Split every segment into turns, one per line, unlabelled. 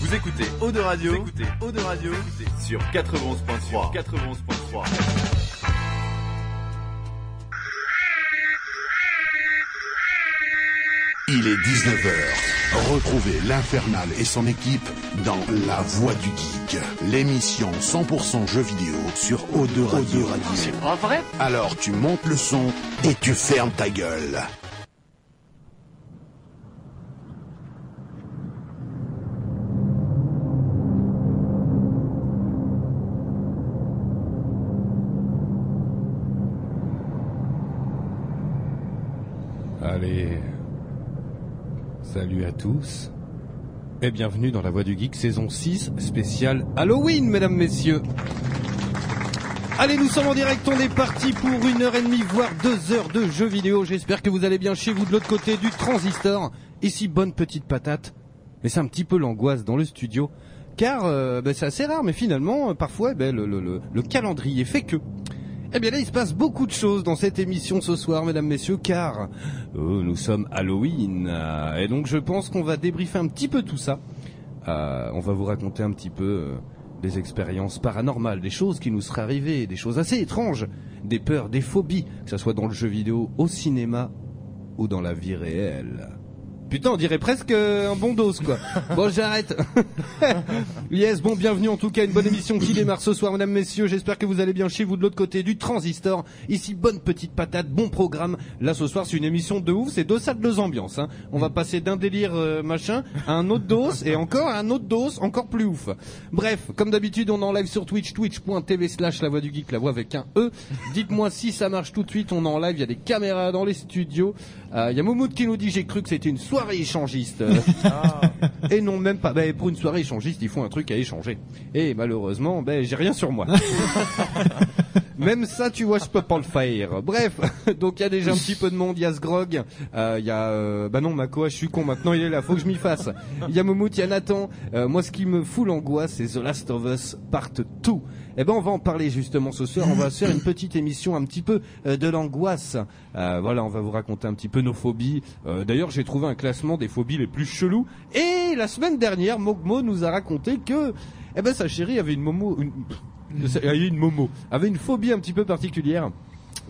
Vous écoutez Eau de Radio, Vous écoutez Eau de Radio sur 91.3. 91.3.
Il est 19h. Retrouvez l'Infernal et son équipe dans La Voix du Geek, l'émission 100% jeux vidéo sur O2 Radio. C'est pas vrai Alors tu montes le son et tu fermes ta gueule.
Allez. Salut à tous. Et bienvenue dans la Voix du Geek saison 6 spéciale Halloween, mesdames, messieurs. Allez, nous sommes en direct, on est parti pour une heure et demie, voire deux heures de jeux vidéo. J'espère que vous allez bien chez vous de l'autre côté du transistor. Ici, bonne petite patate. Mais c'est un petit peu l'angoisse dans le studio. Car euh, ben, c'est assez rare, mais finalement, euh, parfois, eh ben, le, le- le- le calendrier fait que... Eh bien là, il se passe beaucoup de choses dans cette émission ce soir, mesdames, messieurs, car euh, nous sommes Halloween. euh, Et donc je pense qu'on va débriefer un petit peu tout ça. Euh, on va vous raconter un petit peu euh, des expériences paranormales, des choses qui nous seraient arrivées, des choses assez étranges, des peurs, des phobies, que ce soit dans le jeu vidéo, au cinéma ou dans la vie réelle. Putain, on dirait presque euh, un bon dos, quoi. Bon, j'arrête. yes, bon, bienvenue en tout cas, une bonne émission qui démarre ce soir, mesdames, messieurs. J'espère que vous allez bien chez vous de l'autre côté du transistor. Ici, bonne petite patate, bon programme. Là, ce soir, c'est une émission de ouf, c'est deux salles, deux ambiances. hein. On va passer d'un délire euh, machin à un autre dos et encore à un autre dos, encore plus ouf. Bref, comme d'habitude, on est en live sur Twitch, twitch.tv slash la voix du geek, la voix avec un E. Dites-moi si ça marche tout de suite, on est en live, il y a des caméras dans les studios. Euh, Il y a Moumoud qui nous dit j'ai cru que c'était une soirée échangiste. Euh, Et non même pas. Ben, pour une soirée échangiste, il faut un truc à échanger. Et malheureusement, ben, j'ai rien sur moi. Même ça, tu vois, je peux pas le faire. Bref, donc il y a déjà un petit peu de monde. Il y a Sgrog, euh, il y a... euh, bah non, Mako, je suis con, maintenant il est là, faut que je m'y fasse. Il y a Momout, il y a Nathan. Euh, moi, ce qui me fout l'angoisse, c'est The Last of Us Part tout. Eh ben, on va en parler justement ce soir. On va se faire une petite émission un petit peu euh, de l'angoisse. Euh, voilà, on va vous raconter un petit peu nos phobies. Euh, D'ailleurs, j'ai trouvé un classement des phobies les plus chelous. Et la semaine dernière, Mogmo nous a raconté que... Eh ben, sa chérie avait une momo... Une... Elle a eu une momo, avait une phobie un petit peu particulière.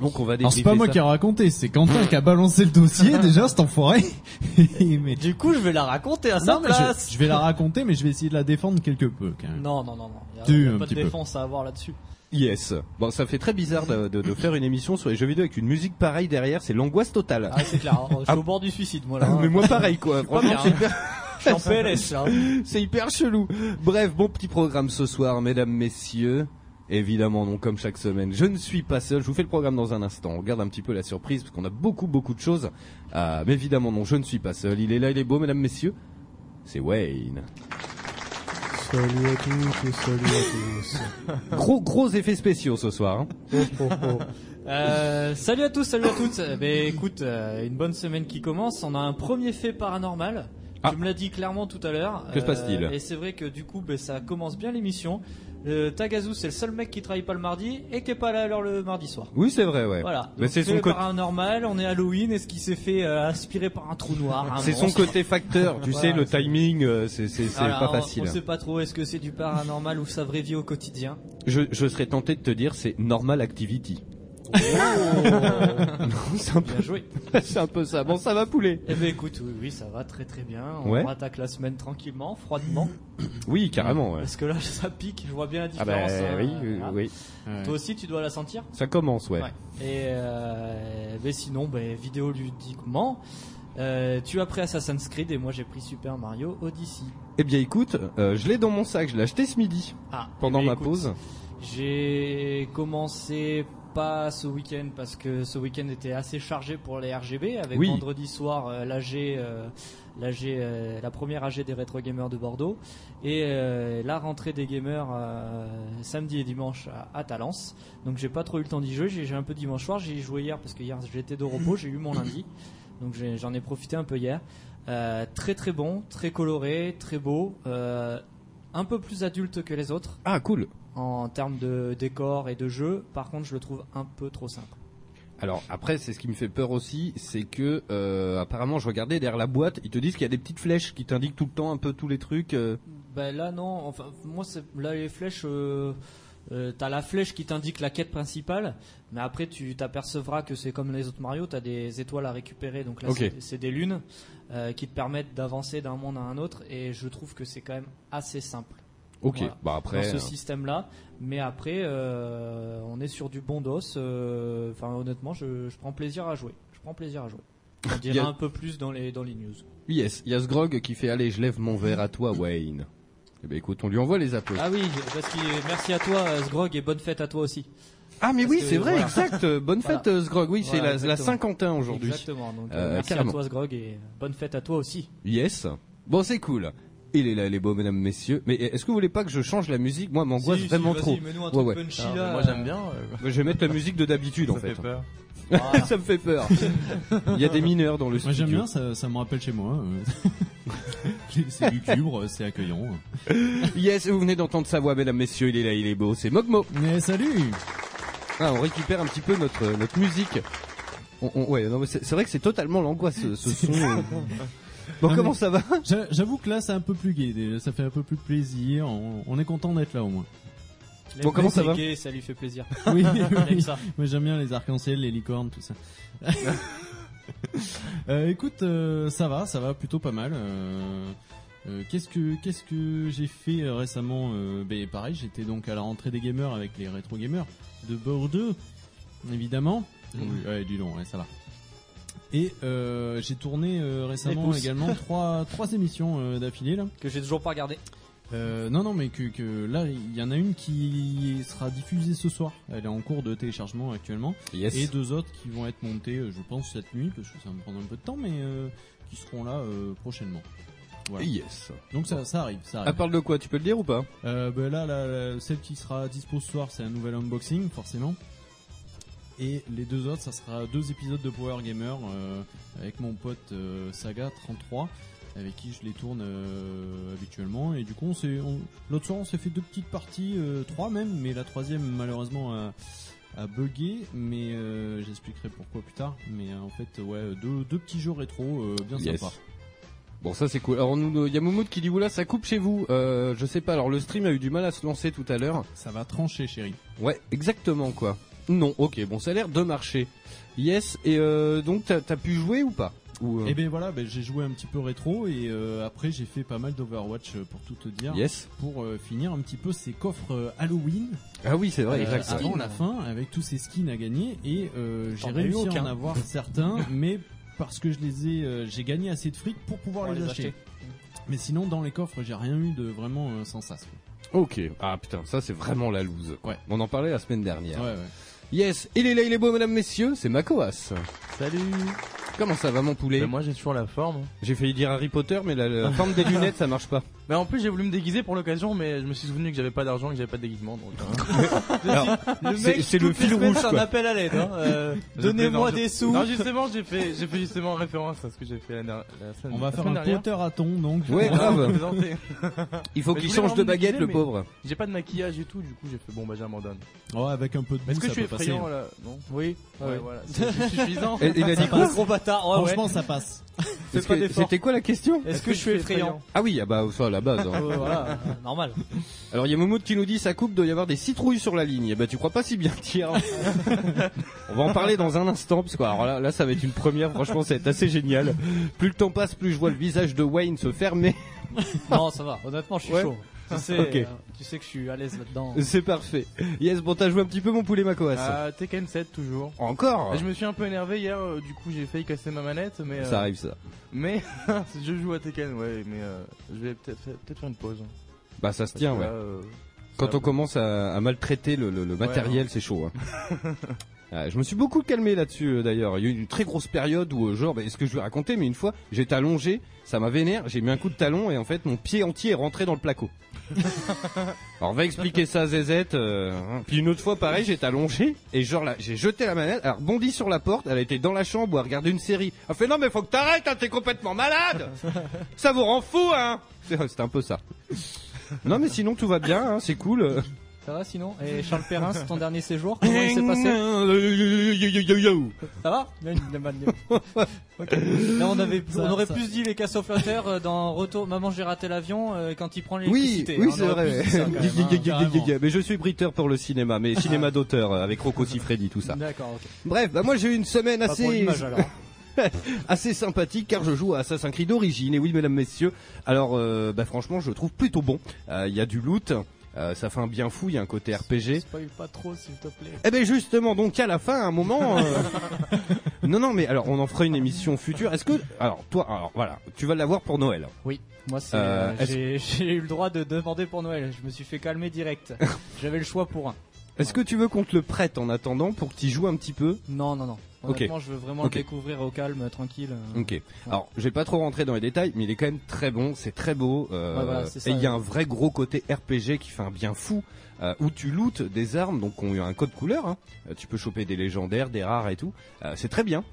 Donc on va
Alors c'est pas
débriefer
moi
ça.
qui a raconté, c'est Quentin qui a balancé le dossier déjà cet enfoiré. mais...
Du coup, je vais la raconter à sa
Non, mais
place.
je, je vais la raconter, mais je vais essayer de la défendre quelque peu. Quand même.
Non, non, non, non. Il y a,
Tu,
y a
un
pas de
petit peu.
défense à avoir là-dessus.
Yes. Bon, ça fait très bizarre de, de- de faire une émission sur les jeux vidéo avec une musique pareille derrière, c'est l'angoisse totale.
Ah, c'est clair. hein. Je suis
Ah.
au bord du suicide, moi, là.
Ah,
hein.
Mais moi pareil quoi.
pas
Franchement,
bien. hein.
c'est hyper,
Je suis en PLS, là.
c'est hyper chelou. Bref, bon petit programme ce soir, mesdames, messieurs. Évidemment non, comme chaque semaine. Je ne suis pas seul. Je vous fais le programme dans un instant. On regarde un petit peu la surprise parce qu'on a beaucoup beaucoup de choses. Ah, mais évidemment non, je ne suis pas seul. Il est là, il est beau, mesdames, messieurs. C'est Wayne.
Salut à tous, salut à
Gros gros effets spéciaux ce soir. hein.
tous. Oh, oh, oh.
Euh, salut à tous, salut à toutes. Eh Ben écoute, euh, une bonne semaine qui commence. On a un premier fait paranormal.
Ah.
Tu me l'as dit clairement tout à l'heure. Euh,
Que se passe-t-il
Et c'est vrai que du coup, ben, ça commence bien l'émission. Le Tagazu, c'est le seul mec qui travaille pas le mardi et qui est pas là à l'heure le mardi soir.
Oui, c'est vrai, ouais.
Voilà.
Mais
Donc,
c'est son
le
côté.
paranormal. On est Halloween. Est-ce qu'il s'est fait euh, aspirer par un trou noir un
C'est son
monstre
côté facteur, tu sais,
Voilà,
le timing, euh, c'est c'est- c'est
Voilà,
pas
Ah on-
facile.
On sait pas trop, est-ce que c'est du paranormal ou sa vraie vie au quotidien
Je, je serais tenté de te dire, c'est normal activity. Oh. c'est un, peu-
Oh. Bien joué.
c'est un peu ça. Bon, ça va poulet.
Eh ben écoute, oui, oui, ça va très très bien. On
Ouais.
attaque la semaine tranquillement, froidement.
Oui, carrément. Ouais.
Parce que là, ça pique, je vois bien la
Ah
différence.
bah,
hein.
oui, oui,
Voilà.
oui.
Toi aussi, tu dois la sentir
Ça commence, ouais.
Et euh, ben sinon, ben, vidéoludiquement, euh, tu as pris Assassin's Creed et moi j'ai pris Super Mario Odyssey.
Eh bien, écoute, euh, je l'ai dans mon sac, je l'ai acheté ce midi
Ah,
pendant
eh ben,
ma
écoute,
pause.
J'ai commencé pas ce week-end parce que ce week-end était assez chargé pour les RGB avec
Oui.
vendredi soir euh, l'AG, euh, l'AG, euh, la première AG des rétro gamers de Bordeaux et euh, la rentrée des gamers euh, samedi et dimanche à, à Talence. Donc j'ai pas trop eu le temps d'y jouer. J'ai j'ai un peu dimanche soir. J'y ai joué hier parce que hier j'étais de repos. J'ai eu mon lundi. Donc j'ai- j'en ai profité un peu hier. Euh, très très bon, très coloré, très beau, euh, un peu plus adulte que les autres
Ah, cool.
en termes de décor et de jeu. Par contre, je le trouve un peu trop simple.
Alors après, c'est ce qui me fait peur aussi, c'est que euh, apparemment, je regardais derrière la boîte, ils te disent qu'il y a des petites flèches qui t'indiquent tout le temps un peu tous les trucs. euh.
Ben là non, enfin moi c'est là les flèches euh, euh, t'as la flèche qui t'indique la quête principale, mais après tu t'apercevras que c'est comme les autres Mario, t'as des étoiles à récupérer, donc là
Ok.
c'est- c'est des lunes euh, qui te permettent d'avancer d'un monde à un autre, et je trouve que c'est quand même assez simple
Ok,
Voilà.
bah après.
dans ce
euh,
système-là. Mais après, euh, on est sur du bon dos. euh, Enfin honnêtement, je, je prends plaisir à jouer. Je prends plaisir à jouer. On
Il y
dirait
a-
un peu plus dans les dans les news.
Yes, il y a ce grog qui fait Allez, je lève mon verre à toi, Wayne. Eh ben écoute, on lui envoie les applaudissements.
Ah oui, parce que merci à toi, euh, Sgrog, et bonne fête à toi aussi.
Ah, mais oui,
que-
c'est vrai,
voilà.
exact. euh, Bonne
Voilà.
fête, euh, ce grog. Oui, c'est
Voilà,
la- la,
exactement.
Saint-Quentin aujourd'hui.
Exactement. Donc,
Euh,
euh, merci
carrément.
à toi, Sgrog, et bonne fête à toi aussi.
Yes. Bon, c'est cool. Il est là, les beaux mesdames, messieurs. Mais est-ce que vous voulez pas que je change la musique Moi, elle m'angoisse vraiment trop. Ouais, ouais.
Ah, mais moi j'aime bien. euh,
Je vais mettre la musique de d'habitude, en
ça
fait. hein.
fait peur.
ça me fait peur. Il y a des mineurs dans le
Moi
studio.
j'aime bien, ça, ça me rappelle chez moi. euh. c'est lucubre, c'est accueillant.
Yes, vous venez d'entendre sa voix, mesdames, messieurs. Il est là, il est beau. C'est Mogmo.
Mais salut
Ah, on récupère un petit peu notre euh, notre musique. On- on- ouais, non, mais c'est c'est vrai que c'est totalement l'angoisse ce, ce son. euh. Bon,
Non,
comment
mais-
ça va
J'a- J'avoue que là c'est un peu plus gai, déjà, ça fait un peu plus plaisir, on, on est content d'être là au moins.
Bon, comment ça va
gay, Ça lui fait plaisir.
Oui,
Il aime
oui.
ça.
Moi j'aime bien les arcs-en-ciel, les licornes, tout ça. Euh, écoute, euh, ça va, ça va plutôt pas mal. Euh, euh, qu'est-ce que qu'est-ce que j'ai fait euh, récemment Euh, ben, pareil, j'étais donc à la rentrée des gamers avec les rétro gamers de Bordeaux, évidemment. Oui, ouais, dis donc, ouais, ça va. Et euh, j'ai tourné euh, récemment
pouces.
également trois trois émissions euh, d'affilée là.
Que j'ai toujours pas regardé.
Euh, non, non, mais que, que là, il y en a une qui sera diffusée ce soir. Elle est en cours de téléchargement actuellement.
Yes.
Et deux autres qui vont être montées, euh, je pense, cette nuit, parce que ça va me prendre un peu de temps, mais euh, qui seront là euh, prochainement. Voilà.
Yes.
Donc ça, ça arrive, ça
À
arrive.
parle de quoi Tu peux le dire ou pas
Euh, bah là, la- la- celle qui sera dispo ce soir, c'est un nouvel unboxing, forcément. Et les deux autres, ça sera deux épisodes de Power Gamer euh, avec mon pote euh, Saga33, avec qui je les tourne euh, habituellement. Et du coup, on s'est- on- l'autre soir, on s'est fait deux petites parties, euh, trois même, mais la troisième, malheureusement, a, a bugué. Mais euh, j'expliquerai pourquoi plus tard. Mais euh, en fait, ouais, deux, deux petits jeux rétro, euh, bien
Yes.
sympa.
Bon, ça c'est cool. Alors, nous- il y a Moumoud qui dit Oula, ça coupe chez vous. Euh, je sais pas. Alors, le stream a eu du mal à se lancer tout à l'heure.
Ça va trancher, chérie.
Ouais, exactement quoi. Non, ok, bon, ça a l'air de marcher. Yes, et euh, donc t'as t'as pu jouer ou pas ou, euh,
Et ben voilà, ben j'ai joué un petit peu rétro et euh, après j'ai fait pas mal d'Overwatch euh, pour tout te dire,
Yes.
pour euh, finir un petit peu ces coffres euh, Halloween
Ah oui, c'est vrai,
euh,
exact.
avant la fin avec tous ces skins à gagner et euh, j'ai
T'en as
réussi
eu
à
aucun.
en avoir certains, mais parce que je les ai, euh, j'ai gagné assez de fric pour pouvoir
Pour
les,
les
acheter.
acheter.
Mais sinon dans les coffres j'ai rien eu de vraiment euh, sans sas. quoi.
Ok. Ah putain, ça c'est vraiment la loose.
Ouais.
On en parlait la semaine dernière.
Ouais, ouais.
Yes, il est là, il est beau, mesdames, messieurs, c'est Makoas.
Salut.
Comment ça va, mon poulet
Mais moi j'ai toujours la forme. hein.
J'ai failli dire Harry Potter, mais Euh, la, la forme des lunettes, ça marche pas.
Mais en plus j'ai voulu me déguiser pour l'occasion, mais je me suis souvenu que j'avais pas d'argent, que j'avais pas de déguisement. Donc, hein.
Le
C'est-
mec,
c'est le
toutes les
fil
semaines,
rouge,
C'est un
quoi.
appel à l'aide. hein. Euh,
Je
Donnez-moi
plaisante, je-
des sous.
Non justement j'ai fait, j'ai fait justement référence à ce que j'ai fait la, dernière- la semaine.
On va
la
faire
semaine
un
dernière.
Potter à ton donc.
Ouais, grave.
Plaisanter.
Il faut
Mais
qu'il
je voulais
change de
vraiment me
baguette,
déguiser,
le
mais-
pauvre.
J'ai pas de maquillage et tout, du coup j'ai fait bon bah j'abandonne.
Ouais, avec un peu de boue,
Est-ce que
ça
je suis
peut passer.
effrayant là Non.
Oui.
Ouais,
ouais.
voilà, c'est c'est suffisant.
Et- Il a
Ça
dit
passe.
quoi
Gros bâtard. ouais, ouais.
Franchement ça passe.
Fais
Est-ce
pas
que-
d'effort.
C'était quoi la question
Est-ce que je suis effrayant
Ah oui, ah bah ça à la base. hein.
Ouais, Voilà, euh, normal.
Alors il y a Momoud qui nous dit sa coupe doit y avoir des citrouilles sur la ligne. Eh ben tu crois pas si bien dire. On va en parler dans un instant parce que alors là, là ça va être une première. Franchement ça va être assez génial. Plus le temps passe, plus je vois le visage de Wayne se fermer.
Non, ça va. Honnêtement, je suis
Ouais.
chaud. Tu sais,
Ok.
euh, tu sais que je suis à l'aise là-dedans.
C'est parfait. Yes, bon t'as joué un petit peu mon poulet Macoas.
Ah, Tekken 7 toujours.
Encore.
Je me suis un peu énervé hier, euh, du coup j'ai failli casser ma manette, mais euh,
Ça arrive ça.
mais je joue à Tekken, ouais, mais euh, je vais peut-être faire- peut-être faire une pause. hein.
Bah ça se
Parce
tient
que
ouais.
là, euh,
Quand
ça-
on commence à, à maltraiter le, le- le matériel, c'est chaud. hein. Ah, je me suis beaucoup calmé là-dessus euh, d'ailleurs. Il y a eu une très grosse période où euh, genre, bah, est-ce que je vais raconter Mais une fois, j'étais allongé, ça m'a vénère, j'ai mis un coup de talon et en fait mon pied entier est rentré dans le placo. Alors va expliquer ça à Zezette. euh, hein. Puis une autre fois pareil, j'étais allongé et genre là, j'ai jeté la manette, elle rebondit sur la porte, elle était dans la chambre où elle regardait une série. Elle fait non mais faut que t'arrêtes, hein, t'es complètement malade. ça vous rend fou hein. C'était un peu ça. Non mais sinon tout va bien, hein, c'est cool.
Ça va sinon Et Charles Perrin, c'est ton dernier séjour Comment il s'est passé Ça va Bien, bien, bien, bien. Ok. Là, on, avait,
Ça,
on aurait
ça.
plus dit les cassoflateurs euh, dans Retour. Maman, j'ai raté l'avion euh, quand il prend
Oui,
l'électricité. hein.
oui,
On
c'est
aurait
vrai.
plus dit ça, quand même. hein.
Mais je suis briteur pour le cinéma, mais cinéma d'auteur euh, avec Rocco Siffredi, tout ça.
D'accord, ok.
Bref, bah moi j'ai eu une semaine
Pas pour
assez
l'image alors.
assez sympathique car je joue à Assassin's Creed d'origine. Et oui, mesdames, messieurs, alors euh, bah, franchement, je le trouve plutôt bon. Euh, Il y a du loot, euh, ça fait un bien fou, il y a un côté RPG.
Spoil pas trop, s'il te plaît.
Eh ben justement, donc à la fin, à un moment. euh, non, non, mais alors on en fera une émission future. Est-ce que alors toi, alors voilà, tu vas l'avoir pour Noël.
Oui, moi c'est.
Euh, est-ce-
j'ai- j'ai eu le droit de demander pour Noël. Je me suis fait calmer direct. J'avais le choix pour un.
Est-ce que tu veux qu'on te le prête en attendant pour que tu joues un petit peu
Non, non, non.
Ok.
Honnêtement, je veux vraiment
Ok.
le découvrir au calme, euh, tranquille. euh.
Ok. Alors, je vais pas trop rentrer dans les détails, mais il est quand même très bon, c'est très beau, euh,
Ouais, voilà, c'est ça,
et il y a
ouais.
un vrai gros côté RPG qui fait un bien fou, euh, où tu lootes des armes, donc on a un code couleur, hein. Euh, tu peux choper des légendaires, des rares et tout, Euh, c'est très bien.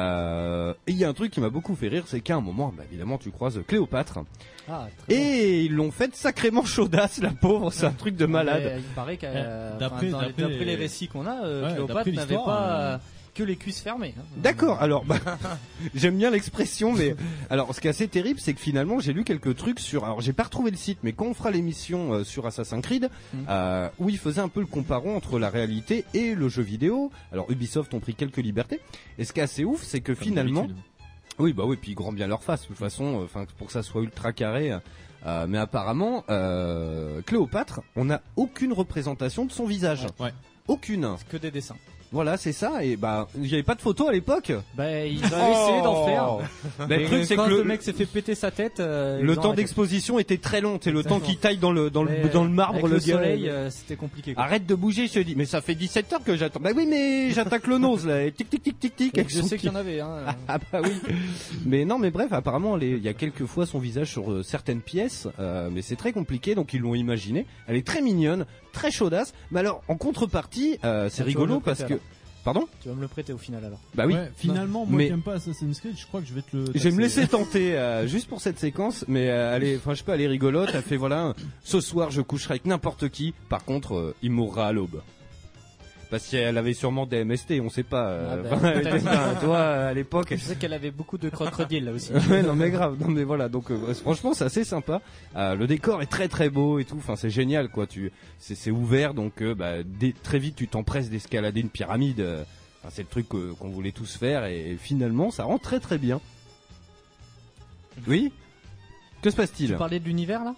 Euh, et il y a un truc qui m'a beaucoup fait rire, c'est qu'à un moment, bah, évidemment, tu croises Cléopâtre,
Ah, très bien.
et ils l'ont fait sacrément chaudasse, la pauvre, c'est un truc de malade.
Mais il paraît qu'à-
Eh, d'après-
enfin, dans les-
d'après-
Euh, d'après les récits qu'on a, euh,
Ouais,
Cléopâtre
d'après
n'avait
l'histoire,
pas
euh,
euh, que les cuisses fermées. hein.
D'accord, alors bah, j'aime bien l'expression, mais alors ce qui est assez terrible, c'est que finalement j'ai lu quelques trucs sur. Alors j'ai pas retrouvé le site, mais quand on fera l'émission euh, sur Assassin's Creed,
Hmm.
Mhm.
euh, où ils faisaient un peu le comparon entre la réalité et le jeu vidéo. Alors Ubisoft ont pris quelques libertés. Et ce qui est assez ouf, c'est que
Comme
finalement,
d'habitude.
oui, bah oui, puis ils grand bien leur face. De toute façon, euh, enfin, pour que ça soit ultra carré. euh, mais apparemment, euh, Cléopâtre, on n'a aucune représentation de son visage.
Ouais.
Aucune.
C'est Que des dessins.
Voilà, c'est ça. Et bah, il n'y avait pas de photo à l'époque.
Bah, ils avaient essayé d'en faire.
Bah, le
Et
truc, c'est
quand
que le,
le mec s'est fait péter sa tête, euh,
le
ils ont
temps
arrêté.
d'exposition était très long. C'est le temps qu'il taille dans le, dans le,
Mais,
dans le marbre,
avec
le,
le
gars.
soleil, euh, c'était compliqué. quoi.
Arrête de bouger, je te dis. Mais ça fait 17 heures que j'attends. Bah oui, mais j'attaque le nose, là. Et tic, tic, tic, tic, tic. avec
je
son
sais qu'il y
petit-
en avait. Hein.
Ah bah oui. mais non, mais bref, apparemment, les- il y a quelques fois son visage sur euh, certaines pièces. euh, mais c'est très compliqué, donc ils l'ont imaginé. Elle est très mignonne, très chaudasse. Mais alors, en contrepartie, euh, c'est
Ah, tu vas
rigolo
me
parce
prêter,
que... Pardon
Tu vas me le prêter au final alors.
Bah oui.
Ouais, finalement, moi
Mais-
qui aime pas Assassin's Creed, je crois que je vais te le.
Je vais me
taxer.
laisser tenter euh, juste pour cette séquence, mais euh, elle est, enfin, je sais pas, elle est rigolote. Elle fait voilà, ce soir je coucherai avec n'importe qui. Par contre, euh, il mourra à l'aube. Parce qu'elle avait sûrement des MST, on sait pas. euh,
Ah bah,
elle était- enfin, toi, euh, à l'époque.
Je sais qu'elle avait beaucoup de crocodiles là aussi.
Ouais, non mais grave, non mais voilà. Donc euh, franchement, c'est assez sympa. Euh, le décor est très très beau et tout. Enfin, c'est génial quoi. Tu, c'est c'est ouvert, donc euh, bah, dès- très vite tu t'empresses d'escalader une pyramide. Euh, Enfin, c'est le truc euh, qu'on voulait tous faire et, finalement, ça rend très très bien. Oui. Que se
Tu
passe-t-il
parlais de l'univers là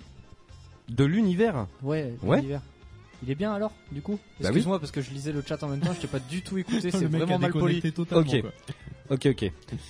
De l'univers.
Ouais,
Ouais.
l'univers. Il est bien alors, du coup
Bah oui.
Excuse-moi parce que je lisais le chat en même temps, je t'ai pas du tout écouté, c'est
Le mec
vraiment
a
mal poli.
déconnecté totalement,
Ok.
quoi.
Ok, ok.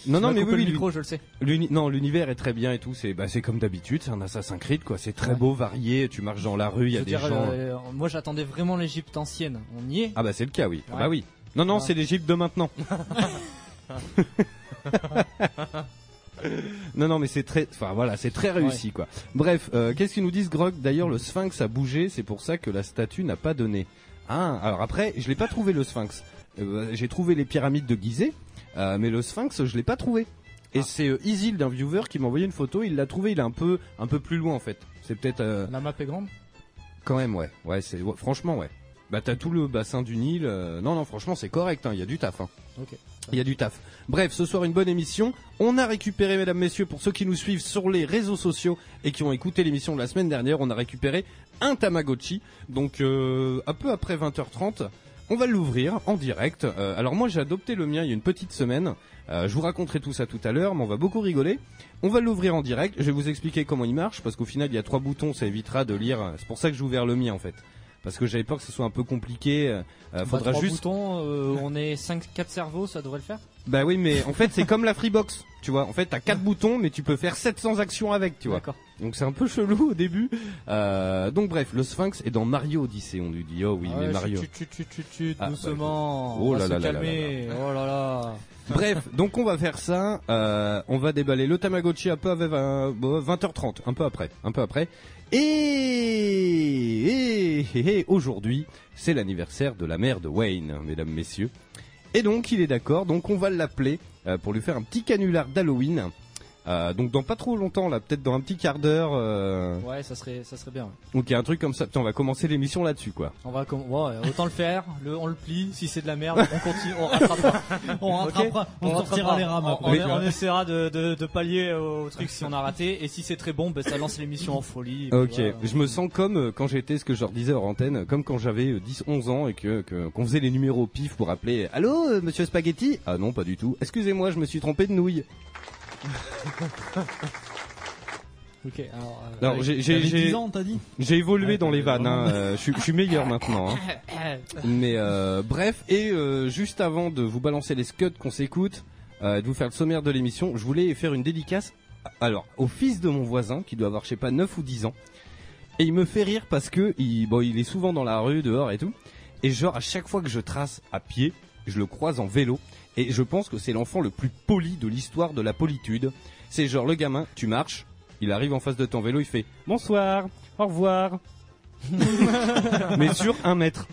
Non, non,
Tu m'as
mais
coupé
oui, oui,
le micro, je le sais.
L'uni- non, l'univers est très bien et tout. C'est, bah, c'est comme d'habitude. C'est un Assassin's Creed, quoi. C'est très
Ouais.
beau, varié. Tu marches dans la rue, il y
Je
a
veux
des
dire,
gens.
euh, moi j'attendais vraiment l'Égypte ancienne. On y est
Ah bah c'est le cas, oui. Ah
Ouais.
bah oui. Non, non,
Ah.
c'est l'Égypte de maintenant. non, non, mais c'est très, enfin voilà, c'est très réussi quoi. Bref, euh, qu'est-ce qu'ils nous disent, Grog D'ailleurs, le Sphinx a bougé, c'est pour ça que la statue n'a pas donné. Ah, alors après, je l'ai pas trouvé le Sphinx. Euh, J'ai trouvé les pyramides de Gizeh, euh, mais le Sphinx, je l'ai pas trouvé. Et
Ah.
c'est euh, Isil d'un viewer qui m'a envoyé une photo. Il l'a trouvé, il est un peu, un peu plus loin en fait. C'est peut-être euh,
La map est grande
quand même, ouais. Ouais, c'est ouais, franchement, ouais. Bah t'as tout le bassin du Nil. euh, Non, non, franchement, c'est correct. hein, Il y a du taf. Hein.
Ok.
Il y a du taf. Bref, ce soir une bonne émission. On a récupéré, mesdames, messieurs, pour ceux qui nous suivent sur les réseaux sociaux et qui ont écouté l'émission de la semaine dernière, on a récupéré un Tamagotchi. Donc euh, un peu après 20h30, on va l'ouvrir en direct. Euh, alors moi j'ai adopté le mien il y a une petite semaine. Euh, je vous raconterai tout ça tout à l'heure, mais on va beaucoup rigoler. On va l'ouvrir en direct. Je vais vous expliquer comment il marche parce qu'au final il y a trois boutons, ça évitera de lire. C'est pour ça que j'ai ouvert le mien en fait. Parce que j'avais peur que ce soit un peu compliqué. Euh, faudra juste
boutons, euh, on est 5 4 cerveaux, ça devrait le faire.
bah oui, mais en fait, c'est comme la Freebox. Tu vois, en fait, t'as quatre boutons, mais tu peux faire 700 actions avec, tu vois.
D'accord.
Donc c'est un peu chelou au début. Euh, donc bref, le Sphinx est dans Mario Odyssey. On lui dit, oh oui,
Ah
mais
ouais,
Mario.
chut, chut, chut, chut, chut,
Ah, bah,
doucement.
je- Oh
on va
là là
se
là là
calmer. Oh là là.
Bref, donc on va faire ça. Euh, on va déballer le Tamagotchi un peu avec euh, bon, 20h30, un peu après, un peu après. Et, et, et- et aujourd'hui, c'est l'anniversaire de la mère de Wayne, mesdames, messieurs. Et donc il est d'accord, donc on va l'appeler euh, pour lui faire un petit canular d'Halloween. Euh, donc dans pas trop longtemps là, peut-être dans un petit quart d'heure. euh,
Ouais, ça serait, ça serait bien. ouais.
Donc il y a un truc comme ça. Putain, on va commencer l'émission là-dessus quoi.
On va comme, ouais, autant le faire, le, on le plie. Si c'est de la merde, on continue, on rattrapera.
On rattrapera, on, sortira
rattrapera.
les rames
On-
après.
On,
Mais-
on essaiera de, de- de pallier au truc si on a raté. Et si c'est très bon, ben, ça lance l'émission en folie. et puis
Ok,
voilà.
je me sens comme euh, quand j'étais, ce que je leur disais hors antenne, comme quand j'avais euh, 10-11 ans et que que- qu'on faisait les numéros au pif pour appeler « Allô, euh, monsieur Spaghetti ?» Ah non, pas du tout. Excusez-moi, je me suis trompé de nouille.
Ok, alors. euh,
Alors, j'ai- j'ai
T'avais
j'ai-
10 ans, t'as dit
j'ai évolué
Ouais,
dans les
t'avais
vannes, hein, euh, je suis- je suis meilleur maintenant. hein. Mais euh, bref, et euh, juste avant de vous balancer les scuds qu'on s'écoute, euh, de vous faire le sommaire de l'émission, je voulais faire une dédicace alors au fils de mon voisin qui doit avoir je sais pas 9 ou 10 ans. Et il me fait rire parce que il, bon, il est souvent dans la rue, dehors et tout. Et genre à chaque fois que je trace à pied, je le croise en vélo. Et je pense que c'est l'enfant le plus poli de l'histoire de la politude. C'est genre le gamin, tu marches, il arrive en face de ton vélo, il fait bonsoir, au revoir. Mais sur un mètre.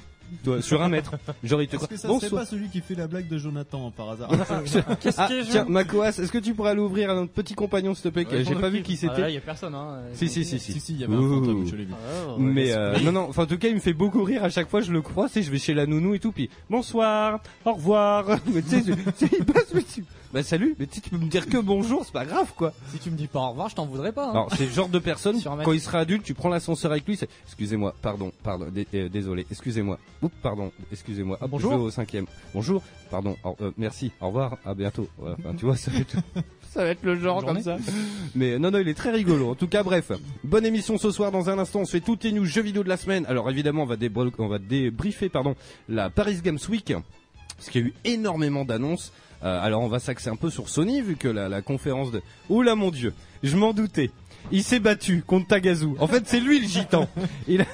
Toi, sur un mètre. Genre il te
Est-ce
croise.
que ça serait
Bonsoir.
pas celui qui fait la blague de Jonathan par hasard
Qu'est-ce
Ah,
que je-
tiens, Macoas, est-ce que tu pourrais l'ouvrir à notre petit compagnon, s'il te plaît que
Ouais,
J'ai pas vu qui
Ah là,
c'était.
il y a personne, hein.
Si, si, si, Oh,
Si,
si.
si, il y avait un fantôme,
Ouh.
je l'ai vu.
Ah, ouais,
Mais
c'est-
euh, non, non, enfin en tout cas, il me fait beaucoup rire à chaque fois, je le crois, tu sais, je vais chez la nounou et tout, puis bonsoir, au revoir. Mais tu sais, je- tu sais, il passe, mais tu- Bah salut, mais tu sais, tu peux me dire que bonjour, c'est pas grave quoi.
Si tu me dis pas au revoir, je t'en voudrais pas. hein.
Alors c'est le genre de personne,
Sur un mètre.
quand il sera adulte, tu prends l'ascenseur avec lui, c'est excusez-moi, pardon, pardon, dé- euh, désolé, excusez-moi, oups, pardon, excusez-moi, Hop,
Bonjour.
je vais au cinquième, bonjour, pardon, au- euh, merci, au revoir, à bientôt. Ouais, enfin, tu vois, ça va être, ça va être le genre comme ça. Mais euh, non, non, il est très rigolo. En tout cas, bref, bonne émission ce soir. Dans un instant, on se fait toutes les news jeux vidéo de la semaine. Alors évidemment, on va, débro- on va débriefer pardon, la Paris Games Week, parce qu'il y a eu énormément d'annonces. Euh, alors on va s'axer un peu sur Sony, vu que la, la conférence de... Oula mon dieu, je m'en doutais. Il s'est battu contre Tagazu. En fait, c'est lui le gitan. Il a,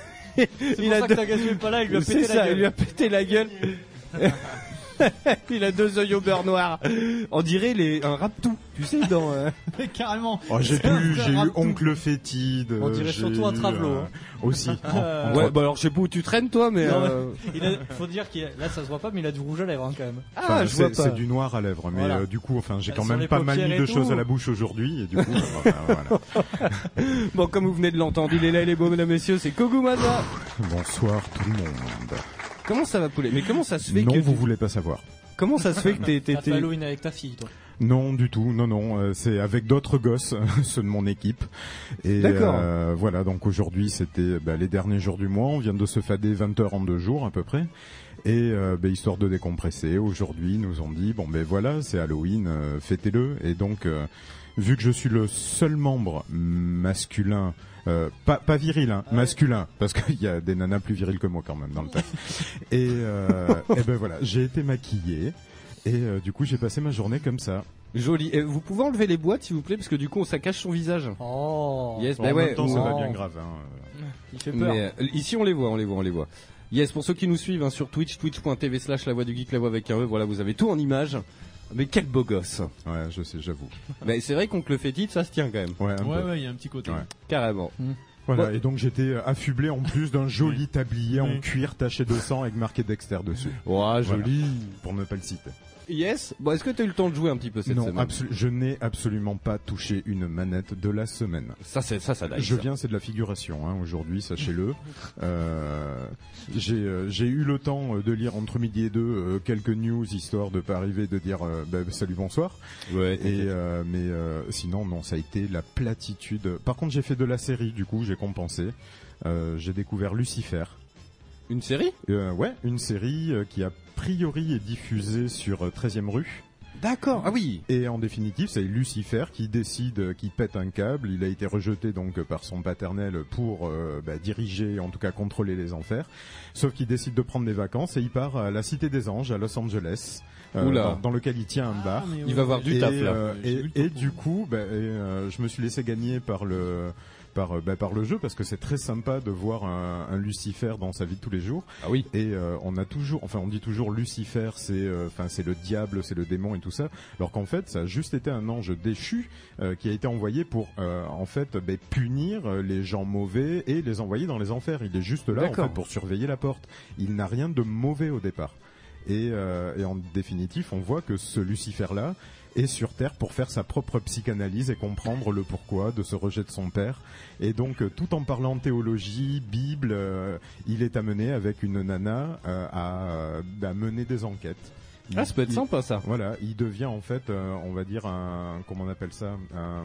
il a deux-
pas là, il lui a
c'est
pété
ça,
la
il lui
gueule.
a pété la gueule. il a deux yeux au beurre noir. On dirait les, un raptou, tu sais, dans... euh,
Mais carrément
Oh, j'ai
C'est un
plus,
frère
j'ai eu
Abdou.
oncle fétide.
On
euh,
dirait
j'ai
surtout un
eu,
travelot,
euh,
hein.
Aussi.
Euh,
Ouais, bah alors je sais pas où tu traînes toi, mais.
Non,
euh,
Il a- faut dire qu'il a- là ça se voit pas, mais il a du rouge à lèvres hein, quand même.
Ah,
Enfin,
je vois
c'est
pas.
c'est du noir à lèvres, mais
Voilà.
euh, du coup, enfin, j'ai
Elles
quand
sont les
même pas mal
paupières
mis
et
de
tout.
choses à la bouche aujourd'hui, et du coup, euh, voilà.
Bon, comme vous venez de l'entendre, il est là, il est beau, mesdames, messieurs, c'est Kogumaza.
Bonsoir tout le monde.
Comment ça va, poulet Mais comment ça se fait que.
Non,
tu-
vous voulez pas savoir.
Comment ça se fait que t'es. t'es-
T'as fait
t'es-
Halloween avec ta fille, toi.
Non, du tout. Non, non. euh, c'est avec d'autres gosses, ceux de mon équipe. Et
D'accord.
euh, voilà. Donc aujourd'hui, c'était bah, les derniers jours du mois. On vient de se fader 20 heures en deux jours à peu près. Et euh, bah, histoire de décompresser, aujourd'hui, ils nous ont dit bon ben voilà, c'est Halloween, euh, fêtez-le. Et donc, euh, vu que je suis le seul membre masculin. euh, pas, pas viril, hein, masculin, parce qu'il y a des nanas plus viriles que moi quand même dans le taf. Et, euh, et ben voilà, j'ai été maquillé et euh, du coup j'ai passé ma journée comme ça.
Joli. Eh, vous pouvez enlever les boîtes, s'il vous plaît, parce que du coup, ça cache son visage.
Oh,
Yes,
Bon,
bah
en
ouais.
même temps, c'est
ouais.
pas bien grave. Hein.
il fait peur.
Mais euh, ici, on les voit, on les voit, on les voit. Yes, pour ceux qui nous suivent hein, sur Twitch, twitch.tv slash la voix du geek, la voix avec un E, voilà, vous avez tout en images. Mais quel beau gosse.
Ouais, je sais, j'avoue.
Mais c'est vrai qu'on te le fait titre, ça se tient quand même.
Ouais, un
Ouais,
peu.
ouais, il y a un petit côté. Mm.
Ouais.
Carrément.
Voilà, et donc j'étais euh, affublé en plus d'un joli tablier en
Oui.
cuir taché de sang avec marqué Dexter dessus, Voilà.
Ouah, joli.
pour ne pas le citer.
Yes. Bon, est-ce que t'as eu le temps de jouer un petit peu cette
non,
semaine
absolu- je n'ai absolument pas touché une manette de la semaine.
Ça, c'est ça, ça date.
Je
ça.
viens, c'est de la figuration hein, aujourd'hui, sachez-le. Euh, j'ai euh, j'ai eu le temps euh, de lire entre midi et deux euh, quelques news histoire de pas arriver de dire euh, bah, salut bonsoir.
Ouais.
Et euh, mais euh, sinon non, ça a été la platitude. Par contre, j'ai fait de la série, du coup, j'ai compensé. Euh, j'ai découvert Lucifer.
Une série
Euh, ouais, une série euh, qui a priori est diffusée sur euh, 13e rue.
D'accord. Ah oui.
Et en définitive, c'est Lucifer qui décide, euh, qui pète un câble. Il a été rejeté donc euh, par son paternel pour euh, bah, diriger, en tout cas contrôler les enfers. Sauf qu'il décide de prendre des vacances et il part à la Cité des Anges à Los Angeles, euh,
Oula.
dans, dans lequel il tient un bar.
Il va avoir du
et,
taf là.
euh,
J'ai vu
et,
le topo.
et du coup, bah, et, euh, je me suis laissé gagner par le par euh, bah, par le jeu parce que c'est très sympa de voir un, un Lucifer dans sa vie de tous les jours.
Ah oui.
Et euh, on a toujours, enfin on dit toujours Lucifer, c'est euh, enfin c'est le diable, c'est le démon et tout ça, alors qu'en fait ça a juste été un ange déchu euh, qui a été envoyé pour euh, en fait ben, punir euh, les gens mauvais et les envoyer dans les enfers. Il est juste là en
D'accord.
fait, pour surveiller la porte. Il n'a rien de mauvais au départ. Et, euh, et en définitif, on voit que ce Lucifer là est sur Terre pour faire sa propre psychanalyse et comprendre le pourquoi de ce rejet de son père. Et donc, euh, tout en parlant théologie, Bible, euh, il est amené avec une nana euh, à, à mener des enquêtes.
Ah, ça peut être
Il-
sympa, ça.
Voilà, il devient en fait, euh, on va dire un, comment on appelle ça, un,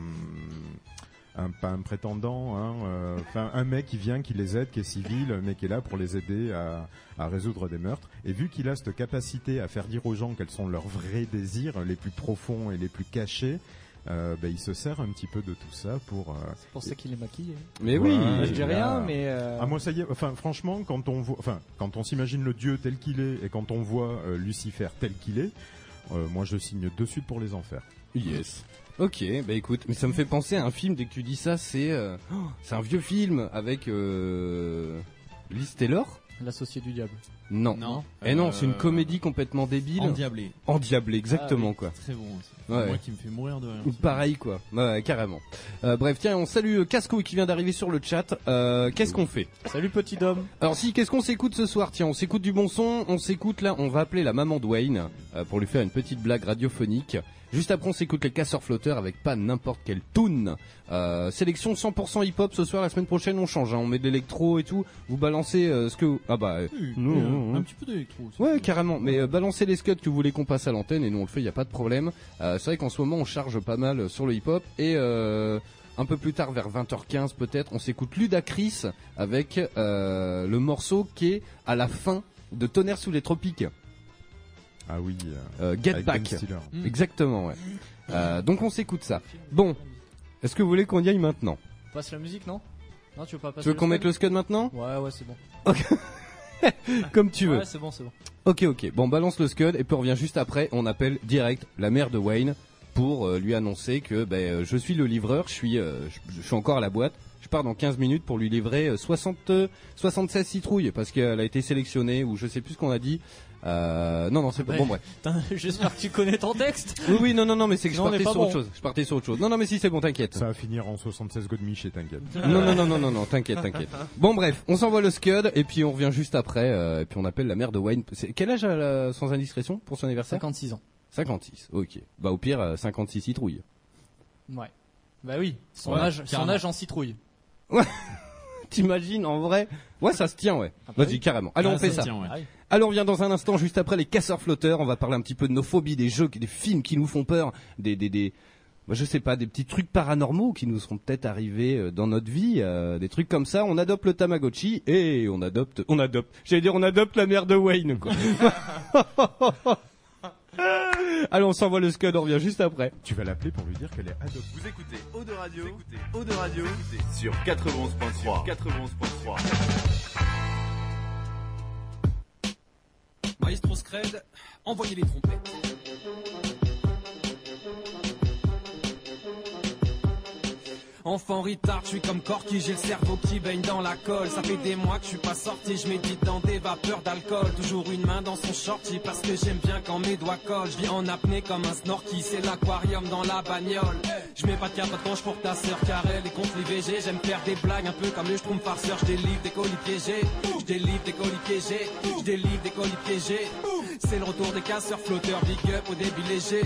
un pas un prétendant, hein, euh, enfin un mec qui vient, qui les aide, qui est civil, mais qui est là pour les aider à, à résoudre des meurtres. Et vu qu'il a cette capacité à faire dire aux gens quels sont leurs vrais désirs, les plus profonds et les plus cachés. euh, ben, il se sert un petit peu de tout ça pour. euh,
C'est pour ça qu'il est maquillé.
Mais
oui,
Moi, je
il
dis
a-
rien, mais. euh,
Ah moi ça y est. Enfin franchement, quand on voit, enfin quand on s'imagine le dieu tel qu'il est et quand on voit euh, Lucifer tel qu'il est, euh, moi je signe de suite pour les enfers.
Yes. Ok, bah écoute, mais ça me fait penser à un film, dès que tu dis ça, c'est euh, oh, c'est un vieux film avec euh, Liz Taylor
L'associé du diable.
Non.
Non.
Eh non, c'est une
Euh,
comédie complètement débile.
Endiablé.
Endiablée, exactement
Ah oui,
quoi.
Très bon aussi.
Ouais.
Moi qui me fais mourir de rire.
Ou Pareil quoi, Ouais, carrément. Euh, bref, tiens, on salue euh, Casco qui vient d'arriver sur le chat. Euh, qu'est-ce qu'on fait
Salut, petit homme.
Alors si, qu'est-ce qu'on s'écoute ce soir Tiens, on s'écoute du bon son, on s'écoute là, on va appeler la maman de Wayne euh, pour lui faire une petite blague radiophonique. Juste après, on s'écoute les casseurs flotteurs avec pas n'importe quelle tune. Euh, sélection 100% hip-hop ce soir, la semaine prochaine on change, hein, on met de l'électro et tout. Vous balancez euh, ce que... vous- Ah bah... euh,
Oui,
Non,
euh,
non, non.
Un petit peu d'électro aussi.
Ouais, carrément. Mais euh, balancez les scuds que vous voulez qu'on passe à l'antenne et nous on le fait, il y a pas de problème. Euh, c'est vrai qu'en ce moment on charge pas mal sur le hip-hop et euh, un peu plus tard vers 20h15 peut-être, on s'écoute Ludacris avec euh, le morceau qui est à la fin de Tonnerre sous les tropiques,
Ah oui. euh,
Euh, Get
avec Ben
Back.
Stiller.
Mm.
Exactement, ouais. Euh, donc on s'écoute ça. Bon, est-ce que vous voulez qu'on y aille maintenant
Passe la musique, non Non, tu veux pas passer
Tu veux qu'on mette le scud maintenant
Ouais, ouais, c'est bon.
Comme tu veux.
Ouais, c'est bon, c'est bon.
Ok, ok. Bon, balance le Scud et puis on revient juste après. On appelle direct la mère de Wayne pour euh, lui annoncer que ben, euh, je suis le livreur, je suis, euh, je, je suis encore à la boîte. Je pars dans 15 minutes pour lui livrer euh, 60, euh, 76 citrouilles parce qu'elle a été sélectionnée ou je sais plus ce qu'on a dit. Euh, non, non, c'est pas
Ah Ouais.
bon, bref.
Putain, J'espère que tu connais ton texte.
Oui, oui, non, non, non, mais c'est que je
Sinon, on
partais
est pas
sur autre
bon.
chose. Je partais sur autre chose. Non, non, mais si, c'est bon, t'inquiète.
Ça va finir en 76 Godmich et t'inquiète.
Non, non, non, non, non, non, t'inquiète, t'inquiète. Bon, bref, on s'envoie le Scud et puis on revient juste après euh, et puis on appelle la mère de Wayne. C'est- Quel âge a la- sans indiscrétion pour son anniversaire
56 ans.
56, ok. Bah au pire, euh, 56 citrouilles.
Ouais. Bah oui, son,
Ouais,
âge, son
carrément.
âge en citrouille.
T'imagines en vrai Ouais, ça se tient, ouais.
Ah bah
Vas-y,
oui.
carrément. Allez,
Ah,
on fait ça.
tient, ouais.
Allez, on vient dans un instant, juste après les casseurs flotteurs. On va parler un petit peu de nos phobies, des jeux, des films qui nous font peur, des, des, des, bah, je sais pas, des petits trucs paranormaux qui nous seront peut-être arrivés euh, dans notre vie, euh, des trucs comme ça. On adopte le Tamagotchi et on adopte, on adopte. J'allais dire, on adopte la mère de Wayne. Quoi. Allez, on s'envoie le scud, on revient juste après.
Tu vas l'appeler pour lui dire qu'elle est adoptée.
Vous écoutez Eau de Radio, vous écoutez Eau de Radio vous écoutez sur 91.3. 91.3.
Maestro Scred, envoyez les trompettes. Enfant retard, je suis comme Corky, j'ai le cerveau qui baigne dans la colle. Ça fait des mois que je suis pas sorti, je médite dans des vapeurs d'alcool. Toujours une main dans son shorty parce que j'aime bien quand mes doigts collent. Je vis en apnée comme un snorky, c'est l'aquarium dans la bagnole. Je mets pas de carte de manche pour ta sœur car elle est contre l'IVG. J'aime faire des blagues un peu comme le schtroumpf farceur. Je délivre des colis piégés, je délivre des colis piégés, je délivre des colis piégés. C'est le retour des casseurs flotteurs, big up au débit léger.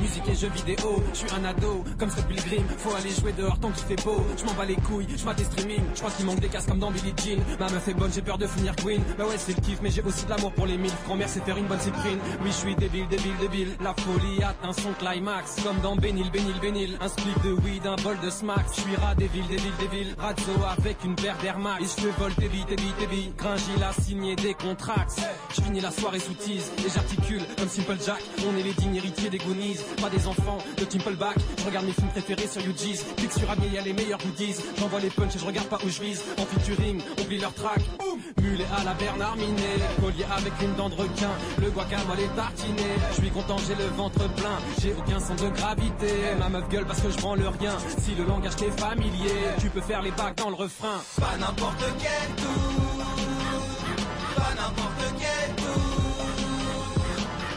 Musique et jeux vidéo, je suis un ado, comme ce pilgrim. Faut aller jouer dehors tant qu'il fait beau. Je m'en bats les couilles, je mate des streamings. Je crois qu'il manque des casques comme dans Billie Jean. Ma meuf est bonne, j'ai peur de finir queen. Bah ouais, c'est le kiff, mais j'ai aussi de l'amour pour les mille. Grand-mère, c'est faire une bonne cyprine. Oui, je suis débile, débile, débile. La folie atteint son climax, comme dans Bénil, Bénil, Bénil. Un split de weed, un bol de smack. Je suis rat des villes, des villes, des villes. Razzo avec une paire d'air Max. Et je vole des billes, des billes, des billes. Gringy a signé des contracts. Je finis la soirée sous tease et j'articule comme Simple Jack. On est les dignes héritiers des Goonies, pas des enfants de Timpleback. Je regarde mes films préférés sur UG's. Clique sur Admi, y a les meilleurs goodies. J'envoie les punchs et je regarde pas où je vise. En featuring, oublie leur track. Mulet à la Bernard Minet, collier avec une dent de requin. Le guacamole est tartiné. Je suis content, j'ai le ventre plein. J'ai aucun sens de gravité. Ma meuf gueule parce que je prends le rien. Si le langage t'est familier, tu peux faire les bacs dans le refrain. Pas n'importe quel pas n'importe quel tour.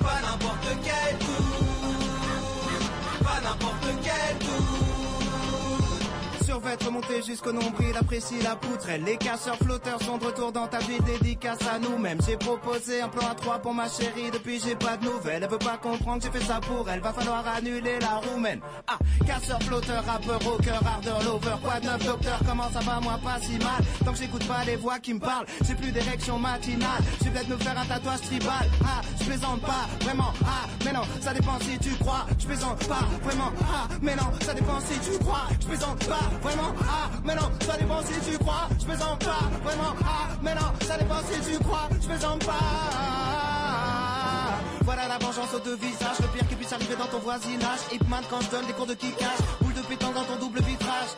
Pas n'importe quel tour. Pas n'importe quel tour. Sur
fait remonter jusqu'au nombril, apprécie la poutrelle. Les casseurs flotteurs sont de retour dans ta ville, dédicace à nous-mêmes. J'ai proposé un plan à trois pour ma chérie, depuis j'ai pas de nouvelles. Elle veut pas comprendre que j'ai fait ça pour elle, va falloir annuler la roumaine. Ah, casseur flotteur, rappeur, rocker, ardeur, lover, quoi de neuf, docteur, comment ça va, moi pas si mal. Tant que j'écoute pas les voix qui me parlent, j'ai plus d'érection matinale. J'ai peut-être me faire un tatouage tribal. Ah, je plaisante pas, vraiment. Ah, mais non, ça dépend si tu crois. Je plaisante pas, vraiment. Ah, mais non, ça dépend si tu crois. Je plaisante pas, vraiment. Ah, mais non, ça dépend si tu crois. Je plaisante pas, vraiment. Ah, mais non, ça dépend si tu crois. Je plaisante pas. Voilà la vengeance aux deux visages, le pire qui puisse arriver dans ton voisinage. Hipman quand je donne des cours de kickage, boule de pétanque dans ton double vitrage.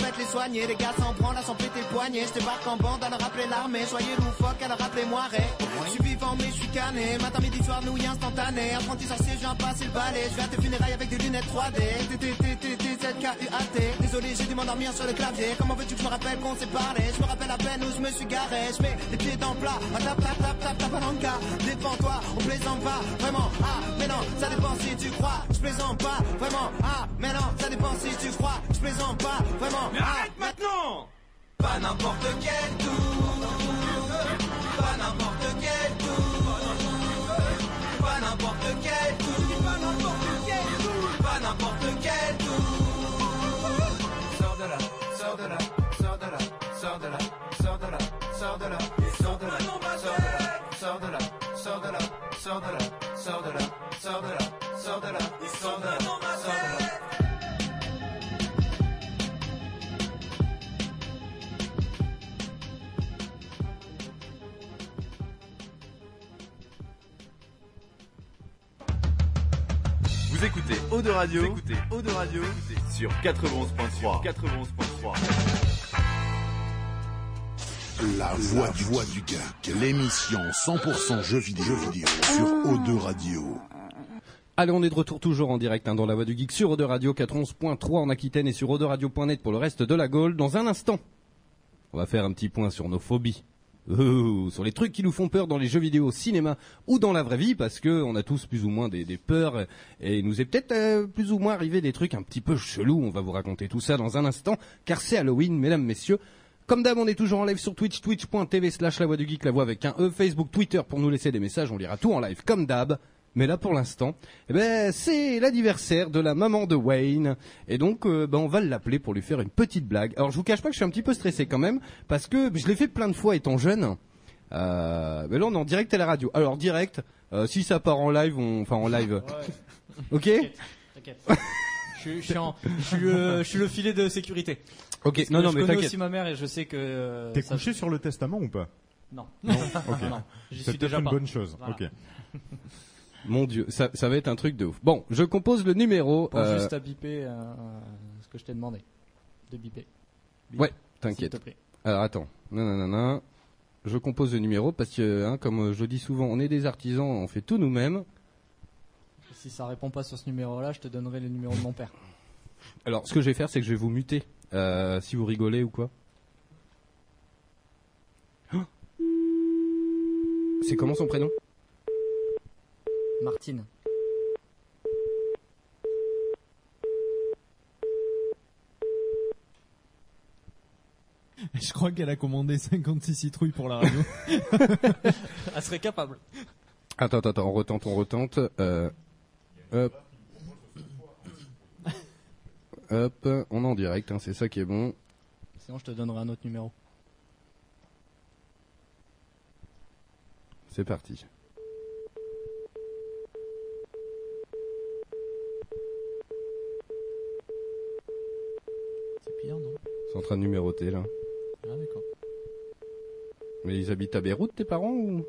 Faites les soigner, les gars s'en branlent à s'en péter le poignet. Je débarque en bande à leur rappeler l'armée, soyez loufoque à leur rappeler moiré. Je suis vivant mais je suis cané, matin, midi, soir, nouilles instantanées. Apprenti sorcier, je viens passer le balai, je vais à tes funérailles avec des lunettes 3D. T, T, T, T, T, Z, K, U, A, T. Désolé, j'ai dû m'endormir sur le clavier. Comment veux-tu que je me rappelle qu'on s'est parlé Je me rappelle à peine où je me suis garé, je mets les pieds dans le plat. Ah, Tap, tap, tap, tap, tap, palanca. Défends-toi, on plaisante pas, vraiment. Ah, mais non, ça dépend si tu crois, je plaisante pas, vraiment. Ah, mais non, ça dépend si tu crois, je plaisante pas, vraiment. ah.
Mais arrête maintenant
Pas n'importe quel tour, pas n'importe quel tour, pas n'importe quel tour, pas n'importe quel tour, pas n'importe quel tour. Sors de là, sors de là, sors de là, sors de là, sors de là, sors de là, sors de là, sors de là, sors de là, sors de là, sors de là, sors de là, sors de là, sors de là, sors de là, sors de là.
Vous écoutez Eau de Radio, vous écoutez Eau de Radio sur 91.3. 91.3.
La voix du, voix du geek. L'émission 100% jeux vidéo, jeux vidéo sur O2 Radio.
Allez, on est de retour toujours en direct hein, dans la voix du geek sur Ode Radio 411.3 en Aquitaine et sur oderadio.net pour le reste de la Gaule dans un instant. On va faire un petit point sur nos phobies. Ouh, sur les trucs qui nous font peur dans les jeux vidéo, au cinéma ou dans la vraie vie parce que on a tous plus ou moins des, des peurs et il nous est peut-être euh, plus ou moins arrivé des trucs un petit peu chelous. On va vous raconter tout ça dans un instant car c'est Halloween, mesdames, messieurs. Comme d'hab, on est toujours en live sur Twitch, twitch.tv slash la voix du geek, la voix avec un E, Facebook, Twitter pour nous laisser des messages, on lira tout en live comme d'hab. Mais là, pour l'instant, eh ben, c'est l'anniversaire de la maman de Wayne. Et donc, euh, ben, on va l'appeler pour lui faire une petite blague. Alors, je vous cache pas que je suis un petit peu stressé quand même, parce que je l'ai fait plein de fois étant jeune. Euh, mais là, on est en direct à la radio. Alors, direct, euh, si ça part en live, on... enfin en live, ok
T'inquiète. Je suis- je suis en- je suis euh, je suis le filet de sécurité.
Ok,
Parce
non,
que
non,
je
mais
connais
t'inquiète.
aussi ma mère et je sais que. euh,
T'es
ça-
couché sur le testament ou pas
Non.
ok.
Non, j'y
C'est
suis déjà
peut-être une
pas.
bonne chose.
Voilà.
Ok.
Mon dieu, ça, ça va être un truc de ouf. Bon, je compose le numéro.
Pour
euh,
juste à biper euh, ce que je t'ai demandé. De biper. Bip,
Ouais,
S'il
t'inquiète.
te plaît.
Alors attends, non non non non, je compose le numéro parce que hein, comme euh, je dis souvent, on est des artisans, on fait tout nous-mêmes.
Si ça répond pas sur ce numéro-là, je te donnerai le numéro de mon père.
Alors ce que je vais faire, c'est que je vais vous muter euh, si vous rigolez ou quoi. Oh C'est comment son prénom
Martine.
Je crois qu'elle a commandé 56 citrouilles pour la radio.
Elle serait capable.
Attends attends, attends, on retente, on retente. Euh, hop. Hop, on est en direct, hein, c'est ça qui est bon.
Sinon, je te donnerai un autre numéro.
C'est parti.
C'est pire, non
C'est en train de numéroter là.
Ah, d'accord.
Mais ils habitent à Beyrouth, tes parents ou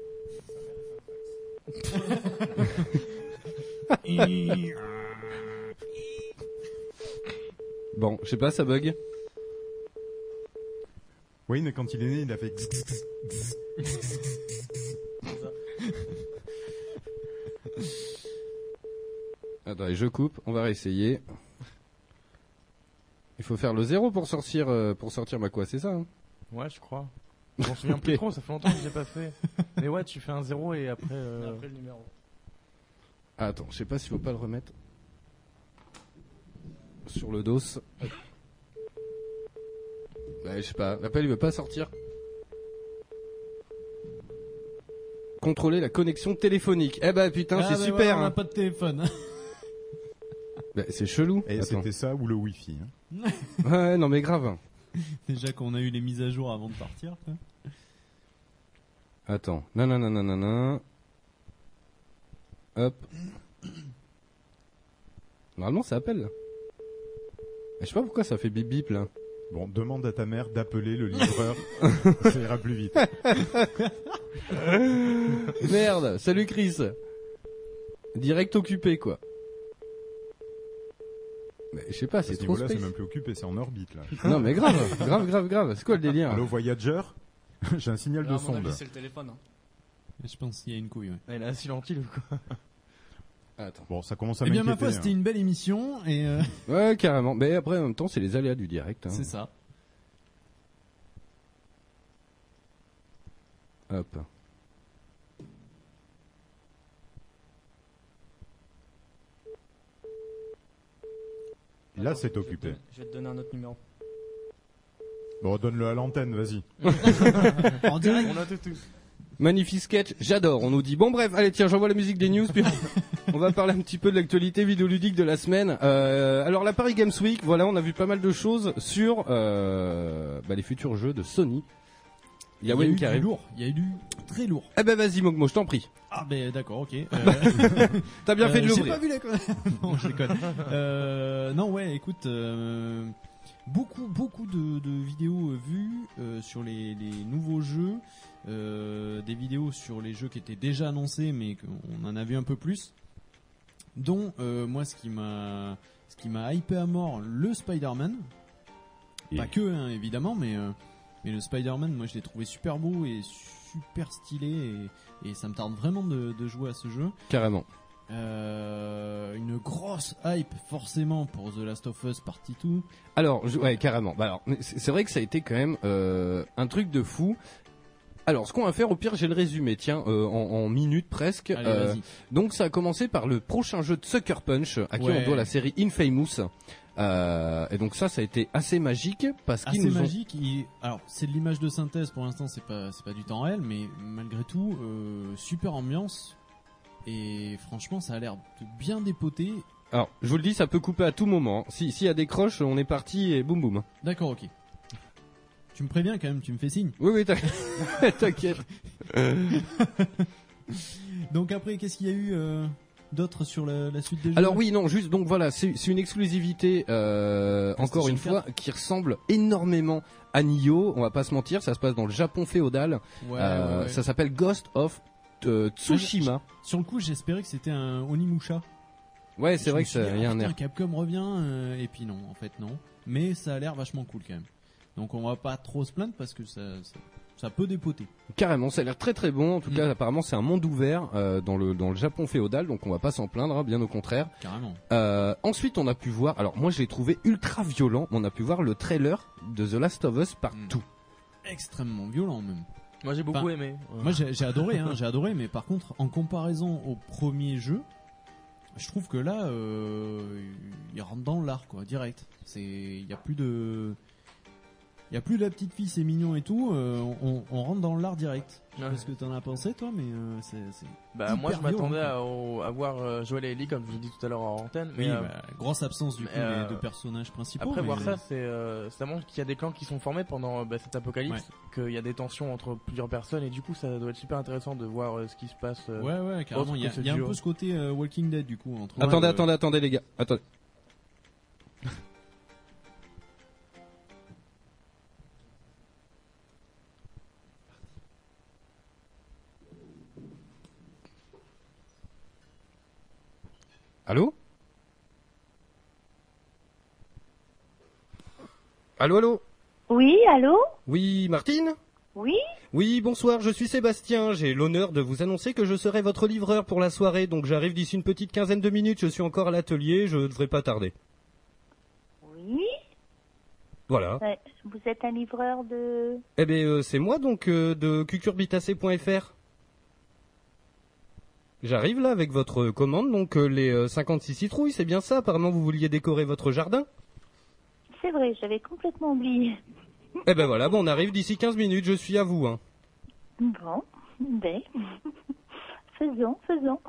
Bon, je sais pas, ça bug.
Wayne, quand il est né, il a fait.
Attends, je coupe, on va réessayer. Il faut faire le zéro pour sortir, euh, pour sortir ma quoi, c'est ça hein
Ouais, je crois. Je m'en souviens plus
Ok.
trop, ça fait longtemps que j'ai pas fait. Mais ouais, tu fais un zéro et après. euh,
Après le numéro.
Ah, Attends, je sais pas s'il faut pas le remettre sur le dos. Bah, je sais pas. L'appel, il veut pas sortir. Contrôler la connexion téléphonique. Eh bah putain,
Ah,
c'est
bah
super.
voilà, on
hein.
n'a pas de téléphone.
Bah, c'est chelou.
Et c'était ça ou le wifi.
hein. ouais, non mais grave.
Déjà qu'on a eu les mises à jour avant de partir. quoi.
Attends. Non, non, non, non, non, non. Hop. Normalement, ça appelle. là. Mais Je sais pas pourquoi ça fait bip bip là.
Bon, demande à ta mère d'appeler le livreur. ça ira plus vite.
Merde, salut Chris. Direct occupé quoi. Mais je sais pas,
À
c'est
ce
trop
niveau-là, c'est
space.
même plus occupé, c'est en orbite là.
Non mais grave, grave, grave, grave. C'est quoi le délire
Allô Voyager J'ai un signal de
Alors, Ah, à mon
sonde.
avis, c'est le téléphone. hein.
Je pense qu'il y a une couille. ouais.
Elle a un silentile ou quoi
Ah, Attends.
Bon, ça commence à
Eh bien,
m'inquiéter.
ma foi,
hein.
c'était une belle émission et euh,
Ouais, carrément. Mais après, en même temps, c'est les aléas du direct. hein.
c'est ça.
Hop.
Là,
Attends,
c'est
je vais te
occupé.
donner- Je vais te donner un autre numéro.
Bon, donne-le à l'antenne, vas-y.
En direct.
On a tout, tout.
Magnifique sketch, j'adore. On nous dit bon bref, allez tiens, j'envoie la musique des news puis on va parler un petit peu de l'actualité vidéoludique de la semaine. Euh, alors la Paris Games Week, voilà, on a vu pas mal de choses sur euh, bah, les futurs jeux de Sony. Il y a
eu
Wayne qui
du
arrive.
lourd. Il y a eu du très lourd.
Eh ben vas-y Mogmo, je t'en prie.
Ah ben d'accord, ok. Euh,
T'as bien
euh,
fait de
J'ai
l'ouvrir.
pas vu la Non, je déconne. Euh, non, ouais, écoute, euh, beaucoup, beaucoup de, de vidéos euh, vues euh, sur les, les nouveaux jeux, euh, des vidéos sur les jeux qui étaient déjà annoncés, mais qu'on en a vu un peu plus. Dont euh, moi, ce qui m'a, ce qui m'a hypé à mort, le Spider-Man.
Et-
Pas que, hein, évidemment, mais euh, mais le Spider-Man, moi, je l'ai trouvé super beau et super stylé et, et ça me tarde vraiment de, de jouer à ce jeu.
Carrément.
Euh, une grosse hype forcément pour The Last of Us Partie 2.
Alors, je- ouais, carrément. Bah alors, mais c'est c'est vrai que ça a été quand même euh, un truc de fou. Alors, ce qu'on va faire, au pire, j'ai le résumé. Tiens, euh, en, en minutes presque.
Allez,
Euh,
vas-y.
Donc ça a commencé par le prochain jeu de Sucker Punch, à qui
Ouais.
on doit la série Infamous. Euh, et donc ça, ça a été assez magique parce qu'ils
Assez
nous ont...
magique. il- Alors, c'est de l'image de synthèse pour l'instant, c'est pas c'est pas du temps réel, mais malgré tout, euh, super ambiance. Et franchement, ça a l'air de bien dépoter.
Alors, je vous le dis, ça peut couper à tout moment. Si s'il y a des croches, on est parti et boum boum.
D'accord, ok. Tu me préviens quand même, tu me fais signe.
Oui oui, t'inqui- t'inquiète.
Donc après, qu'est-ce qu'il y a eu euh, d'autre sur la, la suite des jeux
Alors oui, non, juste donc voilà, c'est c'est une exclusivité euh,
PlayStation
encore une
4.
fois qui ressemble énormément à Nioh. On va pas se mentir, ça se passe dans le Japon féodal.
Ouais,
Euh,
ouais, Mmh. ouais.
Ça s'appelle Ghost of euh, Tsushima.
Ah, Sur le coup, j'espérais que c'était un Onimusha.
Ouais, c'est
Je
vrai
me
que
suis
ça
dit,
y a
ah,
un
putain,
air.
Capcom revient, euh, et puis non, en fait non. Mais ça a l'air vachement cool quand même. Donc on va pas trop se plaindre parce que ça, ça, ça peut dépoter.
Carrément, ça a l'air très très bon. En
Mmh.
tout cas, apparemment, c'est un monde ouvert euh, dans le dans le Japon féodal, donc on va pas s'en plaindre, hein, bien au contraire.
Carrément.
Euh, ensuite, on a pu voir. Alors, moi, je l'ai trouvé ultra violent. mais On a pu voir le trailer de The Last of Us
Mmh.
partout.
Extrêmement violent même.
Moi j'ai beaucoup
Enfin,
aimé. Ouais.
Moi j'ai j'ai adoré, hein, j'ai adoré, mais par contre, en comparaison au premier jeu, je trouve que là, euh, il rentre dans l'art quoi, direct. C'est, il y a plus de, il y a plus de la petite fille, c'est mignon et tout. euh, on, on rentre dans l'art direct.
Ouais.
Parce que t'en as pensé toi, mais euh, c'est. c'est-
Bah, moi je
hyper violent,
m'attendais
quoi.
à, au- à voir euh, Joel et Ellie comme je vous l'ai dit tout à l'heure en antenne. Mais,
Oui,
euh,
bah, grosse absence du
mais,
coup
euh,
des deux personnages principaux.
Après
mais-
voir ça, c'est euh, ça montre qu'il y a des clans qui sont formés pendant euh, bah, cet apocalypse, qu'il y a des tensions entre plusieurs personnes et du coup ça doit être super intéressant de voir euh, ce qui se passe. euh,
Ouais, ouais, carrément. Il y a,
autre que
il y a un
ce duo.
peu ce côté euh, Walking Dead du coup. Entre
attendez,
euh,
attendez, attendez, les gars. Attendez. Allô Allô, allô
Oui, allô
Oui, Martine
Oui
Oui, bonsoir, je suis Sébastien. J'ai l'honneur de vous annoncer que je serai votre livreur pour la soirée, donc j'arrive d'ici une petite quinzaine de minutes. Je suis encore à l'atelier, je ne devrais pas tarder.
Oui
Voilà.
Euh, Vous êtes un livreur de...
Eh bien, c'est moi donc euh, de cucurbitacé.fr. J'arrive là avec votre commande, donc euh, les euh, 56 citrouilles, c'est bien ça. Apparemment, vous vouliez décorer votre jardin.
C'est vrai, j'avais complètement oublié.
Eh ben voilà, bon, on arrive d'ici 15 minutes, je suis à vous. hein.
Bon, ben, faisons, faisons.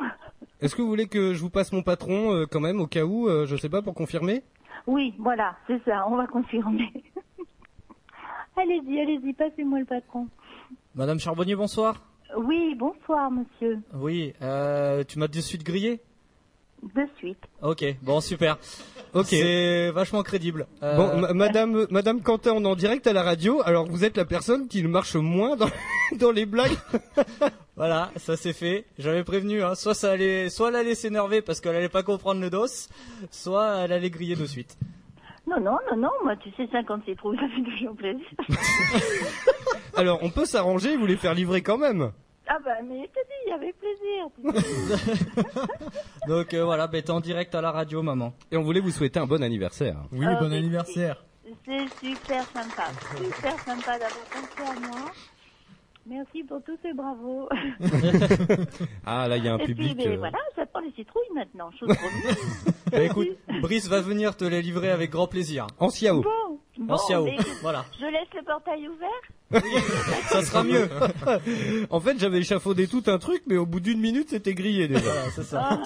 Est-ce que vous voulez que je vous passe mon patron euh, quand même, au cas où, euh, je sais pas, pour confirmer
Oui, voilà, c'est ça, on va confirmer. allez-y, allez-y, passez-moi le patron.
Madame Charbonnier, bonsoir.
Oui, bonsoir, monsieur.
Oui, euh, tu m'as de suite grillé
De suite.
Ok, bon, super.
Ok.
C'est vachement crédible. Euh,
Bon, ma- madame, euh, madame Quentin, on est en direct à la radio, alors vous êtes la personne qui marche moins dans, dans les blagues.
Voilà, ça c'est fait. J'avais prévenu, hein. soit ça allait, soit elle allait s'énerver parce qu'elle allait pas comprendre le dos, soit elle allait griller de suite.
Non, non, non, non, moi, tu sais, 50 citrons, ça fait toujours plaisir.
Alors, on peut s'arranger, vous les faire livrer quand même.
Ah bah, mais je te dis, avec plaisir.
Donc euh, voilà, ben t'es en direct à la radio, maman.
Et on voulait vous souhaiter un bon anniversaire.
Oui,
Ah, bon merci.
anniversaire.
C'est super sympa, super sympa d'avoir pensé à moi. Merci pour tous ces bravos.
Ah, là, il y a un
Et puis,
public.
ben,
euh, Ben,
voilà, j'attends les citrouilles maintenant, chose promise.
Bah, écoute, Brice va venir te les livrer avec grand plaisir.
En Ciao.
Bon, bon,
En Ciao,
mais
voilà.
Je laisse le portail ouvert
Ça sera mieux.
en fait, j'avais échafaudé tout un truc, mais au bout d'une minute, c'était grillé déjà.
Voilà, Ah, c'est ça.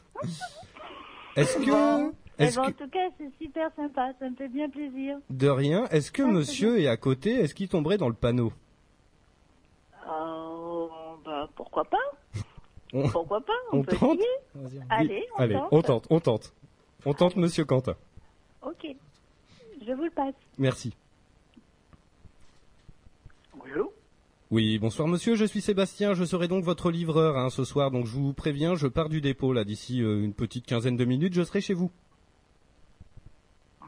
Est-ce que,
Bon. Eh
est-ce
ben, En
que,
tout cas, c'est super sympa, ça me fait bien plaisir.
de rien, est-ce
Ah,
que monsieur est à côté, est-ce qu'il tomberait dans le panneau
Oh, bah, pourquoi pas
On-
Pourquoi pas
on
peut
tente
essayer. Allez, on
Allez,
tente.
on tente, on tente. On tente monsieur Quentin.
Ok, je vous le passe.
Merci.
Bonjour.
Oui, bonsoir monsieur, je suis Sébastien, je serai donc votre livreur hein, ce soir, donc je vous préviens, je pars du dépôt là, d'ici euh, une petite quinzaine de minutes, je serai chez vous.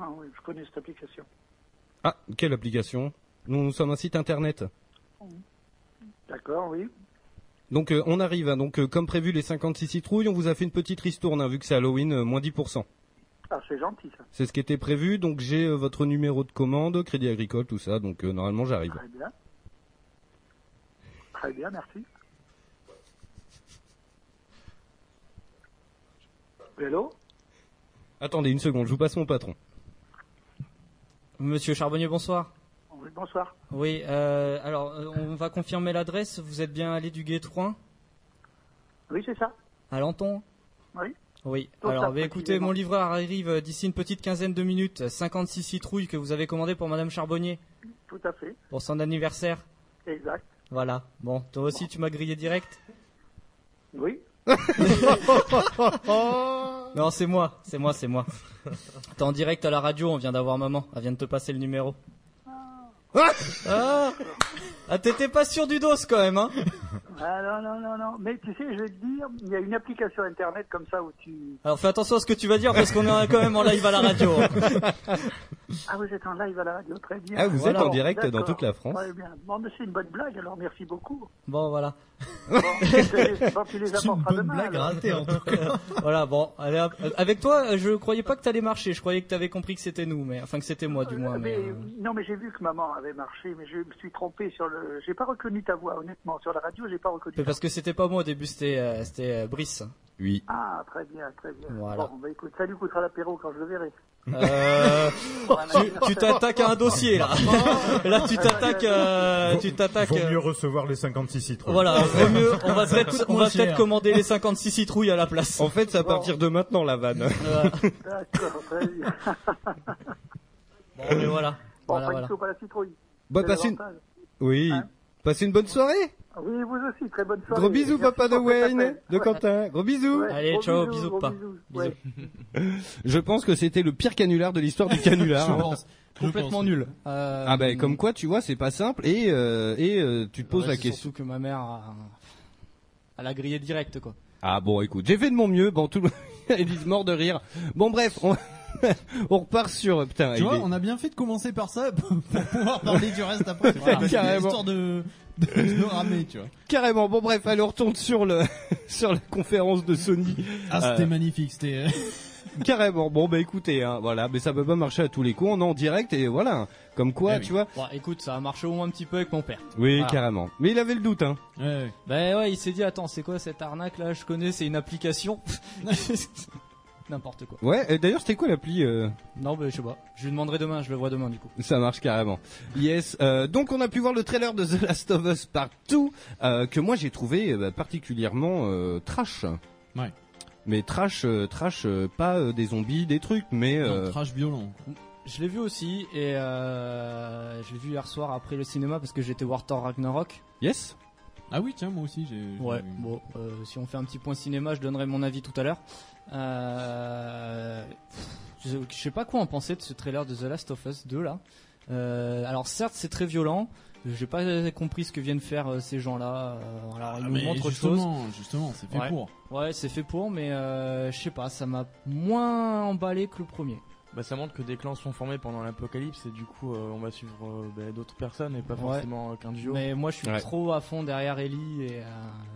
Ah oui, je connais cette application.
Ah, quelle application nous, nous sommes un site internet.
D'accord, oui.
Donc euh, on arrive, hein, donc euh, comme prévu les 56 citrouilles, on vous a fait une petite ristourne, hein, vu que c'est Halloween, euh, moins 10%.
Ah, c'est gentil, ça.
C'est ce qui était prévu, donc j'ai euh, votre numéro de commande, crédit agricole, tout ça, donc euh, normalement j'arrive.
Très bien. Très bien, merci. Hello
Attendez une seconde, je vous passe mon patron.
Monsieur Charbonnier, bonsoir.
Oui, bonsoir.
Oui, euh, alors euh, on va confirmer l'adresse. Vous êtes bien allé du Gué 3
Oui, c'est ça.
À Lenton
Oui.
Oui.
Tout ça,
Alors, bah, écoutez,
précisément.
mon livreur arrive euh, d'ici une petite quinzaine de minutes. 56 citrouilles que vous avez commandées pour Madame Charbonnier
Tout à fait.
pour son anniversaire.
Exact.
Voilà. Bon, toi aussi, tu m'as grillé direct.
Oui.
non, c'est moi, c'est moi, c'est moi. T'es en direct à la radio, on vient d'avoir maman. Elle vient de te passer le numéro. Ah, ah, Ah, t'étais pas sûr du dos quand même, hein
Ah non, non, non, non. Mais tu sais, je vais te dire, il y a une application Internet comme ça où tu...
Alors fais attention à ce que tu vas dire parce qu'on est quand même en live à la radio.
Ah, vous êtes en live à la radio, très bien.
Ah, vous êtes en direct dans
d'accord.
toute la France.
Très bien. Bon, mais c'est une bonne blague, alors merci beaucoup.
Bon, voilà.
Bon, c'est- bon, tu les apporteras demain. alors.
voilà, bon, allez, hop. Euh, avec toi, euh, je croyais pas que t'allais marcher. Je croyais que t'avais compris que c'était nous, mais enfin que c'était moi du moins. Mais,
Mais,
euh,
non, mais j'ai vu que maman avait marché, mais je me suis trompé sur le. J'ai pas reconnu ta voix, honnêtement. Sur la radio, j'ai pas reconnu.
mais parce que c'était pas moi au début, c'était euh, c'était, euh, Brice.
Oui.
Ah, très bien, très bien.
Voilà.
Bon, bah écoute, ça lui coûtera l'apéro quand je le verrai.
Euh, tu- tu t'attaques à un dossier là.
Oh,
Là, tu t'attaques, euh, tu t'attaques.
Vaut
euh,
mieux recevoir les 56 citrons.
Voilà, vaut mieux. On va peut-être, on va peut-être commander les 56 citrouilles à la place.
En fait, c'est à partir de maintenant la vanne.
euh,
D'accord, très bien.
Bon, mais voilà.
Bon,
Voilà,
pas
voilà.
du tout, pas la citrouille.
Bah,
C'est
passez une...
l'avantage.
Oui.
Hein
Passez une bonne soirée
Oui, vous aussi, très bonne soirée.
Gros bisous,
Merci
papa de
pour cet
Wayne,
appel.
de
Ouais.
Quentin. Gros bisous.
Ouais,
Allez,
gros
ciao,
bisous,
bisous,
gros
pas.
bisous.
Bisous.
Ouais.
Je pense que c'était le pire canular de l'histoire du canular.
Je pense. Je
Complètement
pense.
nul. Euh,
Ah ben comme quoi tu vois c'est pas simple et euh, et euh, tu te poses
ouais,
la
c'est
question.
Surtout que ma mère, a- elle a grillé direct quoi.
Ah bon écoute j'ai fait de mon mieux bon tout le- Élise mort de rire. Bon bref on, on repart sur putain
Tu
il
vois,
est-
on a bien fait de commencer par ça pour pour pouvoir parler du reste après.
C'est
Voilà.
carrément.
Histoire de, de se ramer, tu vois.
carrément bon bref allez on retourne sur le sur la conférence de Sony.
Ah, c'était
Euh,
magnifique, c'était.
Carrément. Bon bah écoutez, hein, voilà, mais ça peut pas marcher à tous les coups. On est en direct et voilà. Comme quoi,
Eh oui.
tu vois.
Bon, écoute, ça a marché au moins un petit peu avec mon père.
Ah.
Oui,
Voilà.
carrément. Mais il avait le doute, hein.
Bah Ben ouais, il s'est dit attends, c'est quoi cette arnaque là Je connais, c'est une application. n'importe quoi.
Ouais, et d'ailleurs, c'était quoi l'appli euh,
Non, mais je sais pas. Je lui demanderai demain, je le vois demain du coup.
Ça marche carrément. Yes. euh, donc on a pu voir le trailer de The Last of Us partout euh, que moi j'ai trouvé euh, bah, particulièrement euh, trash.
Ouais.
Mais trash, euh, trash, euh, pas euh, des zombies, des trucs, mais euh,
trash violent.
Je l'ai vu aussi et euh, je l'ai vu hier soir après le cinéma parce que j'étais voir Thor Ragnarok.
Yes.
Ah oui, tiens, moi aussi j'ai. j'ai
Ouais,
vu.
bon, euh, si on fait un petit point cinéma, je donnerai mon avis tout à l'heure. Euh, je je sais pas quoi en penser de ce trailer de The Last of Us 2 là. Euh, alors certes, c'est très violent. J'ai pas euh, compris ce que viennent faire euh, ces gens-là. Euh, alors ils nous
Ah, mais
montrent autre chose.
justement, justement, c'est fait
Ouais.
pour.
Ouais, c'est fait pour, mais euh, je sais pas, ça m'a moins emballé que le premier.
Bah, ça montre que des clans sont formés pendant l'apocalypse et du coup euh, on va suivre euh, bah, d'autres personnes et pas
Ouais.
forcément euh, qu'un duo.
Mais moi, je suis trop à fond derrière Ellie et. euh,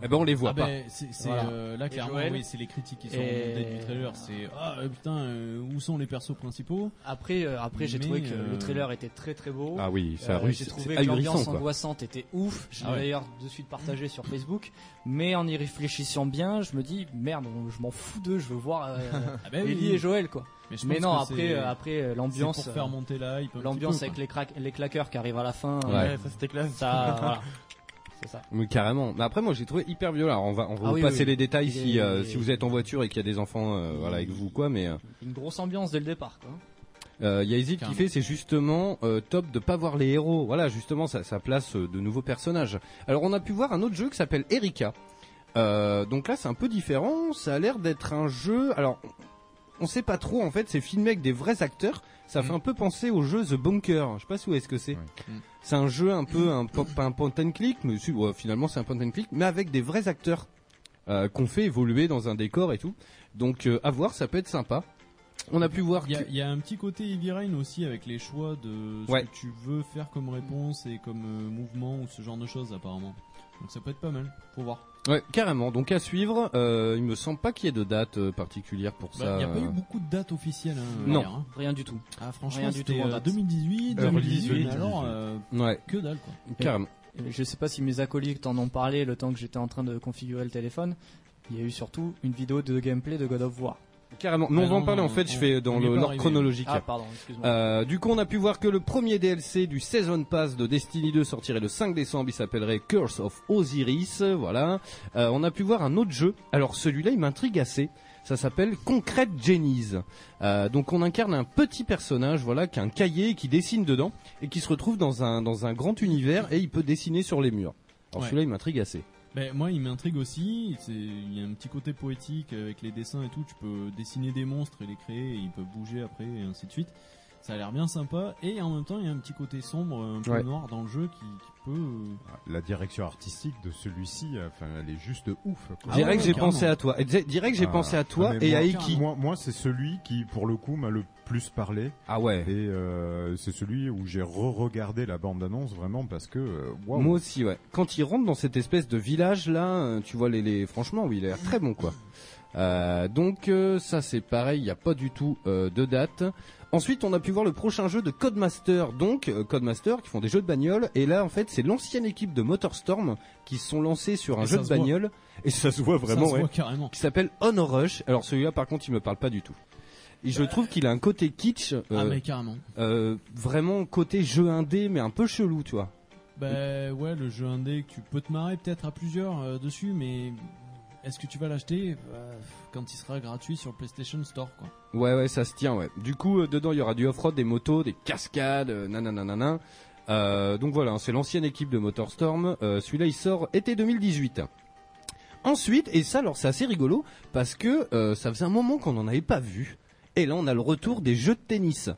Eh ben, on les voit
Ah
pas.
ben, c'est c'est,
Voilà.
euh, là
Et
clairement,
Joël.
oui, c'est les critiques qui sont
Et-
remontées du trailer. C'est ah euh, putain, euh, où sont les persos principaux
Après, euh, après j'ai
Mais,
trouvé que
euh,
le trailer était très très beau.
Ah oui, ça russe-
oh. Euh, J'ai trouvé
c'est
que
ahurissant,
l'ambiance
quoi.
angoissante était ouf. Je l'ai
Ah ouais.
d'ailleurs de suite partagé sur Facebook. Mais en y réfléchissant bien, je me dis merde, on- je m'en fous d'eux. Je veux voir euh,
Ah ben oui.
Ellie et Joël quoi. Mais,
je pense
non,
que
après,
c'est-
euh, après euh,
c'est
l'ambiance.
pour faire
euh,
monter la hype un petit
L'ambiance
peu,
avec les, craques- les claqueurs qui arrivent à la fin. euh,
Ouais. Ouais,
ça, c'était classe.
Ça, voilà. C'est ça.
mais carrément. Mais après, moi, j'ai trouvé hyper violent. Alors, on va, on va
Ah
vous
oui,
passer
oui.
les détails si,
Et-
euh, si vous êtes en voiture et qu'il y a des enfants, euh, voilà, avec vous, quoi. Mais euh,
Une grosse ambiance dès le départ quoi.
Euh, y a Isil qui fait c'est justement euh, top de pas voir les héros. Voilà, justement ça, ça place euh, de nouveaux personnages. Alors on a pu voir un autre jeu qui s'appelle Erika. Euh, donc là c'est un peu différent, ça a l'air d'être un jeu. Alors on sait pas trop en fait, c'est filmé avec des vrais acteurs. Ça
Mm.
fait un peu penser au jeu The Bunker. Je sais pas si où est-ce que c'est.
hmm.
C'est un jeu un peu un, po- pas un point and click, mais si, ouais, finalement c'est un point and click, mais avec des vrais acteurs euh, qu'on fait évoluer dans un décor et tout. Donc euh, à voir, ça peut être sympa. On a pu voir
Il y,
que-
a- il y a un petit côté Heavy Rain aussi avec les choix de ce
Ouais.
que tu veux faire comme réponse et comme euh, mouvement ou ce genre de choses apparemment. Donc ça peut être pas mal, faut voir.
Ouais, carrément. Donc à suivre. Euh, il me semble pas qu'il y ait de date euh, particulière pour
Bah,
ça.
Il n'y a pas eu beaucoup de dates officielles. hein,
Non.
hier, hein.
Rien du tout.
Ah, franchement,
Rien du
c'était,
tout en
euh,
date.
2018,
Early
2018,
2018.
alors euh,
Ouais. Euh,
que dalle quoi.
Carrément.
Et Euh, Je sais pas si mes acolytes en ont parlé le temps que j'étais en train de configurer le téléphone. Il y a eu surtout une vidéo de gameplay de God of War.
Carrément. Non, on va en parler en fait. je fais dans le- l'ordre chronologique.
Ah, pardon, excuse-moi.
Euh, du coup, on a pu voir que le premier DLC du Season Pass de Destiny 2 sortirait le 5 décembre. Il s'appellerait Curse of Osiris. Voilà. Euh, on a pu voir un autre jeu. Alors celui-là, il m'intrigue assez. Ça s'appelle Concrete Jennies. Euh, donc on incarne un petit personnage, voilà, qui a un cahier qui dessine dedans et qui se retrouve dans un dans un grand univers et il peut dessiner sur les murs. Alors
Ouais.
celui-là, il m'intrigue assez.
Ben, moi, il m'intrigue aussi. C'est- Il y a un petit côté poétique avec les dessins et tout. Tu peux dessiner des monstres et les créer. Et ils peuvent bouger après et ainsi de suite. Ça a l'air bien sympa. Et en même temps, il y a un petit côté sombre, un peu
Ouais.
noir dans le jeu qui, qui peut. euh,
Ah,
La direction artistique de celui-ci, enfin, elle est juste ouf. quoi.
Direct, j'ai pensé à toi. Et di- Direct, j'ai
Ah,
pensé à
ah,
toi
mais
et
moi-
à Iki.
Moi, moi c'est celui qui, pour le coup, m'a le plus parlé.
Ah ouais.
Et euh, c'est celui où j'ai re-regardé la bande-annonce vraiment parce que. euh, waouh.
Moi aussi, ouais. Quand il rentre dans cette espèce de village là, euh, tu vois les, les... franchement, oui, il a l'air très bon quoi. Euh, donc euh, ça c'est pareil, il n'y a pas du tout euh, de date. Ensuite, on a pu voir le prochain jeu de Codemaster. Donc euh, Codemaster qui font des jeux de bagnole et là en fait, c'est l'ancienne équipe de Motorstorm qui se sont lancés sur un
Et
jeu
ça
de
se voit.
bagnole et ça se voit vraiment
Ça se
ouais.
voit carrément.
Qui s'appelle Honor Rush. Alors celui-là par contre, il me parle pas du tout. Et je trouve qu'il a un côté kitsch
Euh, Ah,
euh,
mais carrément.
euh, vraiment côté jeu indé mais un peu chelou, tu vois.
Ben ouais, le jeu indé, que tu peux te marrer peut-être à plusieurs euh, dessus, mais est-ce que tu vas l'acheter euh, quand il sera gratuit sur PlayStation Store quoi
Ouais, ouais, ça se tient, ouais. Du coup, euh, dedans, il y aura du off-road, des motos, des cascades, euh, nanana, nanana. Euh, donc voilà, hein, c'est l'ancienne équipe de Motorstorm. Euh, Celui-là, il sort été 2018. Ensuite, et ça, alors, c'est assez rigolo, parce que euh, ça faisait un moment qu'on n'en avait pas vu. Et là, on a le retour des jeux de tennis.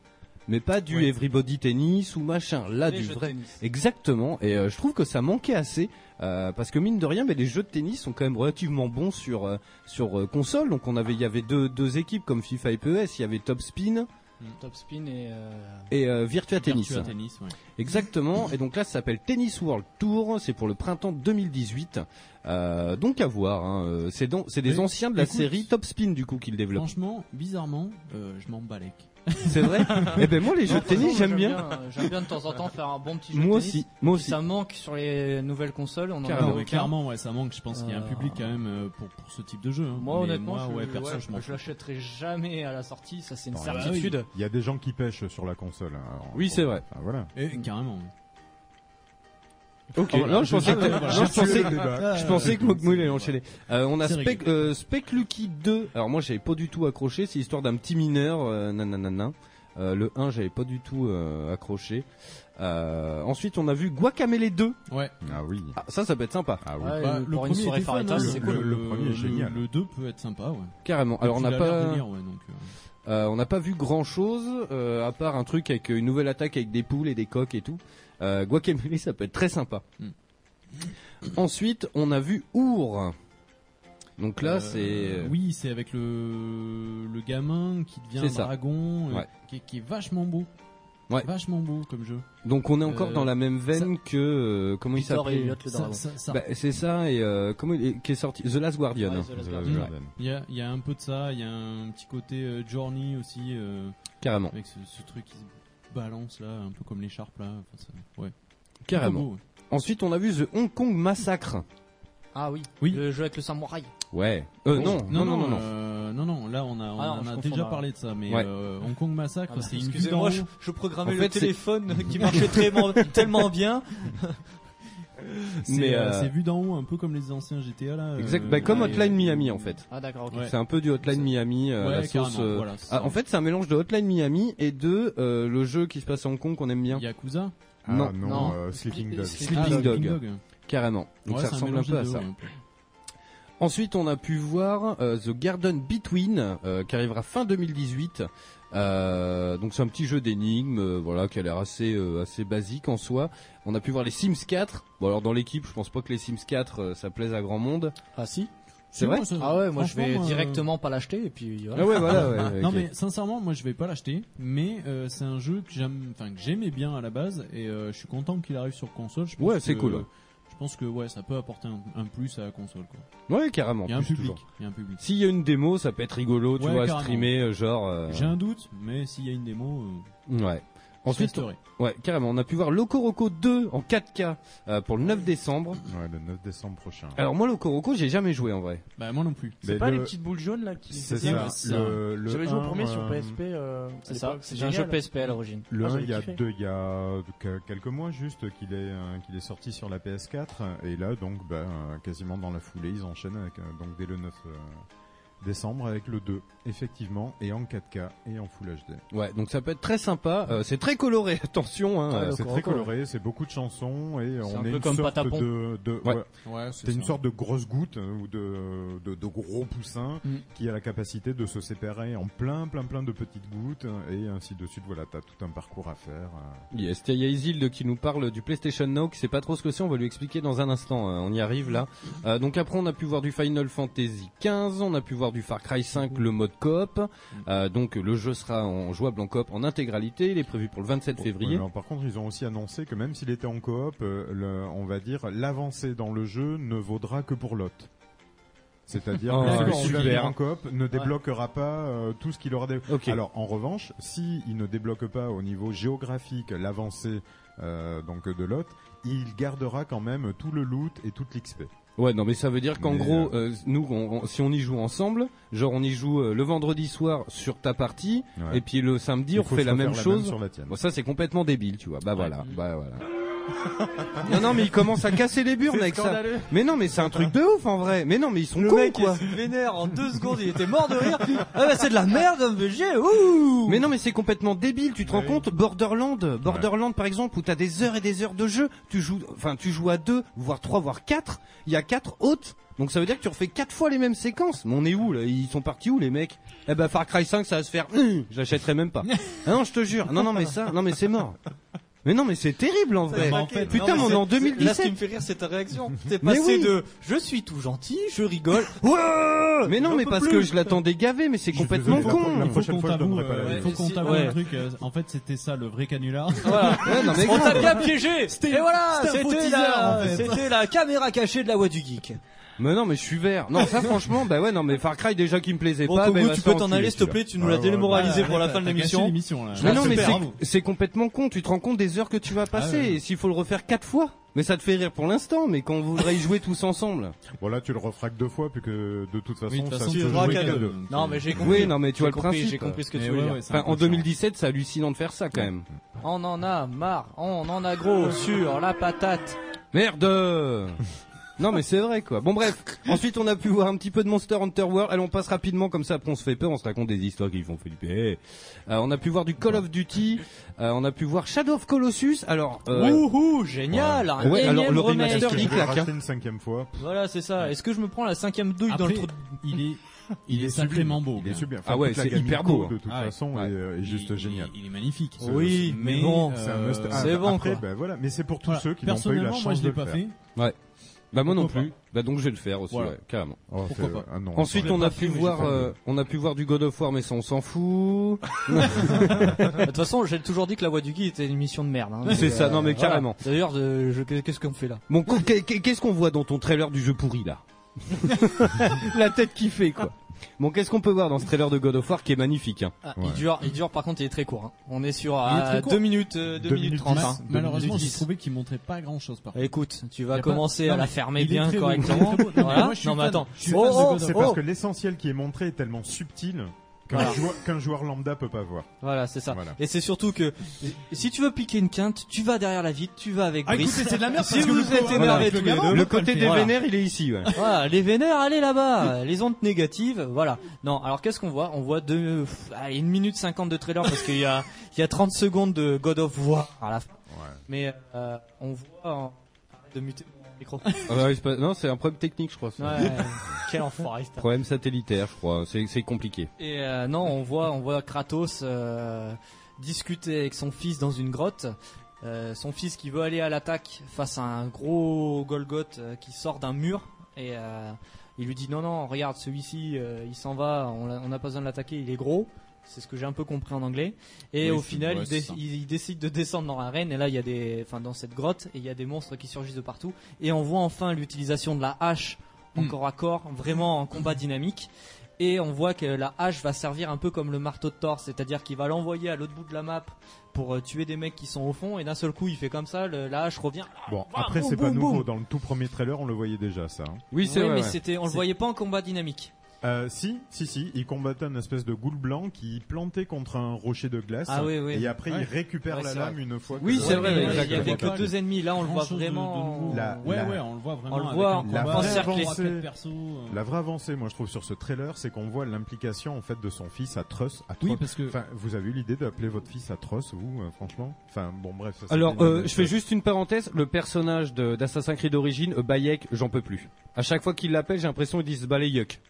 Mais pas du Everybody Tennis ou machin. Là,
Les
du
jeux de
vrai.
tennis.
Exactement. Et euh, je trouve que ça manquait assez. euh, parce que mine de rien, mais les jeux de tennis sont quand même relativement bons sur euh, sur euh, console. Donc on avait, il y avait deux deux équipes comme FIFA et PES. Il y avait Top Spin
Hmm.
Top Spin et. euh,
et euh, Virtua Tennis.
Virtua Tennis, ouais.
Exactement. Et donc là, ça s'appelle Tennis World Tour. C'est pour le printemps 2018. Euh, donc à voir. hein. Euh, C'est donc c'est des
Mais,
anciens de la
écoute,
série Top Spin du coup qu'ils développent.
Franchement, bizarrement, euh, je m'en balèque.
C'est vrai Eh ben moi les
Non,
jeux de
franchement,
tennis
moi,
j'aime bien.
euh, J'aime bien de temps en temps faire un bon petit jeu
Moi
de tennis.
aussi, moi
Si
aussi.
Ça manque sur les nouvelles consoles. On en
Clairement,
a aucun.
ouais, clairement, ouais, ça manque. Je pense qu'il y a un
Euh,
public quand même euh, pour, pour ce type de jeu. hein.
Moi,
Mais
honnêtement,
moi,
je,
ouais, perso,
ouais,
je m'en
je l'achèterai jamais à la sortie. Ça, c'est une
Bah,
certitude.
Il y a des gens qui pêchent sur la console. alors-
Oui, c'est vrai.
Ah, voilà.
Et Eh, carrément.
Ok,
Ah, voilà,
non, je
j'ai
pensais que,
tué le débat.
non, je
J'ai
pensais
tué
que,
le débat.
je pensais que Mogmoul allait enchaîner. Euh, on a
C'est
Spec, euh, Speclucky 2. Alors moi, j'avais pas du tout accroché. C'est l'histoire d'un petit mineur, euh, nananana. Euh, le 1, j'avais pas du tout euh, accroché. Euh, ensuite, on a vu Guacamele 2.
Ouais.
Ah oui.
ça, ça peut être sympa.
Ah
Ouais, Bah, le pour une premier soirée était fun, Faritas, hein. c'est cool. Le premier est génial.
Le 2 peut être sympa, ouais.
Carrément. Alors on
Tu
n'a
l'as
pas,
l'air de lire, ouais, donc,
Euh, on n'a pas vu grand chose à part un truc avec une nouvelle attaque avec des poules et des coques et tout. Euh, Guacamole, ça peut être très sympa.
Hmm.
Ensuite, on a vu Our. Donc là,
Euh,
c'est
Oui, c'est avec le, le gamin qui devient
C'est ça.
dragon, euh,
Ouais.
qui, qui est vachement beau.
Ouais.
Vachement beau comme jeu.
Donc on est encore
Euh,
dans la même veine que euh, comment il
Victor et
s'appelait
Elliot le dragon. Ça- ça- ça.
Bah, C'est ça et euh, comment il est- qui est sorti The Last Guardian.
Ouais,
hein.
The Last Guardian. Il y a, il y a un peu de ça, il y a un petit côté euh, Journey aussi. euh,
Carrément.
Avec ce, ce truc qui se balance là, un peu comme l'écharpe là. Enfin, ça- ouais.
Carrément.
Plutôt beau, ouais.
Ensuite, on a vu The Hong Kong Massacre.
Ah oui. Le jeu avec le samouraï.
Ouais. Euh, non, non, non, non, non.
Oh. euh, non, non, Là, on a, on
Ah non,
en
je
a
confonds,
déjà
là.
parlé de ça, mais
Ouais.
euh, Hong Kong Massacre,
Ah bah,
c'est une vue d'en
Excusez-moi, je,
haut.
je programmais
En
le
fait, c'est-
téléphone qui marchait très bon- tellement bien.
C'est,
Mais,
euh,
euh,
c'est vu d'en haut, un peu comme les anciens GTA là.
Exact.
euh,
bah, comme
et-
Hotline Miami en fait.
Ah, d'accord, ok.
Ouais.
C'est un peu du Hotline Miami. euh,
Ouais,
la sauce,
carrément,
euh,
voilà, c'est
ah,
ça.
en fait, c'est un mélange de Hotline Miami et de euh, le jeu qui se passe à Hong Kong qu'on aime bien.
Yakuza.
Ah,
Non,
non, Non. euh, Sleeping Dog.
Sleeping
Ah,
Dog.
Sleeping Dog.
Carrément. Donc
Ouais,
ça
c'est un
ressemble un
mélange
peu
des
à
deux,
ça.
ouais, un peu.
Ensuite, on a pu voir euh, The Garden Between, euh, qui arrivera fin 2018. Euh, donc c'est un petit jeu d'énigmes, euh, voilà, qui a l'air assez euh, assez basique en soi. On a pu voir les Sims 4. Bon alors dans l'équipe, je pense pas que les Sims 4 euh, ça plaise à grand monde.
Ah si.
C'est vrai.
Ah ouais, moi je vais
Franchement, euh, moi,
directement pas l'acheter et puis.
Ah ouais, voilà, ouais.
Non
ok.
mais sincèrement, moi je vais pas l'acheter, mais euh, c'est un jeu que j'aime, enfin que j'aimais bien à la base et euh, je suis content qu'il arrive sur console. Je pense
Ouais, c'est
que-
cool, ouais.
Je pense que ouais, ça peut apporter un, un plus à la console quoi.
Ouais, carrément.
Il y a un
plus,
public,
toujours.
il y a un public.
S'il y a une démo, ça peut être rigolo, tu
Ouais,
vois, à
carrément.
streamer euh, genre. euh,
J'ai un doute, mais s'il y a une démo. euh,
Ouais. Ensuite,
resterai.
ouais, carrément, on a pu voir Locoroco 2 en 4K euh, pour le 9 décembre.
Ouais, le 9 décembre prochain.
Alors moi, Locoroco, j'ai jamais joué en vrai.
Bah moi non plus.
C'est pas les petites boules jaunes là qui. Ah.
C'est
c'était-
ça, C'est ça. le- le
J'avais joué au
un,
premier sur
euh,
PSP. euh, à
C'est
l'époque,
ça, c'est un
génial.
jeu PSP à l'origine.
Le
Ah,
1,
j'avais
il y a
kiffé.
deux, il y a que- quelques mois juste qu'il est euh, qu'il est sorti sur la PS4 et là donc bah, euh, quasiment dans la foulée ils enchaînent avec euh, donc dès le 9 euh, décembre avec le 2 effectivement et en 4K et en Full HD.
Ouais, donc ça peut être très sympa. euh, c'est très coloré, attention. Hein,
Ah,
euh,
c'est très coloré, c'est beaucoup de chansons et on
un
est
peu
une
comme
sorte
Patapon.
de, de
Ouais.
Ouais, c'est
c'est une
ça.
sorte de grosse goutte euh, ou de, de, de gros poussin
Mm.
qui a la capacité de se séparer en plein plein plein de petites gouttes euh, et ainsi de suite. Voilà, t'as tout un parcours à faire. euh.
Yes, tiens, il y a Isild qui nous parle du PlayStation Now, qui sait pas trop ce que c'est, on va lui expliquer dans un instant, euh, on y arrive là. Euh, donc après on a pu voir du Final Fantasy 15, on a pu voir du Far Cry 5, le mode coop, Euh, donc le jeu sera en jouable en coop en intégralité, il est prévu pour le 27 février.
Oh, Ouais, alors, par contre, ils ont aussi annoncé que même s'il était en coop, euh, le- on va dire l'avancée dans le jeu ne vaudra que pour l'hôte. C'est-à-dire
Oh,
que celui
d'accord,
qui va
super.
venir en coop ne
Ouais.
débloquera pas euh, tout ce qu'il aura débloqué.
Ok.
Alors en revanche, si il ne débloque pas au niveau géographique l'avancée euh, donc de l'hôte, il gardera quand même tout le loot et toute l'XP.
Ouais, non, mais ça veut dire qu'en
Mais,
gros, euh, nous, on- on- si on y joue ensemble, genre on y joue euh, le vendredi soir sur ta partie,
Ouais.
et puis le samedi
Il
on
faut
fait
se
la
refaire
même
la
chose.
même sur la tienne.
Bon, ça c'est complètement débile, tu vois. Bah voilà, bah voilà. non, non, mais ils commencent à casser les burnes
C'est
avec ça.
scandaleux.
Mais non, mais c'est un truc de ouf en vrai. Mais non, mais ils sont
Le
cons
mec il
quoi.
se vénère en deux secondes, il était mort de rire. Ah bah c'est de la merde, MVG, ouh
Mais non, mais c'est complètement débile. Tu te rends compte Borderland, Borderland par exemple, où t'as des heures et des heures de jeu. Tu joues, enfin, tu joues à deux, voire trois, voire quatre. Il y a quatre hôtes. Donc ça veut dire que tu refais quatre fois les mêmes séquences. Mais on est où là Ils sont partis où les mecs Eh ben Far Cry 5, ça va se faire. Hum, je l'achèterai même pas. Ah non, je te jure. Non, non, mais ça, non, mais c'est mort. Mais non, mais c'est terrible en vrai.
Bah,
Mais en fait,
Putain,
non, mais
mais on est en
c'est- c'est-
2017.
Là, ce qui me fait rire, c'est ta réaction. T'es
Mais
passé
oui.
de je suis tout gentil, je rigole.
mais non,
J'en
mais
peux
parce
plus.
que je l'attendais gavé, mais c'est complètement
désolé,
con.
Il faut qu'on t'avoue, euh, il faut qu'on
Si-
t'avoue
ouais. Ah,
un truc. euh, En fait, c'était ça le vrai
hein.
canular.
Voilà. On t'a bien piégé.
C'était-
Et voilà,
c'était un faux
c'était
teaser,
la,
en fait.
c'était la caméra cachée de la voix du geek.
Mais non, mais je suis vert. Non, ça franchement, bah ouais, non, mais Far Cry déjà qui me plaisait
Bon,
pas.
Togo,
bah, il va
tu
se
peux
faire
t'en
enculer,
aller, s'il te
celui-là.
plaît, tu nous l'as démoralisé pour la fin de l'émission.
Mais non, mais
Super,
c'est-
bravo. Ah
c'est complètement con. Tu te rends compte des heures que tu vas passer.
ouais.
Et s'il faut le refaire quatre fois. Mais ça te fait rire pour l'instant, mais quand vous voudrez y jouer tous ensemble.
Voilà, tu le refraques deux fois, puis que de toute façon,
Oui, de toute
ça
façon,
se
tu
joue
joueras qu'à
qu'à
deux.
deux.
Non, mais j'ai compris.
Oui, non, mais tu
J'ai
vois le
compris,
principe.
j'ai compris ce que tu
Mais
voulais dire.
Enfin, en 2017, c'est hallucinant de faire ça quand même.
On en a marre, on en a gros sur la patate.
Merde Non mais c'est vrai quoi. Bon bref, ensuite on a pu voir un petit peu de Monster Hunter World. Allez on passe rapidement comme ça, après on se fait peur, on se raconte des histoires qui font flipper. Euh, on a pu voir du Call of Duty, euh, on a pu voir Shadow of Colossus. Alors... Euh,
Wouhou, génial, un
Ouais, alors
énième
le
remake.
remaster
Est-ce que je vais
il
le
claque.
racheter
hein.
une cinquième fois.
Voilà, c'est ça. Est-ce que je me prends la cinquième douille dans
Après,
le trou de-
Il est, il est sacrément beau.
Il est sublime.
Ah ouais,
toute la
c'est
gamme
hyper
Ico,
beau, hein.
De toute
Ah ouais.
façon, est, euh, est juste génial.
Il est magnifique.
C'est-
Oui,
c'est-
mais bon,
c'est un must-
euh,
ah,
c'est bon,
après,
quoi.
bah voilà. Mais c'est pour tous
Voilà.
ceux qui n'ont pas eu la
Personnellement,
chance
moi, je
de
l'ai
le
pas
faire.
fait.
Ouais. Bah moi non
Pourquoi
plus. Bah donc je vais le faire aussi,
Voilà.
ouais, carrément.
Oh,
Pourquoi pas.
ah non,
Ensuite
attends.
on a
Je
pu
l'ai pas fait,
voir,
mais j'ai pas
euh, on a pu voir du God of War, mais ça on s'en fout.
De toute façon, j'ai toujours dit que la voix du Guy était une émission de merde. hein.
C'est
Mais,
ça, non, mais
voilà.
carrément.
D'ailleurs, euh, je- qu'est-ce qu'on fait là
Bon, qu'est- qu'est- qu'est-ce qu'on voit dans ton trailer du jeu pourri là La tête qui fait quoi. Bon, qu'est-ce qu'on peut voir dans ce trailer de God of War qui est magnifique hein
Ah, Il dure, il dure. Par contre, il est très court. hein. On est sur
Il est très
à
court.
2 minutes, 2
Deux
minutes 30.
dix.
hein.
Malheureusement, j'ai trouvé qu'il montrait pas grand chose par contre.
Écoute, tu vas
Y a pas-
commencer
Non,
à la
mais
fermer
il est
bien
très beau,
correctement.
il est très beau. Non, mais
Voilà.
moi, je suis
Non, mais
fan.
attends.
Je suis
Oh,
fan de
oh,
God of
C'est
oh.
parce que l'essentiel qui est montré est tellement subtil qu'un
Voilà.
joueur, qu'un joueur lambda peut pas voir.
Voilà, c'est ça. Et c'est surtout que si tu veux piquer une quinte, tu vas derrière la vitre, tu vas avec
Ah,
Brice.
écoutez, c'est de la merde,
si
parce que
vous
le
êtes
pauvre
énervés
avec
tous
le
les
gamin,
deux,
Le côté des
voilà.
vénères,
il est ici. Ouais.
Voilà, les vénères, allez là-bas. Les ondes négatives, voilà. Non, alors qu'est-ce qu'on voit On voit deux, pff, allez, une minute cinquante de trailer parce qu'il y a, il y a 30 secondes de God of War à la fin. Mais euh, on voit en... arrête de muter mon micro.
Ah bah oui, c'est pas- Non, c'est un problème technique, je crois. ça.
Ouais, quel enfoiré. cet
Problème satellitaire, je crois. C'est c'est compliqué.
Et euh, non, on voit, on voit Kratos euh, discuter avec son fils dans une grotte. Euh, son fils qui veut aller à l'attaque face à un gros Golgoth euh, qui sort d'un mur et euh, il lui dit non non regarde celui-ci euh, il s'en va on l'a- on n'a pas besoin de l'attaquer il est gros c'est ce que j'ai un peu compris en anglais et
Oui,
au
c'est-
final
ouais,
il,
c'est
dé-
ça.
il- il décide de descendre dans l'arène et là il y a des enfin dans cette grotte et il y a des monstres qui surgissent de partout et on voit enfin l'utilisation de la hache en
Hmm.
Mm.
corps à corps vraiment en combat dynamique et on voit que la hache va servir un peu comme le marteau de Thor, c'est-à-dire qu'il va l'envoyer à l'autre bout de la map pour euh, tuer des mecs qui sont au fond, et d'un seul coup il fait comme ça, le- la hache revient.
Bon,
Ah,
après,
boum,
c'est pas
boum,
nouveau.
boum.
Dans le tout premier trailer, on le voyait déjà, ça. hein.
Oui,
Ouais, mais c'était, on le voyait pas en combat dynamique.
Euh, si, si, si, il combattait une espèce de goule blanc qui plantait contre un rocher de glace.
Ah oui, oui.
Et après,
Ouais.
il récupère
Ouais,
la
c'est
lame
vrai.
une fois. que
Oui,
le-
c'est vrai, il y avait
exactement.
que deux ennemis, là, on le voit vraiment- euh,
La-
Ouais,
la-
ouais, on le voit vraiment.
On le
avec
voit
un
en
combat
combat encerclé.
vraiment rapide,
C'est-
perso, euh,
La vraie avancée, moi je trouve sur ce trailer, c'est qu'on voit l'implication en fait de son fils Atroce. Atroce.
Oui, parce que-
enfin, vous avez eu l'idée d'appeler votre fils Atroce, vous, euh, franchement. Enfin, bon, bref. ça, c'est
Alors,
une
euh,
anecdote.
je fais juste une parenthèse. Le personnage de- d'Assassin's Creed d'origine, euh, Bayek, j'en peux plus. À chaque fois qu'il l'appelle, j'ai l'impression qu'ils disent Balayuk.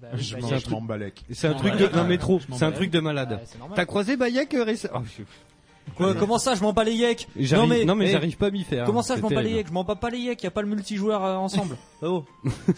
Bah
oui, Je Bayek.
C'est un
m'en- je m'en
truc-
balèque.
C'est un
Je m'en
truc de
balèque,
non
ouais.
mais trop.
Je m'en
C'est un
balèque.
truc de malade.
Ouais, c'est normal.
T'as croisé Bayek euh, récemment Oh, je-
Quoi, comment ça, je m'en bats les yeux
J'arrive- non, mais j'arrive pas à m'y faire,
Comment
hein,
ça, je
c'est
m'en bats les
terrible.
yeux Je m'en bats pas les yeux, y a pas le multijoueur euh, ensemble. Oh.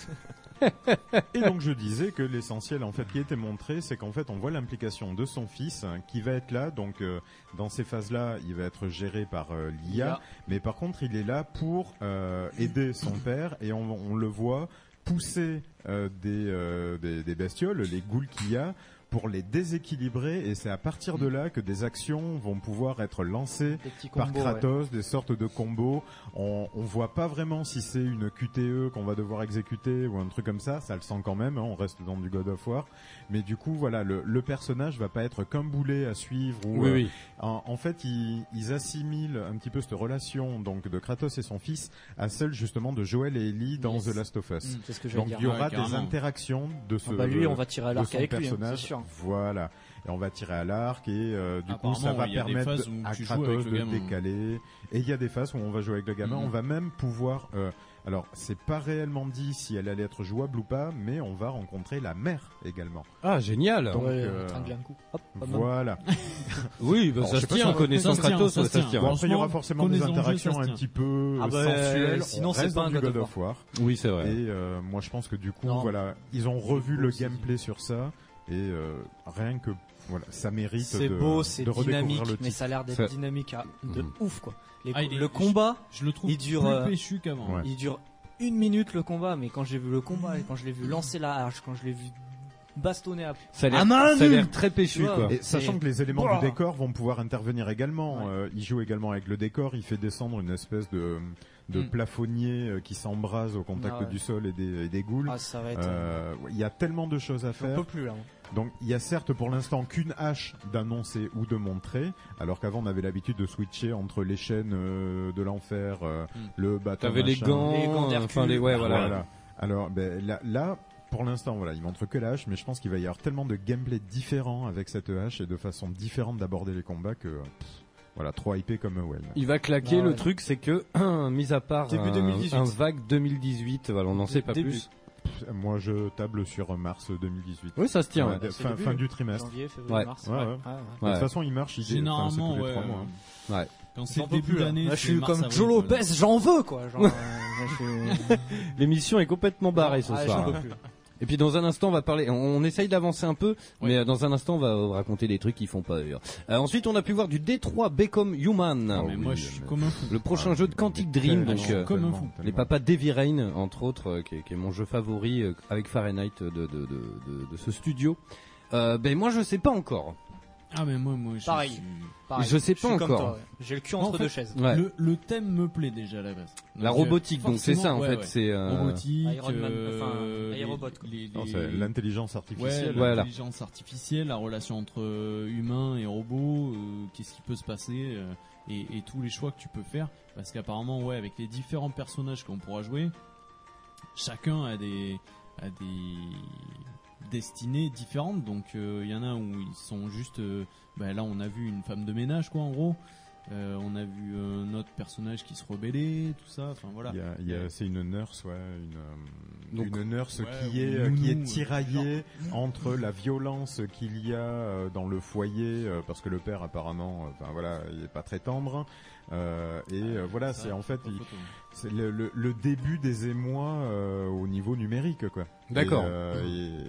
Et donc je disais que l'essentiel en fait qui était montré, c'est qu'en fait on voit l'implication de son fils hein, qui va être là. Donc euh, dans ces phases-là, il va être géré par euh, l'IA,
L'IA.
mais par contre il est là pour euh, aider son père et on, on le voit pousser euh, des, euh, des, des bestioles, les ghouls qu'il y a pour les déséquilibrer et c'est à partir de là que des actions vont pouvoir être lancées par
combos,
Kratos Kratos, des sortes de combos. On, on voit pas vraiment si c'est une QTE qu'on va devoir exécuter ou un truc comme ça. Ça le sent quand même. hein, on reste dans du God of War, mais du coup, voilà, le, le personnage va pas être qu'un boulet à suivre. Ou, euh,
Oui, oui.
En, en fait, ils, ils assimilent un petit peu cette relation donc de Kratos et son fils à celle justement de Joel et Ellie dans The Last of Us.
Mm, c'est ce que j'allais
donc
dire.
il y aura
Ouais,
des
carrément.
interactions de ce.
Ah bah lui, on va tirer à
de
l'arc
son
avec lui, hein, c'est
personnage.
sûr.
Voilà. Et on va tirer à l'arc et euh, du coup,
Apparemment,
ça va
il y a des
permettre
phases où
à
tu joues avec
Kratos
le
de
gamin.
décaler. Et il y a des phases où on va jouer avec le gamin.
Mhm.
On va même pouvoir. euh, alors, c'est pas réellement dit si elle allait être jouable ou pas, mais on va rencontrer la mère également.
Ah, génial.
Donc,
Ouais,
euh,
tringler un coup. Hop, hop, hop.
voilà.
Oui, bah,
Alors,
ça
je sais
se
pas
tient,
si on-
connaissant
ça se tient,
Kratos,
ça se tient.
tient.
Bon, après, il y aura forcément des
Connaissant le jeu,
interactions
ça se
un
tient.
petit peu
Ah bah,
sensuelles.
sinon,
On
c'est
reste
pas
dans du
un God of
War.
Oui, c'est vrai.
Et euh, moi, je pense que du coup, voilà, ils ont revu le gameplay sur ça et euh, rien que voilà, ça mérite
C'est
de,
beau, c'est
de redécouvrir
dynamique,
le
mais
titre.
ça a l'air d'être dynamique à- de
Mhm.
ouf quoi. Les-
Ah, il est-
le combat,
je le trouve
il dure
plus
euh,
péchu qu'avant. Ouais.
Il dure une minute le combat, mais quand j'ai vu le combat, et quand je l'ai vu lancer la hache, quand je l'ai vu bastonner à
Ça a l'air-
à main
ça a
nue.
l'air très péchu,
Tu vois,
quoi.
Et sachant que les éléments
Ouah.
du décor vont pouvoir intervenir également. Euh, il joue également avec le décor. Il fait descendre une espèce de de
Mm.
Hmm.
plafonnier euh, qui s'embrase au contact
Ah ouais.
du sol et des, et des goules.
Ah, ça va être-
Euh, ouais, Il y a tellement de choses à
J'en
faire.
peux plus,
hein.
là.
Donc il y a certes pour l'instant qu'une hache d'annoncer ou de montrer, alors qu'avant on avait l'habitude de switcher entre les chaînes euh, de l'enfer, euh, le bâton.
T'avais les
machin.
gants, Hmm. Les gants d'Hercule. enfin, les- ouais, voilà.
Alors ben, là, là, pour l'instant voilà, il montre que la hache, mais je pense qu'il va y avoir tellement de gameplay différent avec cette hache et de façon différente d'aborder les combats que pff, voilà trop hypé comme Owen.
Il va claquer.
Bah
le truc, c'est que, mis à part
Début
un,
2018.
euh, un vague 2018, voilà, on n'en sait pas
Début.
plus.
Pff, Moi je table sur mars 2018.
Oui, ça se tient.
Ouais,
ouais.
de- fin, fin du trimestre.
Ouais.
Ouais, ouais. De toute façon il marche. Il est- enfin, c'est tous
Ah, Généralement,
les
ouais.
trois mois, hein.
Ouais.
Quand
J'en
c'est
peux
début
plus, là.
d'année,
Là, je
c'est
suis
mars,
comme
avril,
Joe
quoi.
Lopez, j'en veux, quoi. Genre, euh, là, je suis-
L'émission est complètement barrée ce
Ah, j'en
soir.
peux
hein.
plus.
Et puis dans un instant, on va parler. On, on essaye d'avancer un peu, mais euh, dans un instant, on va vous raconter des trucs qui font peur. Euh, ensuite, on a pu voir du D3 Become Human.
Ah,
Oh,
mais moi, je suis comme un fou.
Le prochain
Ah,
jeu de Quantic Dream,
tellement,
donc euh,
comme un fou.
les papas Devi Rain, entre autres, euh, qui, est- qui est mon jeu favori euh, avec Fahrenheit de de, de, de- de ce studio. Euh, ben moi, je sais pas encore.
Ah mais moi moi je
Pareil.
suis-
Pareil.
Je sais pas
suis comme
encore.
toi, ouais. J'ai le cul
Moi,
entre
en fait,
deux chaises.
Ouais.
Le, le thème me plaît déjà à la base.
La
euh,
robotique, donc, c'est ça, en
forcément,
fait, c'est, euh,
robotique,
Iron Man,
euh,
enfin,
les-
Aérobot, quoi.
les-
Non,
les-
c'est l'intelligence artificielle.
Ouais,
Voilà.
L'intelligence artificielle, la relation entre euh, humains et robots, euh, qu'est-ce qui peut se passer euh, et, et tous les choix que tu peux faire, parce qu'apparemment ouais, avec les différents personnages qu'on pourra jouer, chacun a des a des destinées différentes. Donc euh, il y en a où ils sont juste. euh, bah, là, on a vu une femme de ménage, quoi, en gros. Euh, on a vu euh, un autre personnage qui se rebellait, tout ça. Enfin voilà.
Il y a- il y a- c'est une nurse, ouais, une, euh,
Donc-
une nurse
Ouais,
qui est euh,
ou une
qui est
nounou,
tiraillée entre la violence qu'il y a euh, dans le foyer euh, parce que le père apparemment, euh, enfin voilà, il est pas très tendre euh, et euh, voilà,
c'est
c'est
vrai,
en fait
pas
il-
photo.
c'est le, le- le début des émois euh, au niveau numérique quoi.
D'accord.
Et, euh,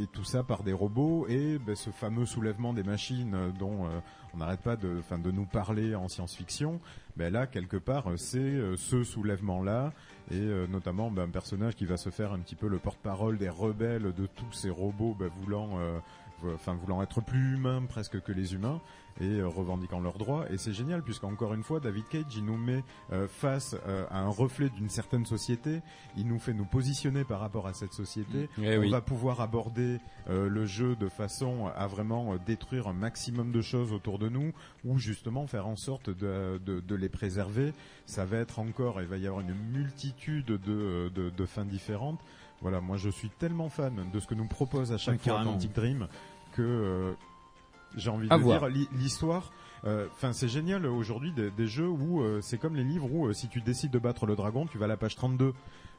et, et tout ça par des robots et ben, ce fameux soulèvement des machines euh, dont euh, on n'arrête pas de, enfin, de nous parler en science-fiction. Ben là, quelque part, euh, c'est euh, ce soulèvement-là et euh, notamment ben, un personnage qui va se faire un petit peu le porte-parole des rebelles de tous ces robots ben, voulant, euh, vo- enfin voulant être plus humains presque que les humains et euh, revendiquant leurs droits. Et c'est génial puisqu'encore une fois, David Cage, il nous met euh, face euh, à un reflet d'une certaine société. Il nous fait nous positionner par rapport à cette société.
Mm. Eh
On
oui.
va pouvoir aborder euh, le jeu de façon à vraiment euh, détruire un maximum de choses autour de nous ou justement faire en sorte de, de- de les préserver. Ça va être encore, il va y avoir une multitude de, euh, de, de fins différentes. Voilà, moi je suis tellement fan de ce que nous propose à chaque
Ouais,
fois
carrément.
Atlantic Dream que euh, j'ai envie
À
de
voir.
dire li- l'histoire. Enfin, c'est génial euh, aujourd'hui des, des jeux où euh, c'est comme les livres où euh, si tu décides de battre le dragon, tu vas à la page 32.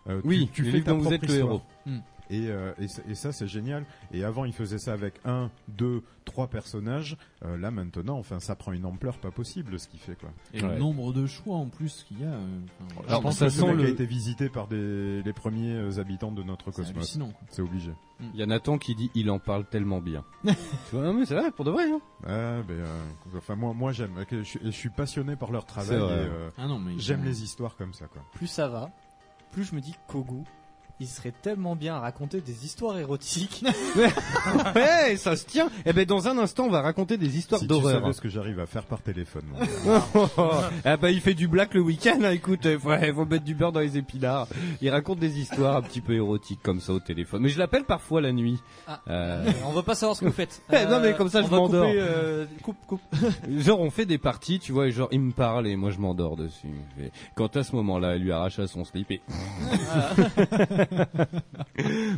Euh, tu-
Oui,
tu,
les
fais
livres
ta
dont vous
propre
êtes le
histoire.
héros.
Hmm.
Et, euh, et ça- et ça c'est génial. Et avant ils faisaient ça avec un, deux, trois personnages. Euh, là maintenant, enfin ça prend une ampleur pas possible ce qu'il fait quoi.
Et le nombre de choix en plus qu'il y a. euh, enfin,
Je
voilà.
pense que le mec a été visité par des, les premiers euh, habitants de notre cosmos.
hallucinant, quoi. Mm.
C'est obligé.
Il y a Nathan qui dit, il en parle tellement bien. tu vois, non, mais c'est vrai, pour de vrai. hein.
Ah, ben, euh, enfin moi moi j'aime Ok, je, suis- je suis passionné par leur travail
C'est
et,
vrai.
euh,
Ah non, mais ils
j'aime
sont-
les histoires comme ça quoi.
plus ça va, plus je me dis Kogu, il serait tellement bien à raconter des histoires érotiques.
ouais, ça se tient. Eh ben, dans un instant, on va raconter des histoires
Si tu
d'horreur.
savais ce que j'arrive à faire par téléphone. mon gars.
ah bah il fait du black le week-end, hein, écoute, il faut, faut mettre du beurre dans les épinards. Il raconte des histoires un petit peu érotiques comme ça au téléphone. Mais je l'appelle parfois la nuit.
Ah.
Euh,
On veut pas savoir ce que vous faites.
Eh, non, mais comme ça,
on
je
va
m'endors.
couper, euh, coupe, coupe.
genre on fait des parties, tu vois, et genre il me parle et moi je m'endors dessus. Et quand à ce moment-là, elle lui arracha son slip et...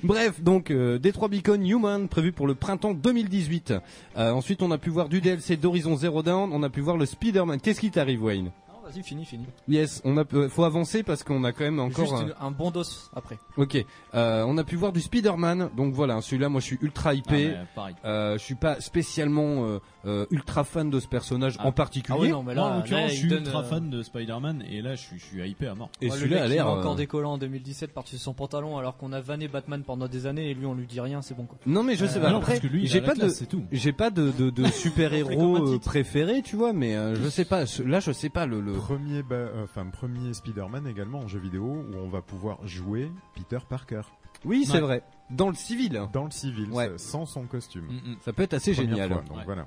Bref, donc euh, Detroit Beacon Human prévu pour le printemps 2018. Euh, ensuite, on a pu voir du DLC d'Horizon Zero Dawn, on a pu voir le Spider-Man. Qu'est-ce qui t'arrive, Wayne
Non, Vas-y, fini, fini.
Yes, on a euh, faut avancer parce qu'on a quand même encore
Juste
un-
une- un bon dos après.
Ok, euh, on a pu voir du Spider-Man, donc voilà, hein, celui-là moi je suis ultra hypé,
Ah, mais pareil.
euh, je suis pas spécialement euh, euh, ultra fan de ce
Ah.
personnage en particulier.
Moi, en l'occurrence, je suis ultra fan de Spider-Man et là, je suis, je suis hypé à mort.
Et
Ouais,
celui-là
le
a
mec qui
l'air,
met
euh,
encore décollant en 2017 par-dessus son pantalon alors qu'on a vanné Batman pendant des années et lui on lui dit rien, c'est bon quoi.
Non
Euh,
mais je sais pas, après j'ai pas, de j'ai pas de, de, de super-héros euh, préféré, tu vois, mais euh, je sais pas, ce- là je sais pas le... le-
premier, ba- euh, enfin, premier Spider-Man également en jeu vidéo où on va pouvoir jouer Peter Parker.
Oui, c'est Ouais. vrai.
Dans le civil. Dans le civil, ça- sans son costume.
Mm,
Ça peut être assez
Première
génial.
fois, donc voilà.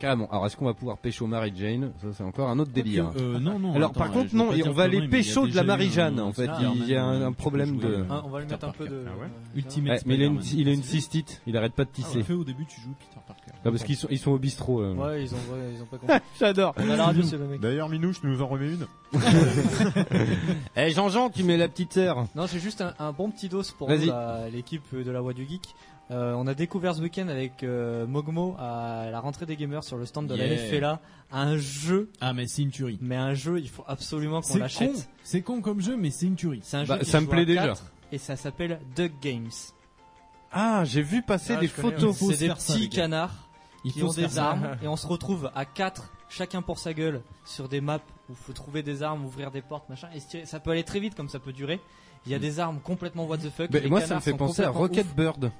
Carrément. Alors, est-ce qu'on va pouvoir pécho Mary Jane Ça, c'est encore un autre délire.
que, euh, non, non,
Alors,
attends,
par
je
contre,
veux
non,
pas
et
dire
on va
conneries,
aller
mais il y a euh,
pécho de la
déjà eu
Marie Jeanne,
un
en fait.
Spider-Man
Il y a un,
où
un
tu peux
problème
jouer,
de.
euh, Ah, on va lui Peter mettre un peu Parker. de- Ah ouais Ultimate
Ouais, mais il a, une,
Spider-Man.
il a une cystite. Il arrête pas de
Ah ouais.
tisser.
Fais au début, tu joues Peter Parker.
Ah, parce qu'ils sont, ils sont au bistrot. euh.
Ouais, ils ont, ouais, ils ont pas compris.
J'adore.
On a la radio, c'est le mec.
D'ailleurs, Minouche nous en remet une.
Eh Jean-Jean, tu mets la petite sœur.
Non, j'ai juste un, un bon petit dos
pour
Vas-y.
nous, la- l'équipe de la Voix du Geek. Euh, on a découvert ce week-end avec euh, Mogmo à la rentrée des gamers sur le stand de la
Yeah.
NFLA un jeu.
Ah mais c'est une tuerie.
Mais un jeu, il faut absolument qu'on
C'est con,
l'achète.
c'est con comme jeu, mais c'est une tuerie.
C'est
Bah,
un jeu qui se joue à quatre, Et ça s'appelle Duck Games.
Ah, j'ai vu passer
Ah,
des
je connais,
photos.
ouais. C'est des petits canards
Il
qui
faut
ont
se faire
des
ça.
armes et on se retrouve à 4 chacun pour sa gueule sur des maps où faut trouver des armes, ouvrir des portes, machin. Et se tirer. ça peut aller très vite comme ça peut durer. Il y a des armes complètement what the fuck.
Mais
les
Ben, moi, ça me
canards
fait
sont
penser à
complètement
Rocket
ouf.
Bird.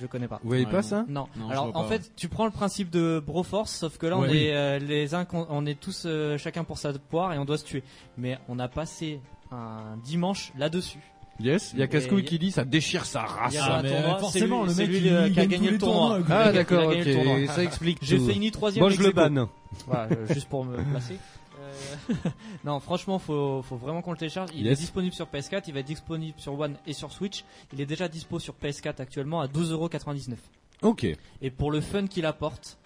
Je connais pas.
Vous voyez pas ça
Non.
Non, je
Alors
vois
en
pas.
fait, tu prends le principe de Broforce, sauf que là on
Ouais.
est euh, les uns, con- on est tous euh, chacun pour sa poire et on doit se tuer. Mais on a passé un dimanche là-dessus.
Yes, il y a
Et-
Cascouille qui dit ça déchire sa race.
Il y a un tournoi, c'est
Ah, forcément,
lui-
le
c'est
mec,
lui,
il-
euh,
il
qui a
gagne
gagné
tous
le
les
tournoi.
tournoi,
qui a
Ah, d'accord,
gagné le
ok,
tournoi.
ça explique
J'ai
tout.
fait une troisième.
Bon, je
ex
le
aequo.
banne.
Voilà, euh, juste pour me placer. Euh, non, franchement, faut, faut vraiment qu'on le télécharge. Il
Yes.
est disponible sur PS4, il va être disponible sur One et sur Switch. Il est déjà dispo sur PS4 actuellement à 12,99€.
Ok.
Et pour le fun qu'il apporte,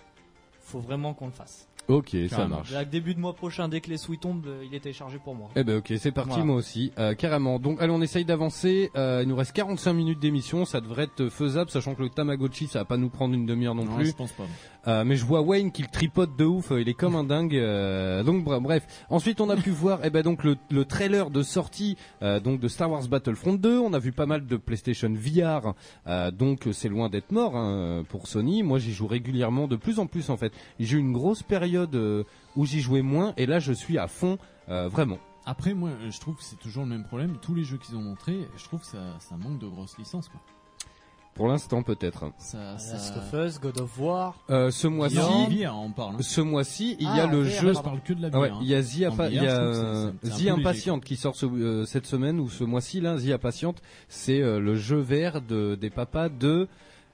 faut vraiment qu'on le fasse.
Ok, ça marche.
Là, début de mois prochain, dès que les sous y tombent, euh, il est téléchargé pour moi.
Eh ben ok, c'est parti
Voilà.
moi aussi, Euh, carrément. Donc allez, on essaye d'avancer. Euh, il nous reste 45 minutes d'émission, ça devrait être faisable, sachant que le Tamagotchi, ça va pas nous prendre une demi-heure non,
Non,
plus.
je pense pas.
Euh, mais je vois Wayne qui le tripote de ouf, euh, il est comme un dingue. euh, donc br- bref. Ensuite, on a pu voir eh ben donc le, le trailer de sortie euh, donc de Star Wars Battlefront 2. On a vu pas mal de PlayStation VR. euh, donc euh, c'est loin d'être mort hein, pour Sony. Moi, j'y joue régulièrement, de plus en plus en fait. J'ai eu une grosse période euh, où j'y jouais moins, et là, je suis à fond, euh, vraiment.
Après, moi, euh, je trouve que c'est toujours le même problème. Tous les jeux qu'ils ont montrés, je trouve que ça, ça manque de grosses licences. Quoi.
Pour l'instant, peut-être.
Ça, ça...
Last of Us, God of War.
Euh, ce mois-ci,
Non, bière, on parle, hein.
ce mois-ci, il y
Ah,
a
en
le
bière,
jeu.
je parle que de la
Ah ouais,
bière,
il y a
hein.
The,
En
Appa-
bière,
il y a,
je trouve que c'est-
euh,
c'est un
The
peu léger,
Impatiente qui sort ce- euh, cette semaine ou ce mois-ci là. The Impatiente, c'est euh, le jeu vert de, des papas de.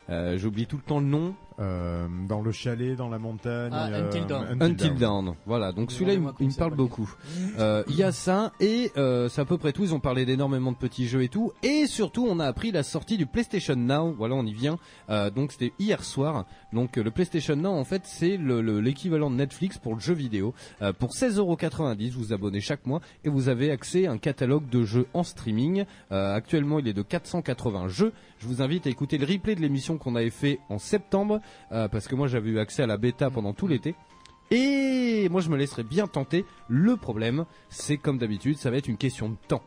euh, J'oublie tout le temps le nom.
Euh, dans le chalet, dans la montagne.
Ah,
euh,
Until Dawn.
Until Dawn.
Voilà, donc celui-là, il, me- il me parle beaucoup. Euh, Il y a ça, et euh, c'est à peu près tout. Ils ont parlé d'énormément de petits jeux et tout. Et surtout, on a appris la sortie du PlayStation Now. Voilà, on y vient. Euh, donc c'était hier soir. Donc euh, le PlayStation Now, en fait, c'est le- le- l'équivalent de Netflix pour le jeu vidéo. Euh, pour 16,90€, vous vous abonnez chaque mois, et vous avez accès à un catalogue de jeux en streaming. Euh, actuellement, il est de 480 jeux. Je vous invite à écouter le replay de l'émission qu'on avait fait en septembre, euh, parce que moi, j'avais eu accès à la bêta pendant tout l'été. Et moi, je me laisserai bien tenter. Le problème, c'est comme d'habitude, ça va être une question de temps.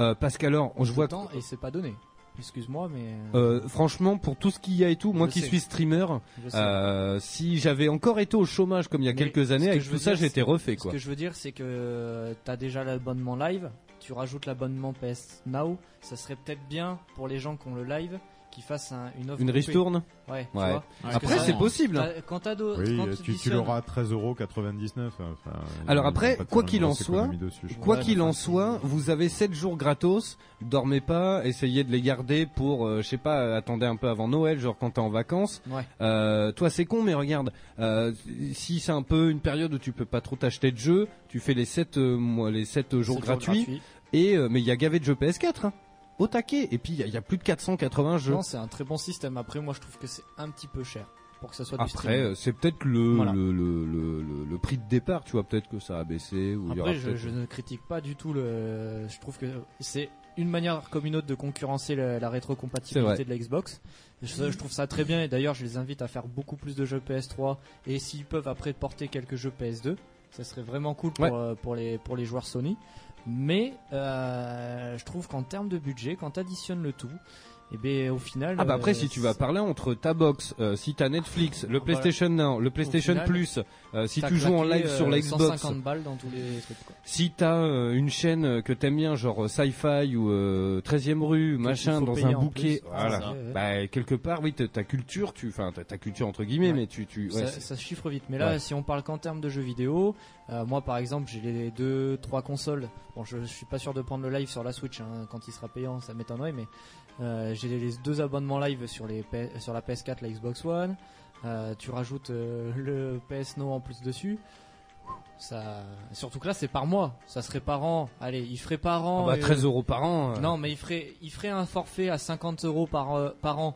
Euh, parce qu'alors, je vois. que-
Attends, et c'est pas donné. Excuse-moi, mais.
euh, franchement, pour tout ce qu'il y a et tout, moi
Je
qui
sais.
suis streamer,
Je sais.
euh, si j'avais encore été au chômage comme il y a
Mais
quelques
ce
années,
que
avec
je
tout
veux
ça,
dire,
j'étais
c'est-
refait
ce
quoi.
que je veux dire, c'est que t'as déjà l'abonnement live, tu rajoutes l'abonnement PS Now, ça serait peut-être bien pour les gens qui ont le live qu'ils fassent un- une offre.
Une
groupée.
ristourne
Ouais. tu vois.
Ouais. Ouais,
Parce
Après,
que
c'est
ça- hein.
possible.
t'as- Quand t'as do-
Oui,
quand
euh, tu, tu
t'additionnes-
l'auras à 13,99€. euh, Enfin,
Alors
ils
après,
vont pas te
quoi
faire
qu'il
une
en
grosse
soit,
économie dessus, je
quoi
pense.
qu'il en soit, vous avez 7 jours gratos. Dormez pas, essayez de les garder pour, euh, je sais pas, euh, attendez un peu avant Noël, genre quand t'es en vacances.
Ouais.
Euh, toi c'est con, mais regarde, euh, si c'est un peu une période où tu peux pas trop t'acheter de jeux, tu fais les 7 mois, les 7 jours
jours
gratuits.
gratuits.
Et euh, mais il y a gavé de jeux PS4. hein, Au taquet, et puis il y a- il y, a plus de 480 jeux.
Non, c'est un très bon système. Après, moi, je trouve que c'est un petit peu cher pour que ça soit du
Après,
streaming.
euh, c'est peut-être le,
Voilà.
le, le, le, le- le prix de départ, tu vois, peut-être que ça a baissé. Ou il y aura
Après, je,
peut-être-
je ne critique pas du tout le. Je trouve que c'est une manière comme une autre de concurrencer le- la
C'est
rétrocompatibilité de la
vrai.
Xbox. Je, je trouve ça très bien et d'ailleurs, je les invite à faire beaucoup plus de jeux PS3 et s'ils peuvent après porter quelques jeux PS2, ça serait vraiment cool pour,
Ouais.
euh, pour les, pour les joueurs Sony. Mais euh, je trouve qu'en termes de budget, quand tu additionnes le tout, et bien au final.
Ah bah après
euh,
si tu vas parler entre ta box, euh, si t'as Netflix, le PlayStation Now, le PlayStation
final,
Plus, euh, si
t'as
tu joues en
claqué,
live sur
euh,
la Xbox,
150 balles dans tous les trucs. quoi.
si t'as euh, une chaîne que t'aimes bien genre euh, Sci-Fi ou euh, 13e rue, machin,
faut
dans
payer
un
en
bouquet,
plus.
voilà.
C'est ça, ouais.
Bah quelque part oui t'as ta culture, tu, enfin t'as ta culture entre guillemets, mais tu, tu, ouais,
ça,
c'est-
ça se chiffre vite. Mais là,
Ouais.
si on parle qu'en termes de jeux vidéo, euh, moi par exemple, j'ai les deux, trois consoles. Bon, je, je suis pas sûr de prendre le live sur la Switch hein, quand il sera payant, ça m'étonnerait, mais euh, j'ai les, les deux abonnements live sur, les, P- sur la PS4, la Xbox One. Euh, tu rajoutes euh, le PS Now en plus dessus. Ça, surtout que là, c'est par mois. Ça serait par an. Allez, il ferait par an.
Ah bah,
et-
13 euros par an, euh.
Non, mais il ferait, il ferait un forfait à 50 euros par, euh, par an.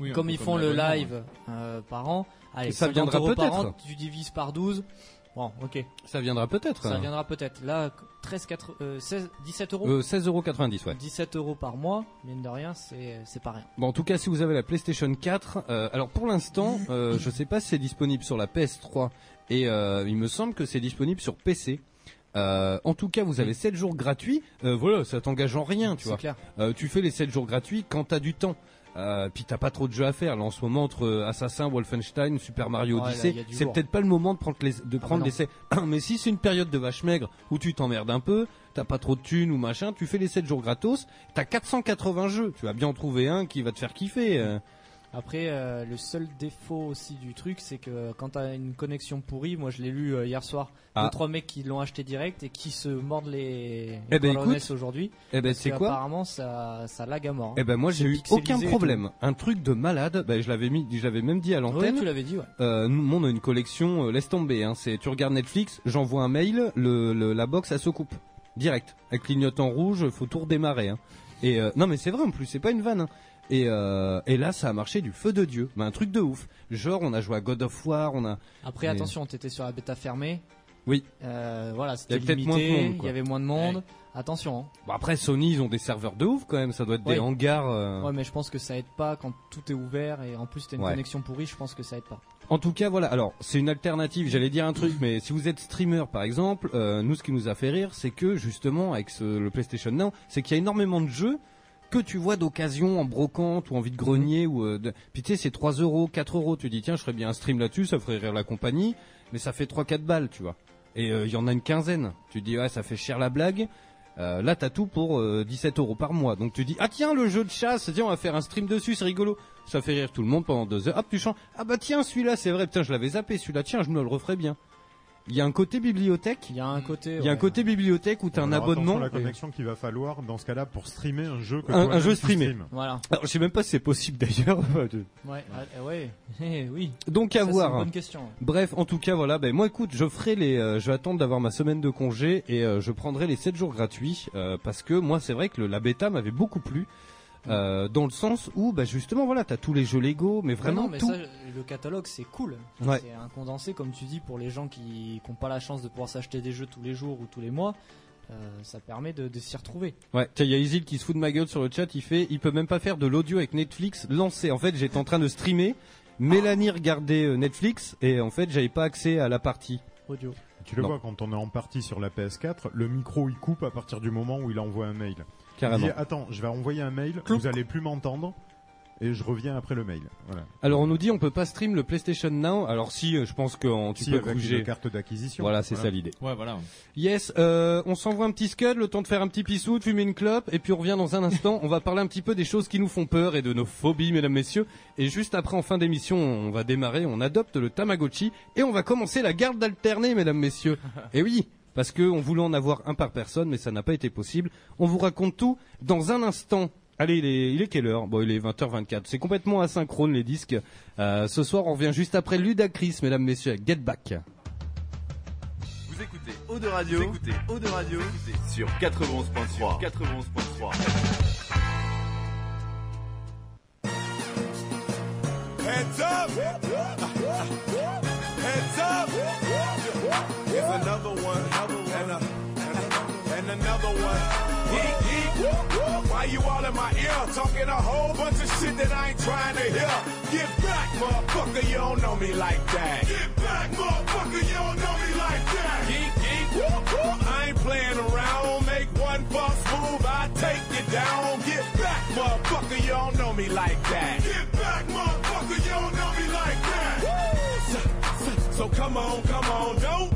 Oui, un
comme
peu
ils
comme
font le
l'abonnement,
live euh, par an. Allez,
Ça
50
viendra
euros par
peut-être.
an, Tu divises par 12. Bon, ok.
ça viendra peut-être.
Ça viendra peut-être. Là, 13, quatre- euh, 16, 17 euros.
Euh, 16,90 ouais.
17 euros par mois, mine de rien, c'est c'est pas rien.
Bon, en tout cas, si vous avez la PlayStation 4, euh, alors pour l'instant, euh, je sais pas si c'est disponible sur la PS3 et euh, il me semble que c'est disponible sur PC. Euh, en tout cas, vous avez 7 jours gratuits. Euh, voilà, ça t'engage en rien, tu
C'est
vois.
clair.
Euh, tu fais les 7 jours gratuits quand t'as du temps. Euh, puis t'as pas trop de jeux à faire. Là, en ce moment, entre euh, Assassin, Wolfenstein, Super Mario
Ouais, là,
Odyssey,
y a du
c'est
lourd.
peut-être pas le moment de prendre les, de
bah
prendre
non.
l'essai. Mais si c'est une période de vache maigre où tu t'emmerdes un peu, t'as pas trop de thunes ou machin, tu fais les 7 jours gratos, t'as 480 jeux. Tu vas bien en trouver un qui va te faire kiffer. euh.
Après, euh, le seul défaut aussi du truc, c'est que quand t'as une connexion pourrie, moi je l'ai lu euh, hier soir,
Ah.
deux trois mecs qui l'ont acheté direct et qui se mordent les,
Eh
les
ben,
coronets
écoute.
aujourd'hui.
Eh ben,
Parce
c'est quoi
Apparemment, ça, ça lag à mort. hein.
Eh ben moi
C'est
j'ai eu
pixelisé
aucun
et tout. Ah
problème. Un truc de malade. Ben je l'avais mis, je l'avais même dit à l'antenne.
Oui, tu l'avais dit, ouais.
Euh, nous, on a une collection. euh, laisse tomber. Hein, c'est tu regardes Netflix, j'envoie un mail, le, le- la box elle se coupe direct. Avec clignotant rouge, faut tout redémarrer. Hein. Et euh, non mais c'est vrai en plus, c'est pas une vanne. hein. Et, euh, et là ça a marché du feu de dieu. Ben un truc de ouf. Genre on a joué à God of War, on a.
Après,
Mais-
attention, t'étais sur la bêta fermée.
Oui.
Euh, voilà, c'était
Il y avait
limité.
peut-être moins de monde,
Il
quoi.
y avait moins de monde. Attention. hein.
Bon, après Sony ils ont des serveurs de ouf quand même. Ça doit être
Ouais.
des hangars. euh,
Ouais, mais je pense que ça aide pas quand tout est ouvert et en plus t'as une
Ouais.
connexion pourrie. Je pense que ça aide pas.
En tout cas, voilà. Alors, c'est une alternative. J'allais dire un truc, mais si vous êtes streamer, par exemple, euh, nous, ce qui nous a fait rire, c'est que justement, avec ce- le PlayStation Now, c'est qu'il y a énormément de jeux que tu vois d'occasion en brocante ou en vide grenier ou euh, de... puis tu sais c'est 3 euros 4 euros tu dis tiens je ferais bien un stream là-dessus ça ferait rire la compagnie mais ça fait 3 4 balles tu vois et euh, il y en a une quinzaine tu dis ouais ça fait cher la blague euh, là t'as tout pour euh, 17 euros par mois donc tu dis ah tiens le jeu de chasse tiens on va faire un stream dessus c'est rigolo ça fait rire tout le monde pendant deux heures hop tu chantes ah bah tiens celui-là c'est vrai putain je l'avais zappé celui-là tiens je me le referais bien il y a un côté bibliothèque
il y a un côté
il y a un côté bibliothèque où t'as un
Alors,
abonnement
attention à la connexion qu'il va falloir dans ce cas-là pour streamer un jeu que
un,
toi-même
un jeu
tu
streamé.
streames.
Alors, je sais même pas si c'est possible d'ailleurs.
Ouais, ah, ouais, Eh oui.
Donc
Ça,
à
c'est
voir.
une bonne question.
Bref, en tout cas voilà, ben moi écoute, je ferai les euh, je vais attendre d'avoir ma semaine de congé et euh, je prendrai les 7 jours gratuits euh, parce que moi c'est vrai que le, la bêta m'avait beaucoup plu. euh, dans le sens où bah justement voilà t'as tous les jeux Lego mais vraiment
non, mais
tout
ça, le catalogue c'est cool.
Ouais.
C'est un condensé, comme tu dis, pour les gens qui n'ont pas la chance de pouvoir s'acheter des jeux tous les jours ou tous les mois. euh, ça permet de, de s'y retrouver.
Ouais, tiens, il y a Isil qui se fout de ma gueule sur le chat, il fait, il peut même pas faire de l'audio avec Netflix lancé. En fait, j'étais en train de streamer, Mélanie regardait euh, Netflix, et en fait, j'avais pas accès à la partie.
Audio.
Tu le
Non.
vois quand on est en partie sur la PS4, le micro il coupe à partir du moment où il envoie un mail.
Carrément.
Il dit attends, je vais envoyer un mail, vous allez plus m'entendre et je reviens après le mail. Voilà.
Alors, on nous dit, on peut pas stream le PlayStation Now, alors si, euh, je pense que euh, tu
Si,
peux
avec
gruger.
une carte d'acquisition.
Voilà, c'est
Voilà.
ça l'idée.
Ouais, voilà.
Yes, euh, on s'envoie un petit scud, le temps de faire un petit pissou, de fumer une clope, et puis on revient dans un instant. on va parler un petit peu des choses qui nous font peur et de nos phobies, mesdames, messieurs. Et juste après, en fin d'émission, on va démarrer, on adopte le Tamagotchi, et on va commencer la garde alternée, mesdames, messieurs. et oui, parce que on voulait en avoir un par personne, mais ça n'a pas été possible. On vous raconte tout dans un instant. Allez, il est, il est quelle heure Bon, il est 20h24. C'est complètement asynchrone les disques. Euh, ce soir, on revient juste après Ludacris, mesdames, messieurs, avec Get Back.
Vous écoutez Eau de Radio, vous écoutez Eau de Radio vous écoutez sur 91.3. 91.3.
Heads up! Heads up! Here's another one. And, a, and another one. Yeet, yeet. Why you all in my ear talking a whole bunch of shit that I ain't trying to hear? Get back, motherfucker, you don't know me like that. Get back, motherfucker, you don't know me like that. Yeet, yeet. I ain't playing around. Make one false move, I take you down. Get back, motherfucker, you like that. Get back, motherfucker, you don't know me like that. So, so come on, come on, don't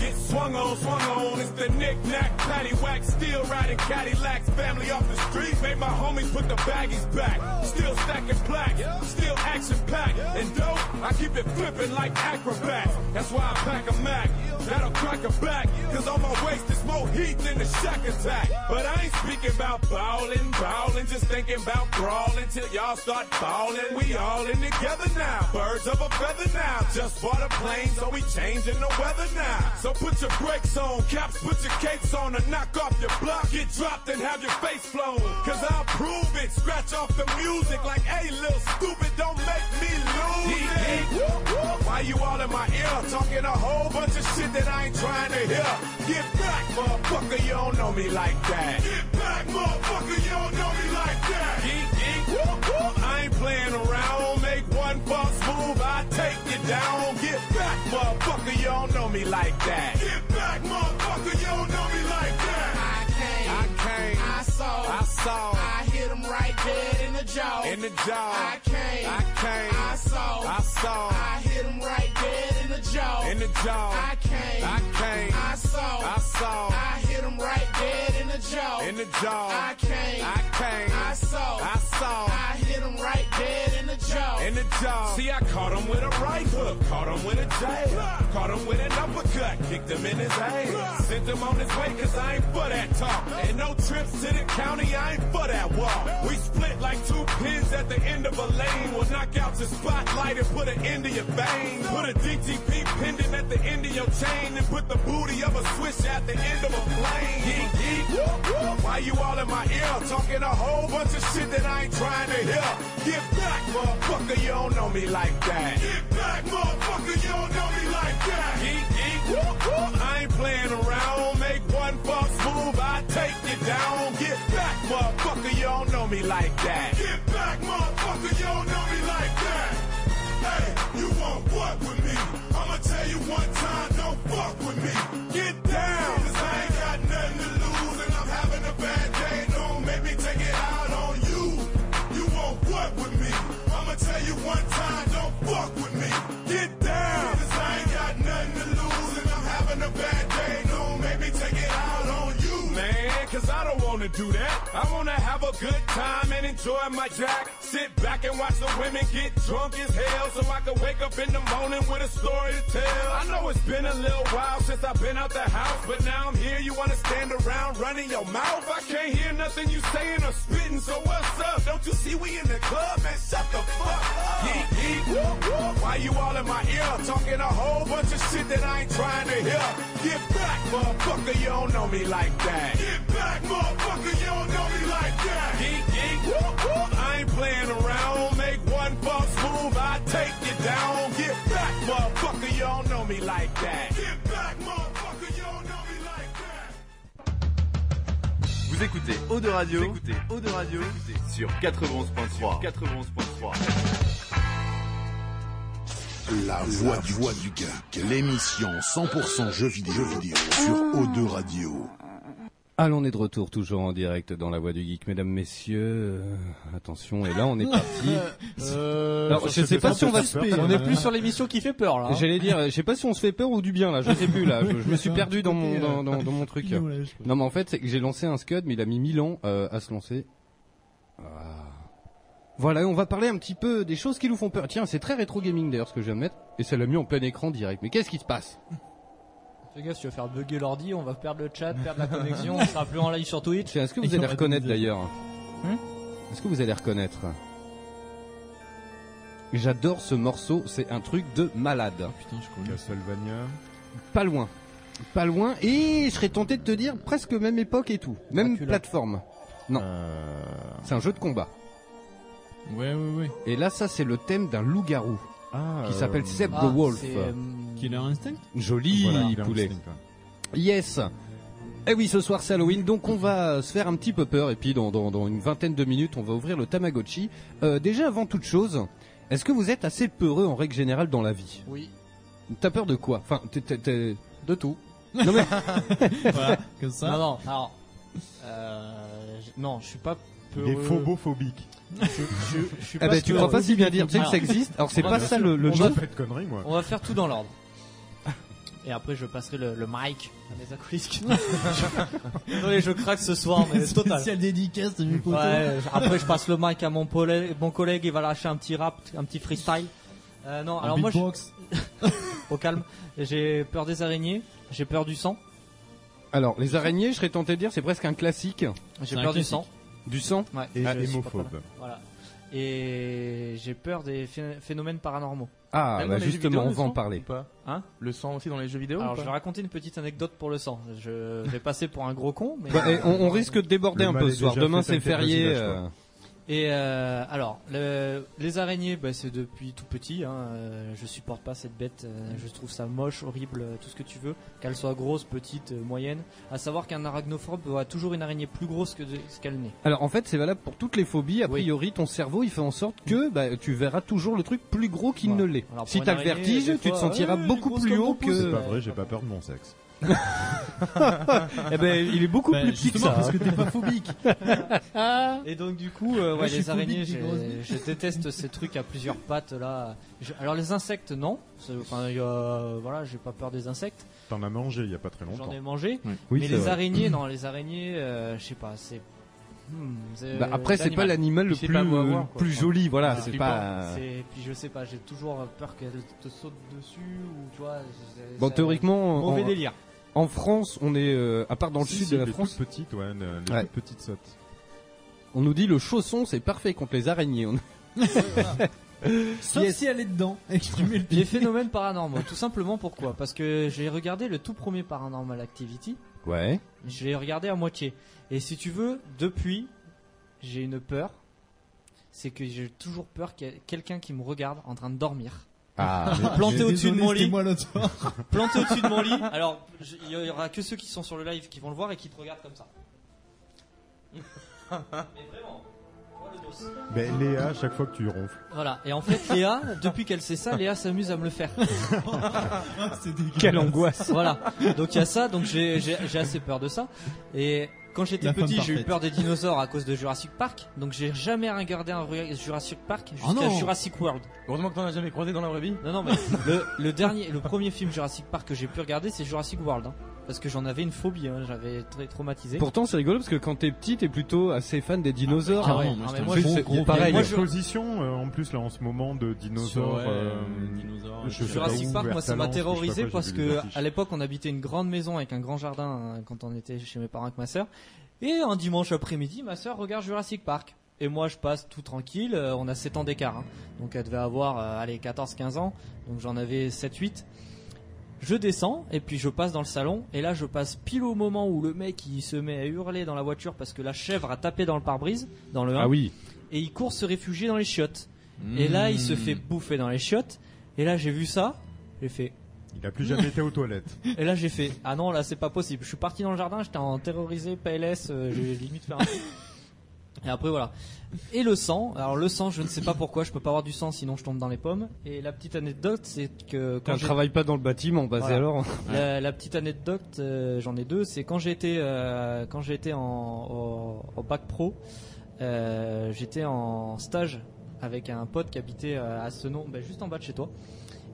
get swung on, swung on. It's the knick-knack, paddywhack, still riding Cadillacs. Family off the streets, made my homies put the baggies back. Still stacking plaques, still action-packed. And dope, I keep it flipping like acrobats. That's why I pack a Mac, that'll crack a back. Cause on my waist is more heat than the shack attack. But I ain't speaking about ballin', ballin', just thinking about brawling till y'all start ballin'. We all in together now, birds of a feather now. Just bought a plane, so we changing the weather now. So put your brakes on, caps, put your capes on, and knock off your block. Get dropped and have your face flown. Cause I'll prove it, scratch off the music like, hey, little stupid, don't make me lose it. Why you all in my ear, talking a whole bunch of shit that I ain't trying to hear? Get back, motherfucker, you don't know me like that. Get back, motherfucker, you don't know me like that. Geek, geek, whoop, whoop. I ain't playing around. Make one false move, I take you down. Get back, motherfucker, you don't know me like that. Get back, motherfucker, you don't know me like that. I came, I came, I saw, I saw, I hit him right dead in the jaw, in the jaw. I came, I came, I saw, I saw, I hit him right dead in the jaw, in the jaw. I came, I came, I saw, I saw, I hit him right dead in the jaw, in the jaw. I came, I came, I saw, I saw, I hit him right dead in the jaw, in the jaw. See, I caught him with a right hook, caught him with a jab, caught him with an uppercut, kicked him in his ass, sent him on his way 'cause I ain't for that talk, and no trips to the county, I ain't for that walk. We split like two pins at the end of a lane, will knock out your spotlight and put an end to your vein, put a DTP pendant at the end of your chain, and put the booty of a swish at the end of a plane. Yeet, yeet, whoop, whoop. Why you all in my ear, talking a whole bunch of shit that I ain't trying to hear? Get back, motherfucker, you don't know me like that. Get back, motherfucker, you don't know me like that. Geek, geek, whoop, whoop. I ain't playing around. Make one false move, I take you down. Get back, motherfucker, you don't know me like that. Get back, motherfucker, you don't know me like that. Hey, you want what with me? I'ma tell you one time, don't fuck with me. Get down, 'cause I ain't got nothing to lose, and I'm having a bad day. Don't make me take it out on you. You want what with me? I'ma tell you one time, don't fuck with me. Get down, 'cause I ain't got nothing to lose, and I'm having a bad day. Don't make me take it out on you, man, 'cause I don't wanna do that. I wanna have a good time and enjoy my jack. Sit back and watch the women get drunk as hell, so I can wake up in the morning with a story to tell. I know it's been a little while since I've been out the house, but now I'm here. You wanna stand around running your mouth? I can't hear nothing you saying or spitting. So what's up? Don't you see we in the club? Man, shut the fuck up. Yeet, yeet, whoop, whoop. Why you all in my ear talking a whole bunch of shit that I ain't trying to hear? Get back, motherfucker. You don't know me like that. Get back, motherfucker. You don't know me like that. Yeet, yeet, whoop, whoop. I ain't playing around. Make one false move, I take you down. Get back, motherfucker. You don't know me like that. Get back, motherfucker. You don't know me like that.
Vous écoutez Eau de Radio, vous écoutez Eau de Radio sur 91.3. 91.3.
La voix du, voix du geek, l'émission 100% jeux vidéo, jeux vidéo sur O2 Radio.
Allons, on est de retour toujours en direct dans la voix du geek, mesdames, messieurs. euh, attention, et là on est parti.
Euh,
Alors, je
ça
sais
fait
pas
un
si
peu
on va
suspect, on est plus sur l'émission qui fait peur, là, hein.
J'allais dire, euh, je sais pas si on se fait peur ou du bien là, je sais plus là. Je, je me suis
Ouais,
perdu dans mon
c'était,
dans,
euh,
dans- dans mon truc.
nous, là, je crois.
Non mais en fait, c'est que j'ai lancé un scud, mais il a mis 1000 ans euh, à se lancer. Ah. Voilà, on va parler un petit peu des choses qui nous font peur. Tiens, c'est très rétro gaming d'ailleurs ce que je viens de mettre, et ça l'a mis en plein écran direct. Mais qu'est-ce qui se passe
Les gars, si tu veux faire bugger l'ordi, on va perdre le chat, perdre la connexion, on sera plus en live sur Hmm Twitch.
Tiens, Est-ce que vous allez reconnaître d'ailleurs Est-ce que vous allez reconnaître J'adore ce morceau, c'est un truc de
Oh,
malade.
Putain, je connais.
Castlevania. Pas loin. Pas loin, et je serais tenté de te dire presque même époque et tout. Même plateforme. Non. C'est un jeu de combat.
Ouais, ouais, ouais.
Et là, ça, c'est le thème d'un loup-garou. qui s'appelle Seb
Ah,
the Wolf.
c'est, euh, Killer Instinct
Joli
Voilà, Killer
poulet.
Instinct,
Yes. Et oui, ce soir c'est Halloween, donc on va se faire un petit peu peur. Et puis dans, dans- dans une vingtaine de minutes, on va ouvrir le Tamagotchi. Euh, déjà, avant toute chose, est-ce que vous êtes assez peureux en règle générale dans la vie
Oui.
T'as peur de quoi Enfin, t'es- t'es- t'es-
De tout.
Non mais.
Non, non, alors. euh, je- non, je suis pas
peu Il est heureux. phobophobique.
Je, je, je suis
Eh ben, tu
sûr.
crois pas si bien dire, tu sais que ça existe Alors, c'est
On va-
pas ça le- le
on
jeu.
va-
Je fais de conneries, moi.
On va faire tout dans l'ordre. Et après, je passerai le, le mic à mes acolytes. qui- Désolé, je craque ce soir, mais c'est total.
Spéciale dédicace de mes potos.
Ouais, je- après, je passe le mic à mon, pole- mon collègue, il va lâcher un petit rap, un petit freestyle. Euh, non,
Un
alors moi,
beatbox.
je- au calme, j'ai peur des araignées, j'ai peur du sang.
Alors, les araignées, je serais tenté de dire, c'est presque un classique.
J'ai peur du sang.
Du sang
Ouais,
Et
Ah, je suis pas
hémophobe.
prêt. Voilà. Et j'ai peur des phé- phénomènes paranormaux.
Ah,
Même
bah
dans les jeux
justement,
vidéo,
on
le
va en
sang,
parler.
ou pas
Hein
Le sang aussi dans les jeux vidéo
Alors,
ou
je vais
pas
raconter une petite anecdote pour le sang. Je vais passer pour un gros con, mais.
Bah, et on- on risque de déborder Le un mal peu ce est soir. déjà Demain, fait, c'est t'inquiète, férié, vas-y, lâche-toi. euh.
Et euh, alors, le- les araignées, bah, c'est depuis tout petit. Hein, euh, je supporte pas cette bête. euh, je trouve ça moche, horrible, euh, tout ce que tu veux. Qu'elle soit grosse, petite, euh, moyenne. À savoir qu'un arachnophobe aura toujours une araignée plus grosse que de- ce qu'elle n'est.
Alors en fait c'est valable pour toutes les phobies. A priori ton cerveau il fait en sorte que bah, tu verras toujours le truc plus gros qu'il ne l'est.
Alors, pour
Si
une
t'as le
araignée,
vertige
des
tu te
fois,
sentiras
euh, il est
beaucoup
grosse
plus
comme
haut
mon pouce.
que...
C'est pas vrai, j'ai pas peur de mon sexe.
eh ben il est beaucoup
Ben,
plus petit que
justement,
ça.
parce que
hein.
t'es pas phobique. Et donc du coup, euh,
Moi,
ouais,
je
les
suis phobique
araignées,
des
j'ai-
grosses
je déteste ces trucs à plusieurs pattes là. Je- alors les insectes, non. C'est- Enfin, euh, voilà, j'ai pas peur des insectes.
T'en as mangé il y a pas très longtemps.
J'en ai mangé. mais
c'est
les
vrai.
Mm.
araignées, non, les araignées, euh, je sais pas, c'est. Hmm, c'est-
Bah, après, c'est pas l'animal le
Puis c'est
plus- euh,
pas beau à voir, quoi.
plus joli, voilà, c'est
flippant.
pas-
C'est- Puis je sais pas, j'ai toujours peur qu'elle te saute dessus ou tu vois. c'est-
Bon
c'est-
théoriquement
Mauvais
en,
délire.
En France on est euh, à part dans le
Si,
sud
si,
de la
les
France.
toutes petites, ouais, les- les
Ouais.
toutes petites sautes.
On nous dit le chausson c'est parfait contre les araignées. On-
Sauf
Yes.
si elle est dedans et que tu mets le pied.
Les phénomènes paranormaux, tout simplement pourquoi Parce que j'ai regardé le tout premier Paranormal Activity,
Ouais.
je l'ai regardé à moitié. Et si tu veux, depuis, j'ai une peur, c'est que j'ai toujours peur qu'il y ait quelqu'un qui me regarde en train de dormir.
Ah.
planté
J'ai
au-dessus de
désolé,
mon lit.
c'était moi l'autre soir.
planté au-dessus de mon lit. Alors, je- il y aura que ceux qui sont sur le live qui vont le voir et qui te regardent comme ça. Mais vraiment, toi, le dos.
Mais Léa, à chaque fois que tu ronfles.
Voilà, et en fait Léa, depuis qu'elle sait ça, Léa s'amuse à me le faire.
Ah,
dégueulasse. Quelle angoisse.
Voilà, donc il y a ça, donc j'ai j'ai- j'ai assez peur de ça. Et quand j'étais
La femme
petit, j'ai eu
parfaite.
peur des dinosaures à cause de Jurassic Park, donc j'ai jamais regardé un Ru- Jurassic Park
Oh
jusqu'à
non.
Jurassic World.
Heureusement que t'en as jamais croisé dans la vraie vie.
Non, non, mais le, le dernier, le premier film Jurassic Park que j'ai pu regarder, c'est Jurassic World, hein. parce que j'en avais une phobie, hein, j'avais très traumatisé.
Pourtant c'est rigolo parce que quand t'es petit t'es plutôt assez fan des dinosaures.
Ah ouais, carrément, moi, j'étais un gros, gros
pareil.
Pareil, exposition euh, en plus là en ce moment de dinosaures.
Sur, ouais,
euh,
dinosaures,
je sais pas
Jurassic
où,
Park,
vers
moi, ça m'a
Talence, je sais pas
terrorisé
quoi, j'ai
parce
vu les
que
affiches.
à l'époque, on habitait une grande maison avec un grand jardin euh, quand on était chez mes parents avec ma sœur. Et un dimanche après-midi, ma sœur regarde Jurassic Park. Et moi, je passe tout tranquille. euh, On a 7 ans d'écart. hein. Donc, elle devait avoir, euh, allez, 14-15 ans. Donc, j'en avais 7-8. Je descends et puis je passe dans le salon et là je passe pile au moment où le mec il se met à hurler dans la voiture parce que la chèvre a tapé dans le pare-brise dans le 1
Ah oui. Mmh.
et il court se réfugier dans les chiottes. Et là il se fait bouffer dans les chiottes et là j'ai vu ça, j'ai fait
Il a plus jamais été aux toilettes.
et là j'ai fait ah non là c'est pas possible. Je suis parti dans le jardin, j'étais en terrorisé PLS, euh, j'ai limite fait un truc. Et après voilà. Et le sang, alors le sang, je ne sais pas pourquoi, je peux pas avoir du sang sinon je tombe dans les pommes. Et la petite anecdote, c'est que quand
Quand je
j'ai-
travaille pas dans le bâtiment bah
voilà.
c'est alors.
la, la petite anecdote, euh, j'en ai deux. C'est quand j'étais euh, quand j'étais en au, au bac pro, euh, j'étais en stage avec un pote qui habitait euh, à Senon, ben, juste en bas de chez toi.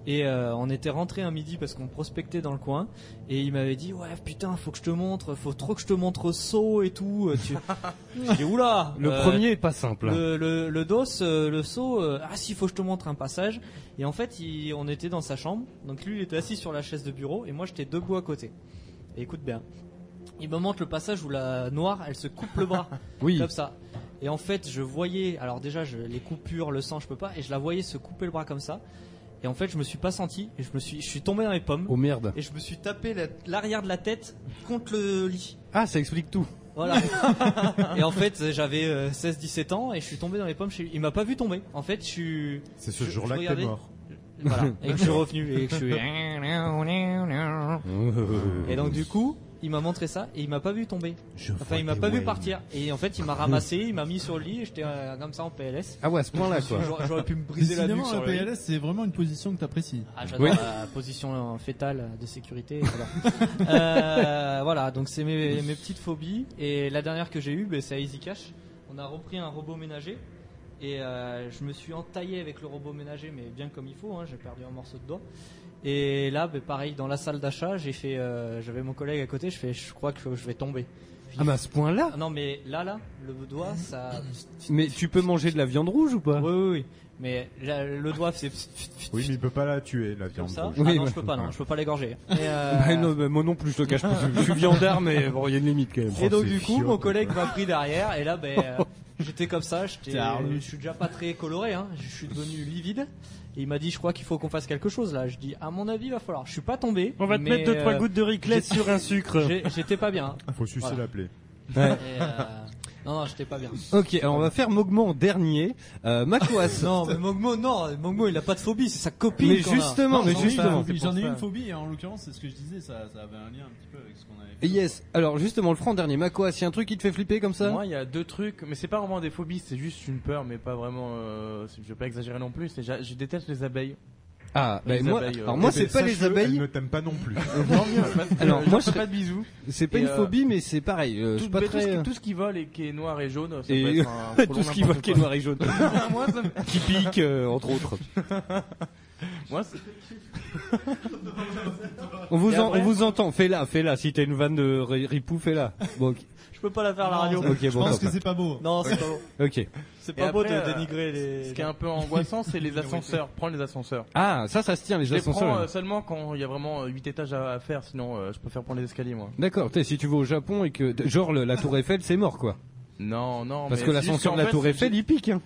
Et euh, on était rentré un midi parce qu'on prospectait dans le coin. Et il m'avait dit ouais putain faut que je te montre, faut trop que je te montre saut et tout. euh, Tu... J'ai dit oula.
Le
euh,
premier est pas simple. hein.
le, le, le dos, euh, le saut, euh, ah si, faut que je te montre un passage. Et en fait, il- on était dans sa chambre. Donc lui, il était assis sur la chaise de bureau et moi, j'étais debout à côté. Et écoute bien. Il me montre le passage où la noire, elle se coupe le bras.
Oui.
Comme ça. Et en fait, je voyais, alors déjà, je, les coupures, le sang, je peux pas, et je la voyais se couper le bras comme ça. Et en fait, je me suis pas senti, et je me suis, je suis tombé dans les pommes.
Oh merde.
Et je me suis tapé la- l'arrière de la tête contre le lit.
Ah ça explique tout. Ah,
Voilà. et en fait, j'avais 16-17 ans et je suis tombé dans les pommes. chez lui. Il m'a pas vu tomber. En fait, je suis.
C'est ce
je- je
jour-là que t'es
regardais-
mort.
Voilà. Et que je suis revenu et que je suis.
hein.
Et donc du coup, il m'a montré ça et il m'a pas vu tomber. enfin, il m'a pas vu partir. Et en fait, il m'a ramassé, il m'a mis sur le lit et j'étais euh, comme ça en PLS.
Ah ouais, à ce point-là,
Je me suis-
quoi.
j'aurais- J'aurais pu me briser la nuque
Décidément,
sur le lit.
PLS, c'est vraiment une position que t'apprécies.
Ah, j'adore la position euh, fétale de sécurité. Voilà, Euh, voilà, donc c'est mes, mes petites phobies. Et la dernière que j'ai eue, ben, c'est à Easy Cash. on a repris un robot ménager. Et euh, je me suis entaillé avec le robot ménager, mais bien comme il faut, hein, j'ai perdu un morceau de doigt. Et là, bah, pareil, dans la salle d'achat, j'ai fait, euh, j'avais mon collègue à côté, je fais, je crois que je vais tomber.
Ah, mais à ce point-là
Non, mais là, là, le doigt, ça.
Mais tu peux manger de la viande rouge ou pas
Oui, oui, oui. Mais là, le doigt, c'est
Oui, mais il peut pas la tuer, la
comme
viande.
ça.
rouge.
Ah non, je peux pas, non, je peux pas l'égorger. Et, euh,
Bah non, bah moi non plus, je te cache pas. Je je suis viandard, mais bon, il y a une limite quand même.
Et donc du coup, mon collègue m'a pris derrière et là, ben, euh, j'étais comme ça, j'étais-
T'es hargneux.
je suis déjà pas très coloré, hein, je suis devenu livide. Et il m'a dit, je crois qu'il faut qu'on fasse quelque chose là. Je dis, à mon avis, il va falloir. Je suis pas tombé.
On va te
mais,
mettre deux, trois
euh,
gouttes de riclette
j'ai-
sur un sucre.
j'ai- J'étais pas bien.
Ah,
Faut sucer
Voilà.
la plaie.
Ouais.
Et, euh, non, non, j'étais pas bien.
Ok, alors on va faire Mogmo en dernier. Euh, Makoas.
non, mais Mogmo, non, Mogmo, il a pas de phobie, c'est sa copine.
Mais
qu'on a.
justement, mais
J'en ai une
justement.
phobie, J'en ai une phobie, et en l'occurrence, c'est ce que je disais, ça, ça avait un lien un petit peu avec ce qu'on avait fait.
Yes. Alors justement, le franc dernier. Makoas, il y a un truc qui te fait flipper comme ça
Moi, il y a deux trucs, mais c'est pas vraiment des phobies, c'est juste une peur, mais pas vraiment. euh, je vais pas exagérer non plus. c'est j'a- Je déteste les abeilles.
Ah,
Les
ben moi,
abeilles, euh,
alors moi
eh
c'est
ben,
pas les
sache-le,
abeilles.
elles ne
t'aiment pas non plus.
Tant mieux, parce que
alors
je
moi
leur fais pas de bisous.
C'est pas
Et,
une
euh,
phobie, mais c'est pareil. euh, je
tout,
suis pas
mais tout ce
très.
qui, tout ce qui vole et qui est noir et jaune, ça
Et-
peut être un
tout ce qui vole qui est noir et jaune. Qui pique, euh, entre autres.
Moi, c'est-
On vous
Et
en-
après-
on vous entend. Fais-la, fais-la. Si t'as une vanne de ri- ripou, fais-la. Bon, ok.
Je peux pas la faire à la
Non,
radio.
Ok, je bon, pense d'accord. que c'est
pas beau.
Non, c'est pas beau.
Ok.
C'est
Et
pas beau de
après, euh,
dénigrer les.
Ce qui est un peu angoissant, c'est les ascenseurs. Prends les ascenseurs.
Ah, ça, ça se tient, les
je
ascenseurs,
Les prends
ouais.
euh, seulement quand il y a vraiment 8 étages à, à faire, sinon euh, je préfère prendre les escaliers, moi.
D'accord. T'sais, Si tu vas au Japon et que genre le- la Tour Eiffel, c'est mort quoi.
Non, non. mais
Parce que
c'est juste
l'ascenseur
qu'en
de la
fait,
Tour
j'ai-
Eiffel, il pique. Hein.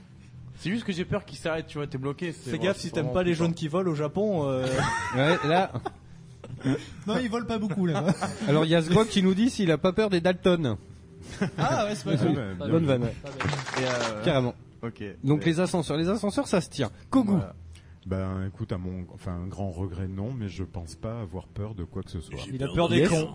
C'est juste que j'ai peur qu'ils s'arrêtent, tu vois, t'es bloqué. c'est-
Fais
ouais,
gaffe
c'est
si t'aimes
vraiment
pas les
flippant.
jaunes qui volent au Japon. euh,
Ouais, là.
Non, ils volent pas beaucoup là-bas.
Alors il y a ce qui nous dit s'il a pas peur des Dalton.
Ah ouais, c'est pas
Ouais,
cool.
bonne Bonne vanne. ouais.
Et, euh,
Carrément.
Ok.
Donc
Et-
les ascenseurs, les ascenseurs, ça se tient. Kogu.
Ben écoute, à mon enfin un grand regret non, mais je pense pas avoir peur de quoi que ce soit.
Il a peur des Yes. cons.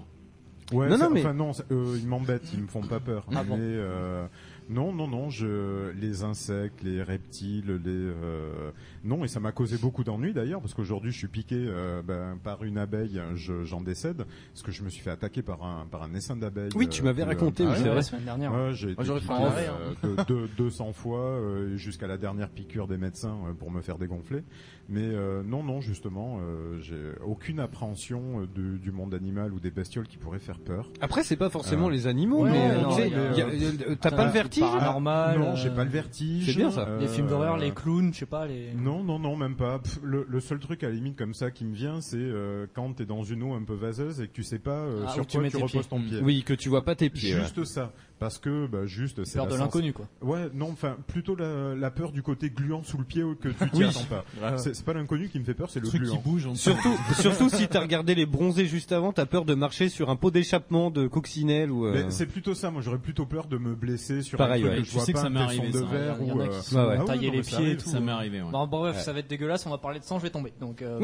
Ouais,
Non,
ça-
non, mais-
enfin non, ça- euh, ils m'embêtent, ils me font pas peur.
Ah bon.
Mais, euh, non, non, non, je les insectes, les reptiles, les euh, non et ça m'a causé beaucoup d'ennuis d'ailleurs parce qu'aujourd'hui je suis piqué euh, ben, par une abeille, je- j'en décède parce que je me suis fait attaquer par un par un essaim d'abeilles.
Oui, tu m'avais
de-
raconté,
Ah
euh, oui,
ouais,
c'est vrai.
ouais.
La semaine dernière.
Ouais, j'ai
Moi,
été
j'aurais
piqué,
fait un arrêt,
euh,
hein.
de- de- 200 fois euh, jusqu'à la dernière piqûre des médecins euh, pour me faire dégonfler. Mais euh, non, non, justement, euh, j'ai aucune appréhension euh, du, du monde animal ou des bestioles qui pourraient faire peur.
Après, c'est pas forcément
Euh,
les animaux, mais, euh, tu sais,
mais,
il y a-
euh,
il y a- t'as pas le vertige
Ah, Non, j'ai pas le vertige.
C'est bien ça.
Euh,
Les films d'horreur, les clowns, je sais pas, les.
Non, non, non, même pas. Pff, le, le seul truc à la limite comme ça qui me vient, c'est euh, quand t'es dans une eau un peu vaseuse et que tu sais pas euh,
Ah, où
sur
tu
quoi
mets
tu
tes
reposes
pieds.
ton pied.
Oui, que tu vois pas tes pieds,
Juste ça, parce que bah, juste c'est
peur
la
de
sens-
l'inconnu, quoi.
Ouais, non, enfin plutôt la, la peur du côté gluant sous le pied que tu t'y
Oui.
attends pas.
Ouais.
C'est c'est pas l'inconnu qui hein. me fait peur, c'est le
Truc qui
gluant.
bouge, on- Surtout, surtout si t'as regardé les bronzés juste avant, t'as peur de marcher sur un pot d'échappement de coccinelle ou. euh,
Mais c'est plutôt ça, moi j'aurais plutôt peur de me blesser sur
Pareil,
un truc
ouais.
que
Tu
je vois
sais que
pas,
ça
un
m'est
tesson
arrivé,
de
ça.
verre
Il y en
ou...
a qui
euh,
se sont Ah ouais. bah,
oui,
taillés
non, mais
les
ça
pieds et
arrive,
tout.
ouais.
hein.
Bon, bref,
Ouais.
ça va être dégueulasse, on va parler de sang, je vais tomber. Donc, euh,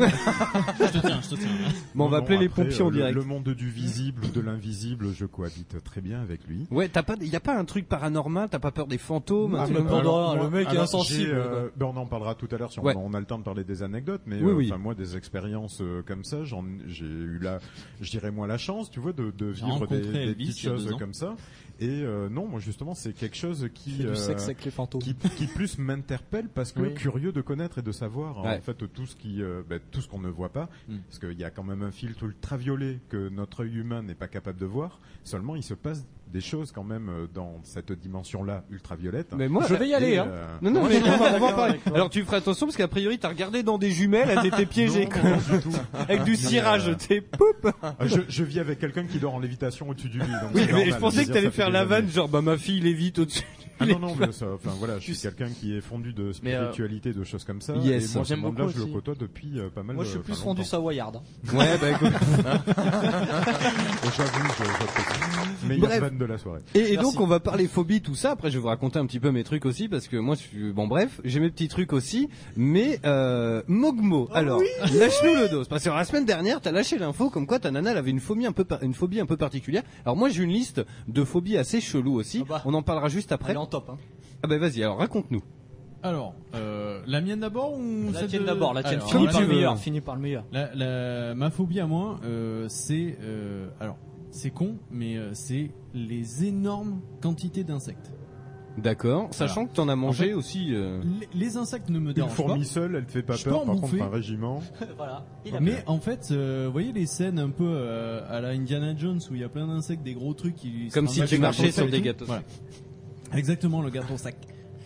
je te tiens, je te tiens.
Bon, euh, on va appeler les
après, euh,
pompiers en
le-
direct.
Le monde du visible ou de l'invisible, je cohabite très bien avec lui.
Ouais, t'as pas, y a pas un truc paranormal, t'as pas peur des fantômes, un truc comme ça
Ah, Alors, moi, alors, j'ai, euh, ben, on en parlera tout à l'heure si on-
Ouais.
on, a le temps de parler des anecdotes, mais
Oui,
euh,
oui.
enfin, moi des expériences euh, comme ça, j'en- j'ai eu la, je dirais moi la chance, tu vois, de, de vivre
rencontré
des, des
Elvis
petites
il y a deux
choses
ans.
comme ça. Et euh, non, moi justement, c'est quelque chose qui euh,
Fais du sexe avec les fantômes.
qui, qui plus m'interpelle parce que
Oui.
curieux de connaître et de savoir hein,
Ouais.
en fait tout ce qui, euh, ben, tout ce qu'on ne voit pas,
Hmm.
parce qu'il y a quand même un filtre ultraviolet que notre œil humain n'est pas capable de voir. Seulement, il se passe des choses quand même euh, dans cette dimension-là ultraviolette.
Mais moi,
Et, euh,
hein. Non, non,
moi,
mais
je suis
on va- on va en
d'accord
parler.
avec toi.
Alors tu feras attention parce qu'a priori t'as regardé dans des jumelles, elles étaient piégées. quoi. Avec du
Mais,
cirage,
euh,
tu sais, poup.
je, je vis avec quelqu'un qui dort en lévitation au-dessus du lit. donc
Oui,
c'est
mais
normal,
je pensais que
veux dire,
t'allais
ça fait
faire
des
la
années.
vanne, genre bah ma fille il est vite au-dessus.
Ah non, non, mais ça, enfin voilà, je suis quelqu'un qui est fondu de spiritualité, de choses comme ça.
euh, Yes.
et moi, ce
J'aime
monde-là,
beaucoup
je le
aussi.
côtoie depuis euh, pas mal
Moi, je
de-
suis
enfin,
plus rendu
longtemps.
savoyard.
Ouais, bah écoute.
J'avoue, je- j'apprécie. Meilleure
Bref.
vanne de la soirée.
Et, et donc on va parler phobie tout ça. Après je vais vous raconter un petit peu mes trucs aussi parce que moi je suis bon bref j'ai mes petits trucs aussi. Mais euh, Mogmo alors lâche-nous le dos parce que alors, la semaine dernière t'as lâché l'info comme quoi ta nana elle avait une phobie un peu par- une phobie un peu particulière. Alors moi j'ai une liste de phobies assez chelou aussi. on bah. en parlera juste après.
Elle est en top. Hein.
Ah bah vas-y alors raconte-nous.
Alors, euh, la mienne d'abord ou
La
celle
tienne
de-
d'abord, la tienne.
Alors,
Finis
la
par le
mienne-
meilleur, finis par le meilleur.
La, la- ma phobie à moi, euh, c'est euh, alors c'est con, mais euh, c'est les énormes quantités d'insectes.
D'accord. Sachant que t'en as mangé aussi. euh,
Les, les insectes ne me
Une
dérangent pas.
fourmi seule, elle te fait pas
Je
peur,
peux en
par contre,
bouffer.
un
régiment.
voilà.
Hein. Mais en fait, euh, vous voyez les scènes un peu euh, à la Indiana Jones où il y a plein d'insectes, des gros trucs qui. se
Comme si
trimballent
tu
dans
marchais
le sac
sur
et
des
tout.
gâteaux
Voilà. Exactement, le gâteau sac.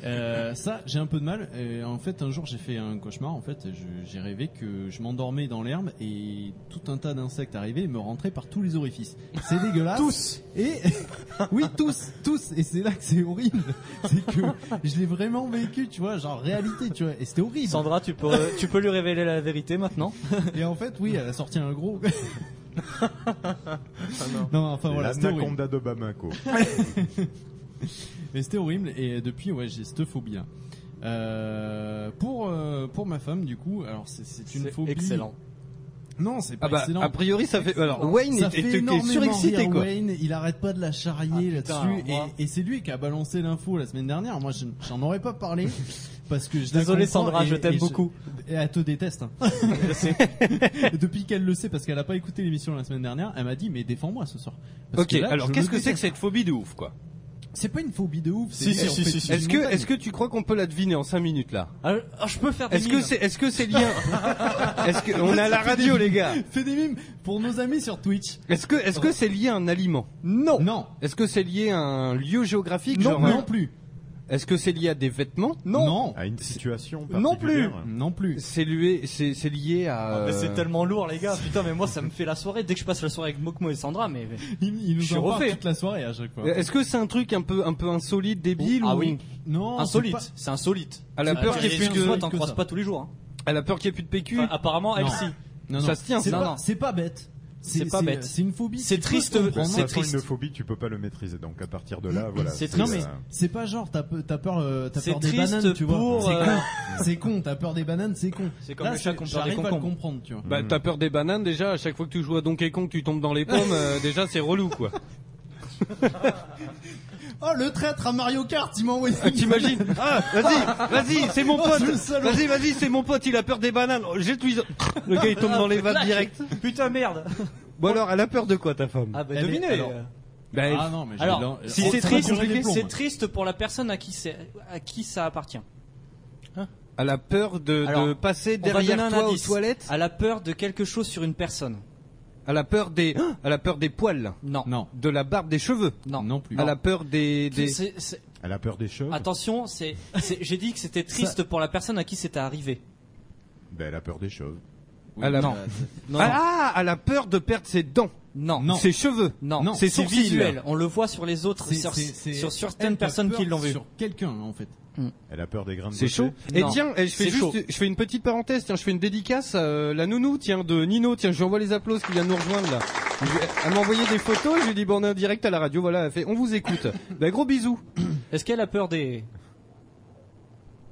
Euh, ça, j'ai un peu de mal. Et en fait, un jour, j'ai fait un cauchemar. En fait, je- j'ai rêvé que je m'endormais dans l'herbe et tout un tas d'insectes arrivaient et me rentraient par tous les orifices. C'est dégueulasse. Tous. Et oui, tous, tous. Et c'est là que c'est horrible. C'est que je l'ai vraiment vécu, tu vois, genre réalité, tu vois. Et c'était horrible.
Sandra, tu peux, euh, tu peux lui révéler la vérité maintenant.
Et en fait, oui, elle a sorti un gros.
Ah
non. enfin voilà, c'était horrible.
L'anaconda de Bamako.
Mais c'était horrible et depuis, ouais, j'ai cette phobie là. Euh, pour, euh, pour ma femme, du coup, alors c'est- c'est une
C'est
phobie.
excellent.
Non, c'est pas
Ah bah,
excellent.
a priori, ça fait- alors, Wayne
ça
était-
fait
était
énormément
surexcité,
rire,
quoi.
Wayne, il arrête pas de la charrier
putain,
là-dessus
moi.
et, et c'est lui qui a balancé l'info la semaine dernière. Moi, je- j'en aurais pas parlé parce que je la
Désolé,
comprends
Sandra,
et-
je t'aime
et
beaucoup.
Et elle te déteste. hein. Depuis qu'elle le sait, parce qu'elle a pas écouté l'émission la semaine dernière, elle m'a dit mais défends-moi ce soir. Parce
Ok.
là,
alors,
je
qu'est-ce
le
que c'est que
déteste.
cette phobie de ouf, quoi
C'est pas une phobie de ouf. c'est- on fait-
Est-ce que, est-ce que tu crois qu'on peut la deviner en 5 minutes là
Ah, je peux faire
des
Est-ce que
mimes.
c'est, est-ce que c'est lié Est-ce que on a la
Fais des
radio,
mimes.
les gars
Fais des mimes pour nos amis sur Twitch.
Est-ce que, est-ce que c'est lié à un aliment
Non. Non.
Est-ce que c'est lié à un lieu géographique
Non
genre
plus.
un-
Non plus.
Est-ce que c'est lié à des vêtements
Non.
À une situation
Non plus.
Non plus.
C'est lié, c'est, c'est lié à.
Ah,
euh,
Mais c'est tellement lourd, les gars. Putain, mais moi, ça me fait la soirée. Dès que je passe la soirée avec Mokmo et Sandra, mais.
Il, il
je suis
nous en parle
refait.
toute la soirée à chaque fois.
Euh, Est-ce que c'est un truc un peu, un peu insolite, débile
Ah
ou-
oui.
Non.
Insolite. C'est insolite.
Elle a
C'est
peur
pas-
qu'il y ait plus
excuse-moi,
de-
t'en
que
croises
ça.
pas tous les jours. hein.
Elle a peur qu'il y ait plus de PQ.
Enfin, apparemment, elle,
Ah,
Non.
si.
Non, non.
Ça se tient,
C'est
ça.
pas-
Non, non.
C'est pas bête.
C'est pas bête.
C'est une phobie.
C'est
tu peux
triste,
comprendre.
De toute façon, une phobie, tu peux pas le maîtriser. Donc à partir de là,
Mm.
voilà.
Non mais
euh,
c'est pas genre t'as pe- t'as peur euh, t'as
C'est
peur des
triste
bananes tu vois.
pour,
C'est
euh,
con. C'est con t'as peur des bananes c'est con.
C'est comme
Là,
les chats qui ont peur des
j'arrive pas à le
concombres.
comprendre tu vois.
Bah, t'as peur des bananes déjà. À chaque fois que tu joues à Donkey Kong, tu tombes dans les pommes. euh, déjà, c'est relou, quoi.
Oh le traître à Mario Kart il m'a envoyé.
Ah, T'imagines Ah, vas-y, vas-y, c'est mon
Oh,
pote.
ce salaud.
Vas-y, vas-y, c'est mon pote. Il a peur des bananes. Oh, J'ai lui. Le gars, il tombe dans les vannes
Clac.
direct.
Putain, merde.
Bon alors, elle a peur de quoi, ta femme
Ah, bah,
Elle est-
devinez.
alors-
euh.
Bah,
Ah,
elle-
Alors, si
On-
c'est
on
triste,
va tirer les plombs.
c'est triste pour la personne à qui, c'est- à qui ça appartient.
Elle a peur de, de passer
on va donner
derrière
un
toi aux
indice.
toilettes.
Elle a peur de quelque chose sur une personne.
Elle a peur des, elle a peur des poils.
Non.
Non.
De la barbe, des cheveux.
Non.
Non plus.
Elle a peur des, des-
C'est- c'est-
Elle a peur des choses.
Attention, c'est, c'est- j'ai dit que c'était triste pour la personne à qui c'était arrivé.
Ben, elle a peur des choses.
elle a...
non. Non, non.
Ah, elle a peur de perdre ses dents.
Non.
Ses cheveux.
Non.
Ses
c'est
sourcils.
visuel. On le voit sur les autres,
C'est-
sur,
c'est- c'est-
sur
elle
certaines
a
personnes
peur
qui l'ont vu.
Sur quelqu'un en fait.
Elle a peur des grains de
C'est
beauté.
chaud. Et
Non.
tiens, eh, je fais
C'est
juste,
chaud.
je fais une petite parenthèse. Tiens, je fais une dédicace à euh, la nounou, tiens, de Nino. Tiens, je lui envoie les applaudissements qui vient de nous rejoindre là. Je- Elle m'a envoyé des photos. Je lui ai dit, bon, on est en direct à la radio. Voilà, elle fait, on vous écoute. ben, gros bisous.
Est-ce qu'elle a peur des.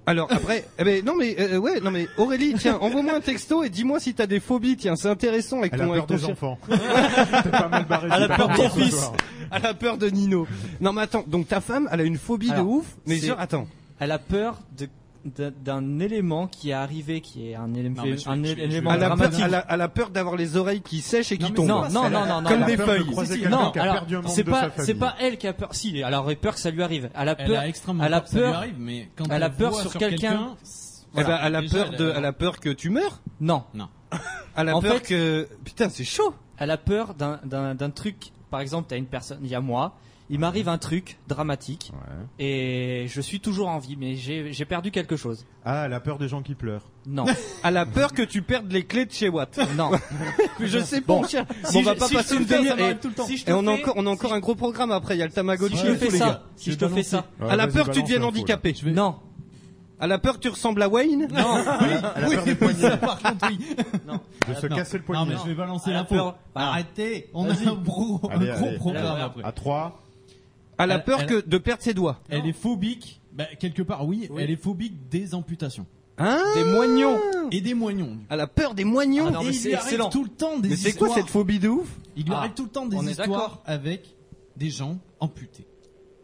Alors après, eh ben, non mais euh, ouais, non mais Aurélie, tiens, envoie-moi un texto et dis-moi si t'as des phobies. Tiens, c'est intéressant avec
Elle a
ton,
peur
avec ton
des
chien.
enfants. T'es pas mal barré.
Elle a
t'es
peur
pas
de ton
mal barré ce
fils.
soir.
Elle a peur de Nino. Non mais attends, donc ta femme, elle a une phobie
Alors,
de ouf, mais
c'est-
genre attends.
Elle a peur de- d'un- d'un élément qui est arrivé, qui est un élément,
Non, mais je vais-
un
je vais- je vais-
élément
elle, a peur,
dramatique.
elle a- elle a peur d'avoir les oreilles qui sèchent et qui tombent.
Non, non, non, non, non,
Comme
non.
des feuilles.
Si, si, Non, alors, c'est pas, c'est pas elle qui a peur. Si, elle aurait peur que ça lui arrive. Elle a
Elle
peur.
a extrêmement
elle a
peur que ça lui
peur-
arrive, mais quand
elle a
elle
peur
voit
sur
sur
quelqu'un.
quelqu'un,
Eh ben,
Voilà.
elle a
Déjà,
peur
elle a-
de, elle a peur que tu meurs.
Non.
Non.
Elle a
En
peur
fait-
que, putain, c'est chaud.
Elle a peur d'un- d'un d'un truc. Par exemple, t'as une personne, il y a moi, il m'arrive un truc dramatique et je suis toujours en vie, mais j'ai j'ai perdu quelque chose.
Ah, elle a peur des gens qui pleurent.
Non.
Elle a peur que tu perdes les clés de chez Watt.
Non.
je sais pas.
Bon.
tiens.
Si
Bon, on va
je-
pas
si je
passer
te
une
fais ça, ça
demi-heure. Et,
m'arrive tout le temps. Si je te
et on a
fais-
encore, on a encore un gros programme après. Il y a le Tamagotchi.
Si je te
et tout,
fais
les
ça,
gars.
si je te fais ça.
Elle a
Ouais, vas-y,
peur que tu
balance
deviennes
l'info,
handicapé.
Non.
Elle a peur que tu ressembles à Wayne. Non.
Elle a peur des poignets.
Ah,
De se
Non.
casser le poignet.
Non, mais je vais balancer
Elle a
l'info.
peur.
Ah, bah, Arrêtez, on a
Vas-y.
un gros, un
Allez,
gros
allez.
programme
Elle a-
après.
À 3.
Elle a
Elle-
peur
elle-
que de perdre ses doigts.
Elle est phobique, bah, quelque part, oui, elle est phobique des amputations.
Hein
des moignons et des moignons.
Elle a peur des moignons.
et il lui arrive tout le temps des
Mais c'est quoi
histoires-
cette phobie de ouf
Il lui
Ah,
arrive tout le temps des
on est
histoires avec des gens amputés.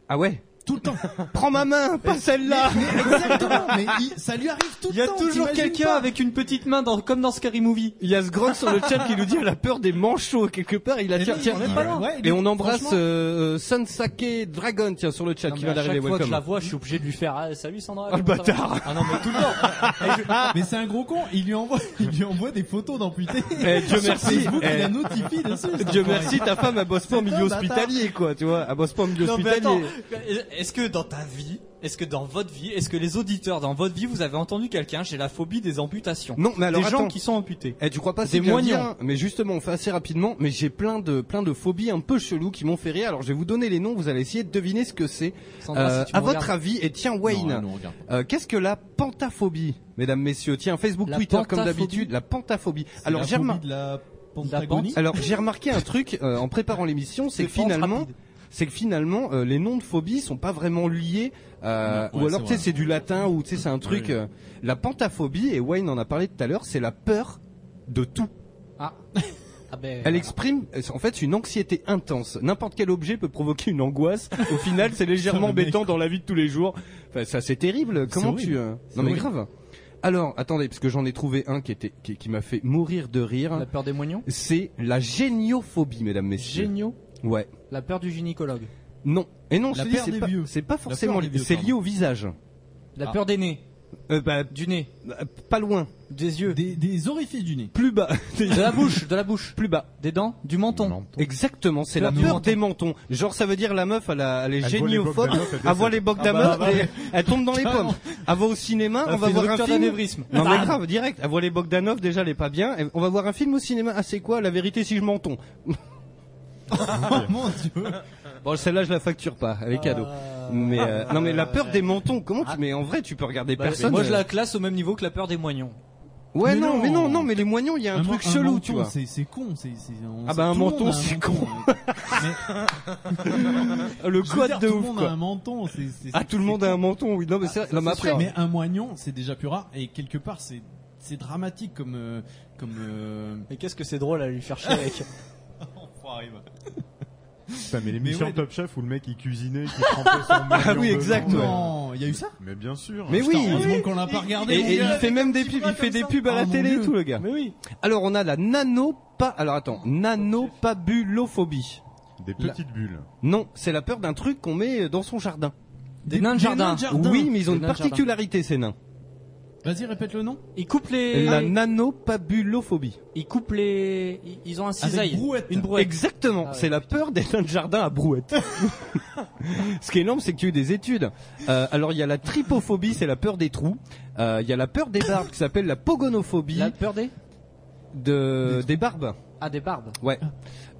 Ah ouais
tout le temps.
Prends ma main, pas celle-là.
Exactement, mais il- ça lui arrive tout le temps.
Il y a toujours
t'imagines
quelqu'un
pas.
avec une petite main dans, comme dans Scary Movie. Il y a ce grand sur le chat qui nous dit elle a peur des manchots quelque part. Il a
Tiens, tiens.
même pas loin.
Et on embrasse euh, euh, Sansake Dragon, tiens, sur le chat
Non,
qui
mais
vient
à
d'arriver.
chaque fois que
Welcome.
je la vois, je suis obligé de lui faire ah, salut Sandra.
Ah, le
comment ça va
bâtard.
Ah non mais tout le temps. Et je-
Ah.
Mais c'est un gros con, il lui envoie, il lui envoie des photos d'amputés.
Eh, Dieu
Sur
merci.
Facebook,
eh.
il la notifie dessus. c'est
Dieu
incroyable.
merci, ta femme elle bosse pas en milieu
C'est un bâtard.
hospitalier, quoi, tu vois. Elle bosse pas en milieu
Non, mais
hospitalier.
attends, Euh, est-ce que dans ta vie, est-ce que dans votre vie, est-ce que les auditeurs dans votre vie, vous avez entendu quelqu'un J'ai la phobie des amputations.
Non, mais alors
des gens
attends.
qui sont amputés.
Eh, tu crois pas
Des
c'est bien
moignons.
dire, Mais justement, on fait assez rapidement. Mais j'ai plein de plein de phobies un peu cheloues qui m'ont fait rire. Alors je vais vous donner les noms. Vous allez essayer de deviner ce que c'est. Euh,
Sandra, si tu
à
me
votre
regardes.
avis, et tiens
Non,
Wayne,
elle nous regarde
euh, qu'est-ce que la pantaphobie, mesdames messieurs Tiens Facebook,
La
Twitter comme
pantaphobie
d'habitude. La pantaphobie. Alors
la
j'ai
phobie
remar-
de la
Pente.
Pentagonie.
Alors j'ai remarqué un truc euh, en préparant l'émission, c'est que
pente
finalement, c'est que finalement euh, les noms de phobies sont pas vraiment liés. euh,
Non, ouais,
ou alors
c'est
tu sais
vrai.
c'est du latin ou tu sais c'est un truc.
Oui.
euh, la pantaphobie et Wayne en a parlé tout à l'heure, c'est la peur de tout.
Ah. Ah ben.
Elle exprime euh, en fait une anxiété intense. N'importe quel objet peut provoquer une angoisse. Au final, c'est légèrement
Putain, le mec,
embêtant dans la vie de tous les jours. Enfin, ça c'est terrible. Comment
horrible.
tu euh,
C'est
Non mais
horrible.
grave. Alors, attendez parce que j'en ai trouvé un qui était qui, qui m'a fait mourir de rire.
La peur des moignons
C'est la géniophobie mesdames messieurs.
Génio
Ouais.
La peur du gynécologue.
Non. Et non, je
La
te dis,
peur
c'est
des
pas,
vieux.
c'est pas
La peur
forcément
des
lié-
vieux,
c'est
pardon.
lié au visage.
La
Ah.
peur des nez.
Euh, bah,
du nez.
Pas loin.
Des yeux.
Des, orifices du nez.
Plus bas.
de la bouche, de la bouche.
Plus bas.
Des dents, du menton.
Exactement, c'est la
Peur
peur
du menton.
des mentons. Genre, ça veut dire la meuf, elle, a- elle est
Elle voit les bocs
géniophobe,
d'un meuf, elle
elle voit
décède.
les bocs
Ah
d'un
bah,
meuf,
bah.
et elle tombe dans les pommes. Elle va au cinéma,
Elle
on va
fait
voir
une
un
rupture
film.
d'anévrisme. Ah.
Non mais
Bam.
grave, direct. Elle voit les Bogdanov, déjà, elle est pas bien. Et On va voir un film au cinéma. Ah, c'est quoi la vérité si je menton
Mon dieu.
Bon, celle-là, je la facture pas, elle est cadeau.
Ah.
Mais euh, non, mais la peur des mentons, comment tu Mais en vrai, tu peux regarder
ah. Bah,
personne.
moi je
euh,
la classe au même niveau que la peur des moignons.
Ouais,
Mais
non,
non.
mais non, non, mais les moignons, il y a un,
mo-
truc chelou, tu
menton,
vois.
C'est c'est con, c'est c'est- on-
Ah
c'est-
bah, un
tout le monde hein.
menton,
a un
c'est
menton.
con. Le
Je veux
code
dire,
de
tout le
ouf,
monde
quoi.
a un menton, c'est c'est-
Ah,
c'est- Ah,
tout le monde a un menton, oui. Non, mais, c'est- non, mais après,
mais un moignon, c'est déjà plus rare et quelque part c'est c'est dramatique comme euh, comme euh,
Mais qu'est-ce que c'est drôle à lui faire chier avec
Enfoiré, va.
Putain, mais les
Mais
missions
ouais.
Top Chef où le mec il cuisinait, qui trempait son
Ah
maillot
oui,
dedans,
exactement.
ouais.
Il y a eu ça
Mais bien sûr.
Mais oui.
heureusement qu'on l'a pas regardé,
Et,
mon
et il
gars.
fait même des pubs, il fait des pubs à la
Ah, mon
télé et
Dieu.
tout le gars.
Mais oui.
Alors on a la nano pas alors attends, nanopabulophobie.
Des petites bulles.
Non, c'est la peur d'un truc qu'on met dans son jardin.
Des nains de jardin.
Oui, mais ils ont
Des
une
nains de jardin.
particularité ces nains.
Vas-y, répète le nom.
Ils coupent les. Ah
La nanopabulophobie.
Ils coupent les. ils- Ils ont un cisaille.
brouette.
Une brouette.
Exactement,
Ah ouais.
c'est la peur des nains de jardin à brouette. Ce qui est énorme, c'est que tu as eu des études. Euh, alors il y a la tripophobie, c'est la peur des trous. Euh, Il y a la peur des barbes qui s'appelle la pogonophobie
La peur des.
de des barbes.
Ah, des barbes.
Ouais.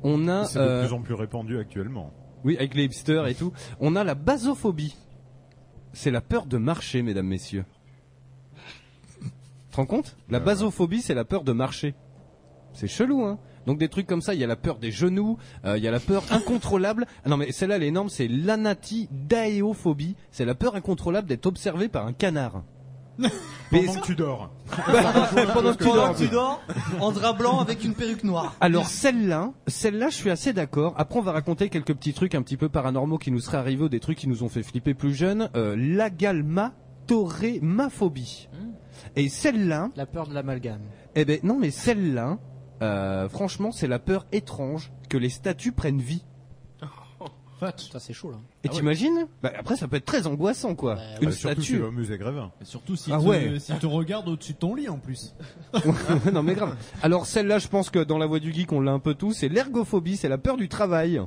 On a
C'est
euh,
de plus en plus répandu actuellement.
Oui, avec les hipsters et tout. On a la basophobie. C'est la peur de marcher, mesdames, messieurs. Tu te rends compte
Ah
La basophobie, c'est la peur de marcher. C'est chelou, hein Donc des trucs comme ça, il y a la peur des genoux, euh, il y a la peur incontrôlable. Ah non mais celle-là, elle est énorme, c'est l'anatidaéophobie. C'est la peur incontrôlable d'être observé par un canard. Mais- Bah,
Pendant que tu dors.
Pendant que tu dors.
dors, en drap blanc avec une perruque noire.
Alors celle-là, celle-là, je suis assez d'accord. Après, on va raconter quelques petits trucs un petit peu paranormaux qui nous seraient arrivés ou des trucs qui nous ont fait flipper plus jeunes. Euh, L'agalma Et celle-là,
La peur de l'amalgame.
eh ben non, mais celle-là, euh, franchement, c'est la peur étrange que les statues prennent vie.
Ça c'est chaud là.
Ah
Et t'imagines Bah, Après, ça peut être très angoissant, quoi. Une
Bah, surtout si tu
statue.
vas au musée Grévin.
Et surtout si
Ah
te,
ouais.
si te regarde au-dessus de ton lit en plus.
non mais grave. Alors celle-là, je pense que dans la voie du geek, on l'a un peu tous. C'est l'ergophobie, c'est la peur du travail.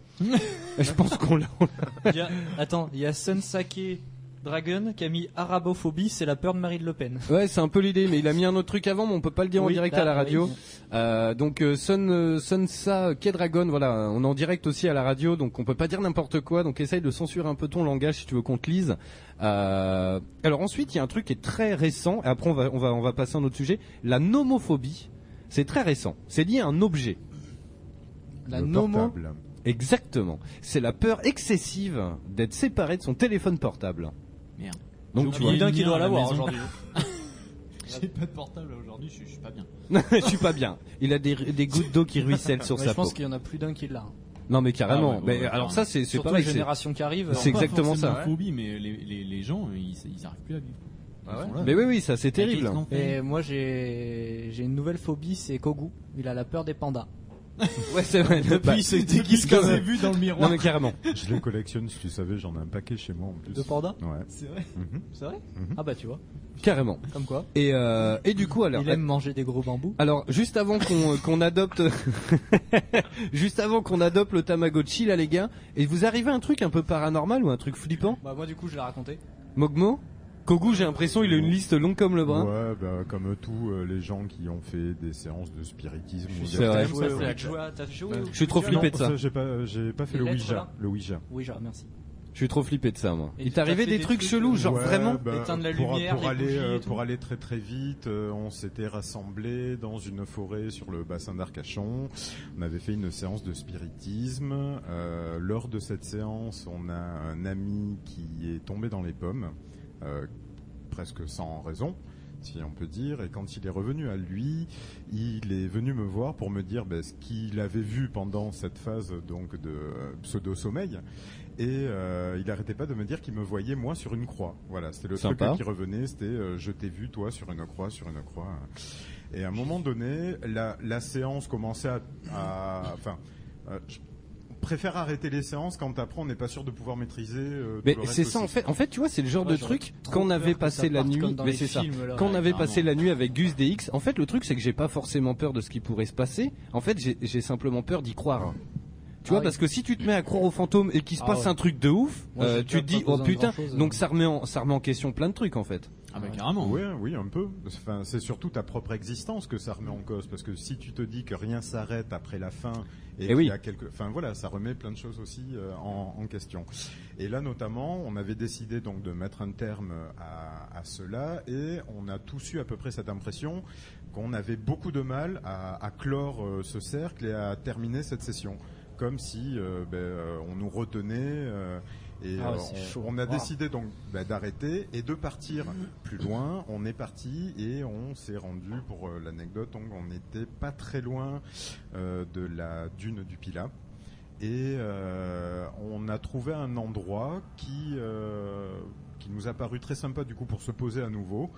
je pense qu'on l'a. on l'a.
Il y a- Attends, il y a Sunsake Dragon qui a mis arabophobie, c'est la peur de Marine Le Pen.
Ouais, c'est un peu l'idée, mais il a mis un autre truc avant, mais on peut pas le dire en
Oui,
direct
là,
à
Ah,
la radio.
oui.
Euh, donc euh, Sun, euh, Sunsa Kedragon, voilà, on est en direct aussi à la radio, donc on peut pas dire n'importe quoi. Donc essaye de censurer un peu ton langage si tu veux qu'on te lise. Euh, alors ensuite, il y a un truc qui est très récent. Et après, on va, on va, on va passer à un autre sujet. La nomophobie, c'est très récent. C'est lié à un objet.
La
Le
nomo.
portable.
Exactement. C'est la peur excessive d'être séparé de son téléphone portable.
Merde.
Donc tu
J'ai
vois.
oublié
D'un
le
qui
mien
doit
à la
l'avoir
maison.
aujourd'hui.
J'ai pas de portable aujourd'hui, je je suis pas bien.
je suis pas bien. Il a des, des gouttes d'eau qui ruissellent sur
Mais
sa
je pense
peau.
qu'il y en a plus d'un qui l'a.
Non, mais carrément.
Ah ouais,
mais
ouais,
alors
ouais.
ça, c'est c'est
Surtout
pareil.
les
c'est-
générations qui arrivent,
C'est
alors pas
exactement
forcément
ça.
une phobie, mais les, les, les gens, ils, ils arrivent plus à vivre. Ils sont là.
Mais oui, oui, ça, c'est
Et
terrible.
qu'est-ce qu'on fait
Et moi j'ai j'ai une nouvelle phobie, c'est Kogu. Il a la peur des pandas.
ouais, c'est vrai.
Depuis, il s'est déguisé comme un-
Non, mais carrément.
Je les collectionne, si tu savais, j'en ai un paquet chez moi en plus.
De pandas
Ouais.
C'est vrai
Mhm.
C'est vrai Ah bah tu vois.
Carrément.
Comme quoi.
Et, euh, et du coup, alors.
Il aime manger des gros bambous.
Alors, juste avant qu'on euh, qu'on adopte, juste avant qu'on adopte le Tamagotchi, là, les gars, et vous arrivez à un truc un peu paranormal ou un truc flippant
Bah moi du coup je l'ai raconté.
Mogmo Kogu, j'ai l'impression, il a une liste longue comme le bras.
Ouais, bah, comme tout, euh, les gens qui ont fait des séances de spiritisme. ou des
C'est
trucs
vrai.
comme
Ouais,
ça,
ouais.
ouais.
Tu vois, t'as joué au- Je suis trop flippé de
Non,
ça.
J'ai pas, j'ai pas fait
Les
le
lettres,
Ouija.
là
Le Ouija.
Ouija, merci.
Je suis trop flippé de ça, moi.
Et
il
t'as
t'est arrivé
fait
des
des
trucs
trucs,
chelous,
euh,
genre
Ouais,
vraiment
bah,
Éteindre la
pour,
lumière,
pour
les
aller,
bougies et
euh,
tout.
pour aller très très vite, euh, on s'était rassemblés dans une forêt sur le bassin d'Arcachon. On avait fait une séance de spiritisme. Euh, lors de cette séance, on a un ami qui est tombé dans les pommes, euh, presque sans raison. Si on peut dire, et quand il est revenu à lui, il est venu me voir pour me dire ben, ce qu'il avait vu pendant cette phase donc de euh, pseudo-sommeil, et euh, il n'arrêtait pas de me dire qu'il me voyait moi sur une croix. Voilà, c'était le
Sympa.
truc qui revenait, c'était euh, je t'ai vu toi sur une croix, sur une croix. Et à un moment donné, la, la séance commençait à, à- enfin, euh, je préfère arrêter les séances quand après on n'est pas sûr de pouvoir maîtriser. euh, tout
Mais
le reste
c'est ça
aussi.
en fait. En fait, tu vois, c'est le genre
Ouais,
de
j'aurais
truc
trop
qu'on
peur
avait
que
passé
ça
la
parte
nuit.
comme dans
Mais
les
c'est ça.
films, là.
Qu'on
Ouais,
avait
clairement.
passé la nuit avec Gus DX. En fait, le truc c'est que j'ai pas forcément peur de ce qui pourrait se passer. En fait, j'ai- j'ai simplement peur d'y
Ah.
croire. Tu vois,
Ah oui.
parce que si tu te mets à croire aux fantômes et qu'il se
Ah
passe
ouais.
un truc de ouf,
Moi,
euh,
j'ai
tu te
peur
dis
pas
oh
besoin de
putain.
grand-chose, hein.
Donc ça remet en ça remet en question plein de trucs en fait.
Ah bah
hein.
carrément.
Oui, oui, un peu. Enfin, c'est surtout ta propre existence que ça remet en cause, parce que si tu te dis que rien s'arrête après la fin et,
Eh
qu'il
oui.
y a quelque, enfin voilà, ça remet plein de choses aussi euh, en, en question. Et là, notamment, on avait décidé donc de mettre un terme à, à cela, et on a tous eu à peu près cette impression qu'on avait beaucoup de mal à, à clore euh, ce cercle et à terminer cette session, comme si euh, ben, euh, on nous retenait. euh, et
Ah ouais,
euh,
c'est
on-
chaud.
on a
Wow.
décidé donc bah, d'arrêter et de partir plus loin. On est parti et on s'est rendu, pour euh, l'anecdote, on on n'était pas très loin euh, de la dune du Pilat. Et euh, on a trouvé un endroit qui, euh, qui nous a paru très sympa du coup pour se poser à nouveau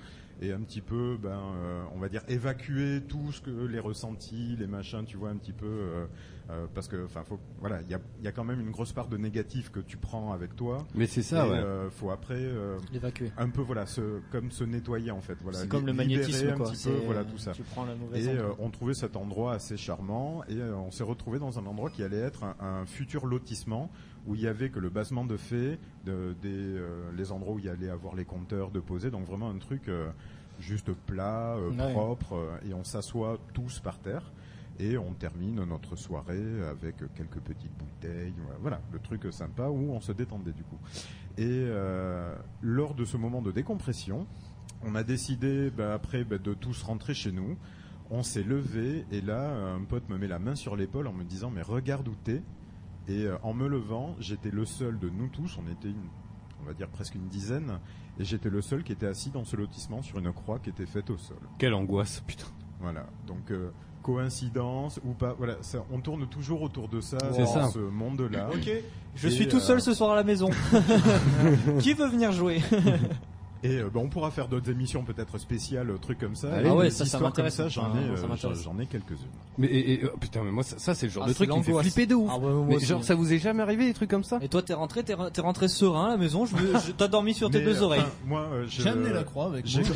et un petit peu, ben, euh, on va dire évacuer tout ce que les ressentis, les machins, tu vois un petit peu, euh, euh, parce que, enfin, faut, voilà, il y a, il y a quand même une grosse part de négatif que tu prends avec toi.
Mais c'est ça,
Et,
ouais.
euh, faut après euh,
L'évacuer.
Un peu, voilà, se, comme se nettoyer en fait, voilà.
C'est comme le
li- libérer
magnétisme,
un
quoi.
petit peu,
C'est-
voilà tout ça.
tu prends la mauvaise
et
endroit.
euh, on trouvait cet endroit assez charmant et euh, on s'est retrouvé dans un endroit qui allait être un, un futur lotissement où il y avait que le basement de fait, de, des euh, les endroits où il y allait avoir les compteurs de poser, donc vraiment un truc euh, juste plat, euh,
Ouais.
propre euh, et on s'assoit tous par terre. Et on termine notre soirée avec quelques petites bouteilles, voilà, le truc sympa où on se détendait du coup. Et euh, lors de ce moment de décompression, on a décidé bah, après bah, de tous rentrer chez nous. On s'est levé et là, un pote me met la main sur l'épaule en me disant mais regarde où t'es. Et euh, en me levant, j'étais le seul de nous tous. On était une, on va dire presque une dizaine, et j'étais le seul qui était assis dans ce lotissement sur une croix qui était faite au sol.
Quelle angoisse, putain.
Voilà. Donc euh, coïncidence ou pas, voilà. ça- on tourne toujours autour de ça,
C'est
dans
ça.
ce monde-là.
Ok. Je
Et,
suis tout
euh,
seul ce soir à la maison. Qui veut venir jouer
Et euh, bah, on pourra faire d'autres émissions peut-être spéciales, euh, trucs comme ça.
Allez,
Et
ah ouais,
des
ça, ça
histoires comme
m'intéresse.
ça, j'en ai,
Ah, ça
euh, j'en
m'intéresse.
j'en ai quelques-unes.
Mais et, et, oh, putain, mais moi ça, ça, c'est le genre
Ah,
de
c'est
truc qui me fait
l'angoisse.
flipper de ouf.
Ah ouais, ouais, moi
mais
aussi.
genre ça vous est jamais arrivé des trucs comme ça
Et toi t'es rentré, t'es re- t'es rentré serein à la maison, je, veux- je- t'as dormi sur tes
Mais,
deux
euh,
oreilles.
enfin, moi, euh, je-
J'ai amené la croix avec
j'ai-
moi.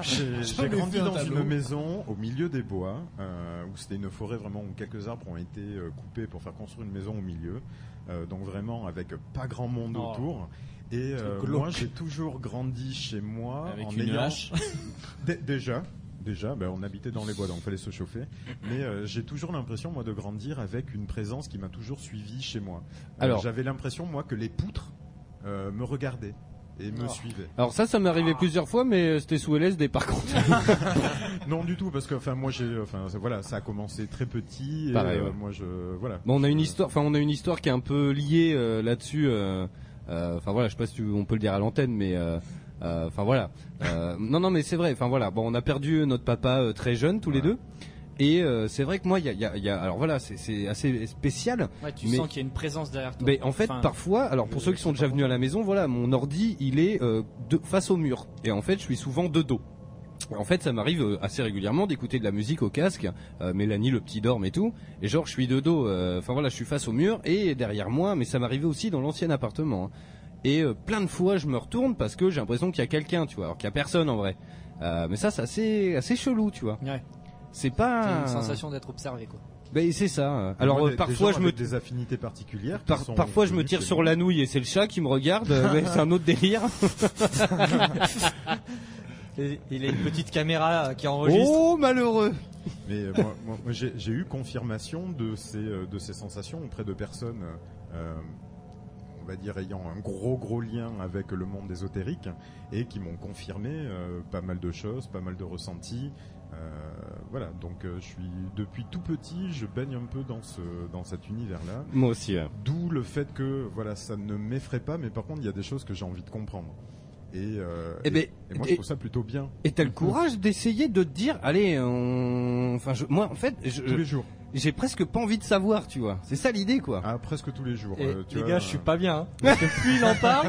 J'ai
J'en
j'ai
ai
grandi
fait un
dans
tableau.
une maison au milieu des bois, euh, où c'était une forêt vraiment où quelques arbres ont été euh, coupés pour faire construire une maison au milieu. Euh, donc vraiment avec pas grand monde
Oh.
autour. Et euh,
glauque.
moi, j'ai toujours grandi chez moi
Avec
en
une
ayant-
hache.
Dé- déjà. Déjà, ben, on habitait dans les bois, donc fallait se chauffer. Mais euh, j'ai toujours l'impression, moi, de grandir avec une présence qui m'a toujours suivi chez moi. Euh,
Alors-
j'avais l'impression, moi, que les poutres euh, me regardaient et
Ah.
me suivaient.
Ah. Alors ça, ça m'est arrivé plusieurs fois, mais euh, c'était sous LSD par contre.
non du tout parce que enfin moi j'ai enfin ça- voilà ça a commencé très petit et,
Pareil,
euh,
ouais.
moi je voilà
Bon, on a une histoire, enfin, on a une histoire qui est un peu liée euh, là-dessus. euh, euh, Enfin voilà, je sais pas si tu- on peut le dire à l'antenne, mais euh, euh, enfin voilà. Euh, non, non, mais c'est vrai. Enfin voilà. Bon, on a perdu notre papa euh, très jeune tous les deux. Et euh, c'est vrai que moi, il y a, il y a- il y a- alors voilà, c'est- c'est assez spécial.
Ouais, tu
mais-
sens qu'il y a une présence derrière toi.
mais Bah, en fait,
Enfin, euh,
parfois, alors pour ceux qui sont déjà venus à la maison, voilà, mon ordi, il est euh, de, face au mur. Et en fait, je suis souvent de dos. En fait, ça m'arrive euh, assez régulièrement d'écouter de la musique au casque, euh, Mélanie le petit dorme et tout, et genre je suis de dos, euh, enfin voilà, je suis face au mur et derrière moi, mais ça m'arrivait aussi dans l'ancien appartement. hein. Et euh, plein de fois, je me retourne parce que j'ai l'impression qu'il y a quelqu'un, tu vois, alors qu'il y a personne en vrai. Euh, mais ça, c'est assez, assez chelou, tu vois. C'est
t'as
pas
une sensation d'être observé, quoi.
Ben c'est ça. Alors
Moi,
euh,
des- des
parfois
gens
je me
avec des affinités particulières. qui
Par-
sont
parfois, je me
connus,
tire
c'est
sur la nouille et c'est le chat qui me regarde. euh, ouais, c'est un autre délire.
Et- Il a une petite caméra euh, qui enregistre.
Oh, malheureux
Mais euh, moi, moi- moi, j'ai j'ai eu confirmation de ces, euh, de ces sensations auprès de personnes, euh, on va dire, ayant un gros gros lien avec le monde ésotérique et qui m'ont confirmé euh, pas mal de choses, pas mal de ressentis. Euh, voilà, donc euh, je suis depuis tout petit, je baigne un peu dans ce dans cet univers-là.
Moi aussi, ouais.
D'où le fait que voilà, ça ne m'effraie pas, mais par contre il y a des choses que j'ai envie de comprendre. Et, euh,
Eh
et-
ben,
et moi
et-
je trouve ça plutôt bien. Mm-hmm.
Et t'as le courage d'essayer de te dire, allez, on- enfin, je- moi en fait, je,
Tous les jours.
J'ai presque pas envie de savoir, tu vois. C'est ça l'idée, quoi.
Ah, presque tous les jours. euh,
Et les gars, je suis
euh,
pas bien. hein. Parce que plus il en parle,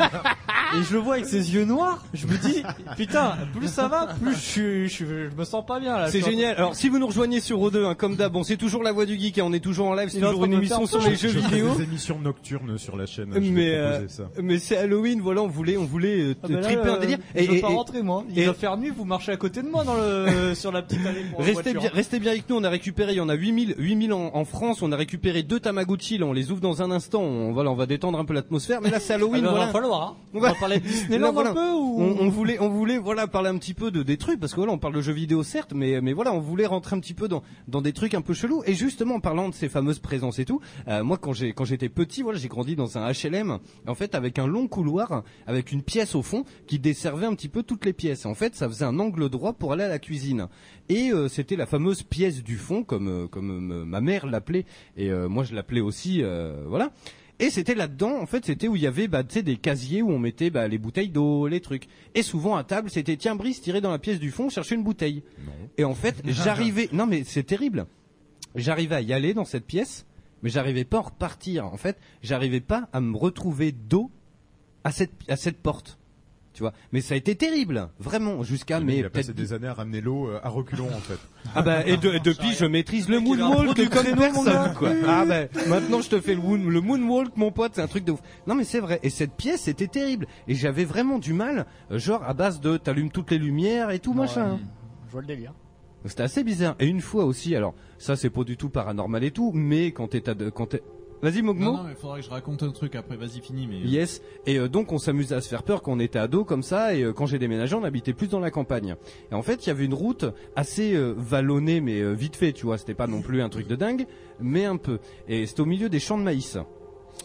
et je le vois avec ses yeux noirs, je me dis, putain, plus ça va, plus je, suis- je, suis- je me sens pas bien là.
C'est
Je suis en-
génial. Alors si vous nous rejoignez sur O2, hein, comme d'hab, bon, c'est toujours la voix du geek et on est toujours en live, c'est
Il est en
toujours
train
une
de me faire
émission sur
peur.
les jeux
Je fais
vidéo.
Des émissions nocturnes sur la chaîne. Bah, je vais
Mais
proposer
euh,
ça.
mais c'est Halloween, voilà, on voulait on voulait euh,
Ah, mais là,
triper un
euh,
délire.
Je veux pas rentrer moi. Il va faire nuit, vous marchez à côté de moi dans le Euh, sur la petite allée pour la
Restez
voiture.
bien, restez bien avec nous, on a récupéré, il y en a 8000, 8000 en, en France, on a récupéré deux Tamagotchi, là, on les ouvre dans un instant, on, voilà, on va détendre un peu l'atmosphère, mais là c'est
Ah,
Halloween,
ben,
voilà.
va falloir. hein.
On
On
va-
va parler de Disneyland
Là, voilà.
un peu ou
on, on voulait, on voulait, voilà, parler un petit peu de des trucs parce que voilà, on parle de jeux vidéo certes, mais mais voilà, on voulait rentrer un petit peu dans dans des trucs un peu chelous. Et justement, en parlant de ces fameuses présences et tout, euh, moi quand j'ai quand j'étais petit, voilà, j'ai grandi dans un HLM, en fait, avec un long couloir, avec une pièce au fond qui desservait un petit peu toutes les pièces. En fait, ça faisait un angle droit pour aller à la cuisine. Et euh, c'était la fameuse pièce du fond, comme euh, comme euh, ma mère l'appelait, et euh, moi je l'appelais aussi, euh, voilà. Et c'était là-dedans, en fait, c'était où il y avait bah, tu sais, des casiers où on mettait bah, les bouteilles d'eau, les trucs. Et souvent à table, c'était tiens, Brice, tirez dans la pièce du fond, cherchez une bouteille. Et en fait, j'arrivais. Non, mais c'est terrible. J'arrivais à y aller dans cette pièce, mais j'arrivais pas à en repartir. En fait, j'arrivais pas à me retrouver dos à cette à cette porte. Tu vois. Mais ça a été terrible, vraiment, jusqu'à
Mais
mais
il a passé
peut-être
des années à ramener l'eau euh, à reculons en fait.
ah bah et, de- et depuis je maîtrise le
il a un trou
moonwalk
du
comme
créneau, mon
personne
gars.
quoi. Ah bah maintenant je te fais le, moon- le moonwalk mon pote, c'est un truc de ouf. Non mais c'est vrai et cette pièce c'était terrible et j'avais vraiment du mal euh, genre à base de t'allumes toutes les lumières et tout machin.
Je vois le délire.
C'était assez bizarre et une fois aussi alors ça c'est pas du tout paranormal et tout mais quand t'es à de- quand t'es Vas-y Mogmo.
Non, non, mais faudra que je raconte un truc après, vas-y, finis, mais.
Yes. Et euh, donc on s'amusait à se faire peur quand on était ado comme ça. Et euh, quand j'ai déménagé, on habitait plus dans la campagne. Et en fait, il y avait une route assez euh, vallonnée, mais euh, vite fait, tu vois. C'était pas non plus un truc de dingue, mais un peu. Et c'était au milieu des champs de maïs.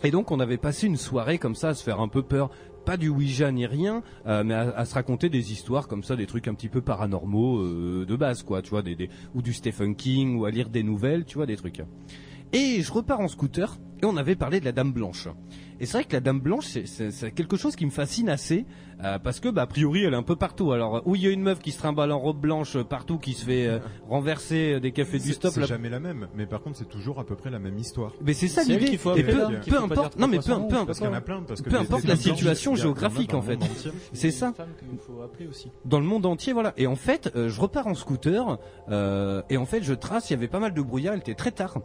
Et donc on avait passé une soirée comme ça à se faire un peu peur. Pas du Ouija ni rien, euh, mais à, à se raconter des histoires comme ça, des trucs un petit peu paranormaux euh, de base, quoi, tu vois, des, des, ou du Stephen King, ou à lire des nouvelles, tu vois, des trucs. Et je repars en scooter, et on avait parlé de la Dame Blanche. Et c'est vrai que la Dame Blanche, c'est- c'est c'est quelque chose qui me fascine assez, euh, parce que, bah, a priori, elle est un peu partout. Alors, où il y a une meuf qui se trimballe en robe blanche euh, partout, qui se fait euh, renverser euh, des cafés du
C'est-
stop.
C'est
là-
jamais la même, mais par contre c'est toujours à peu près la même histoire.
Mais c'est ça l'idée. Et peu, peu importe, non mais peu, peu importe,
Parce qu'il y en a plein, parce que
peu importe la situation géographique en fait. C'est ça.
Il faut appeler aussi.
Dans le monde entier, voilà. Et en fait, euh, je repars en scooter euh, et en fait, je trace. Il y avait pas mal de brouillard. Il était très tard.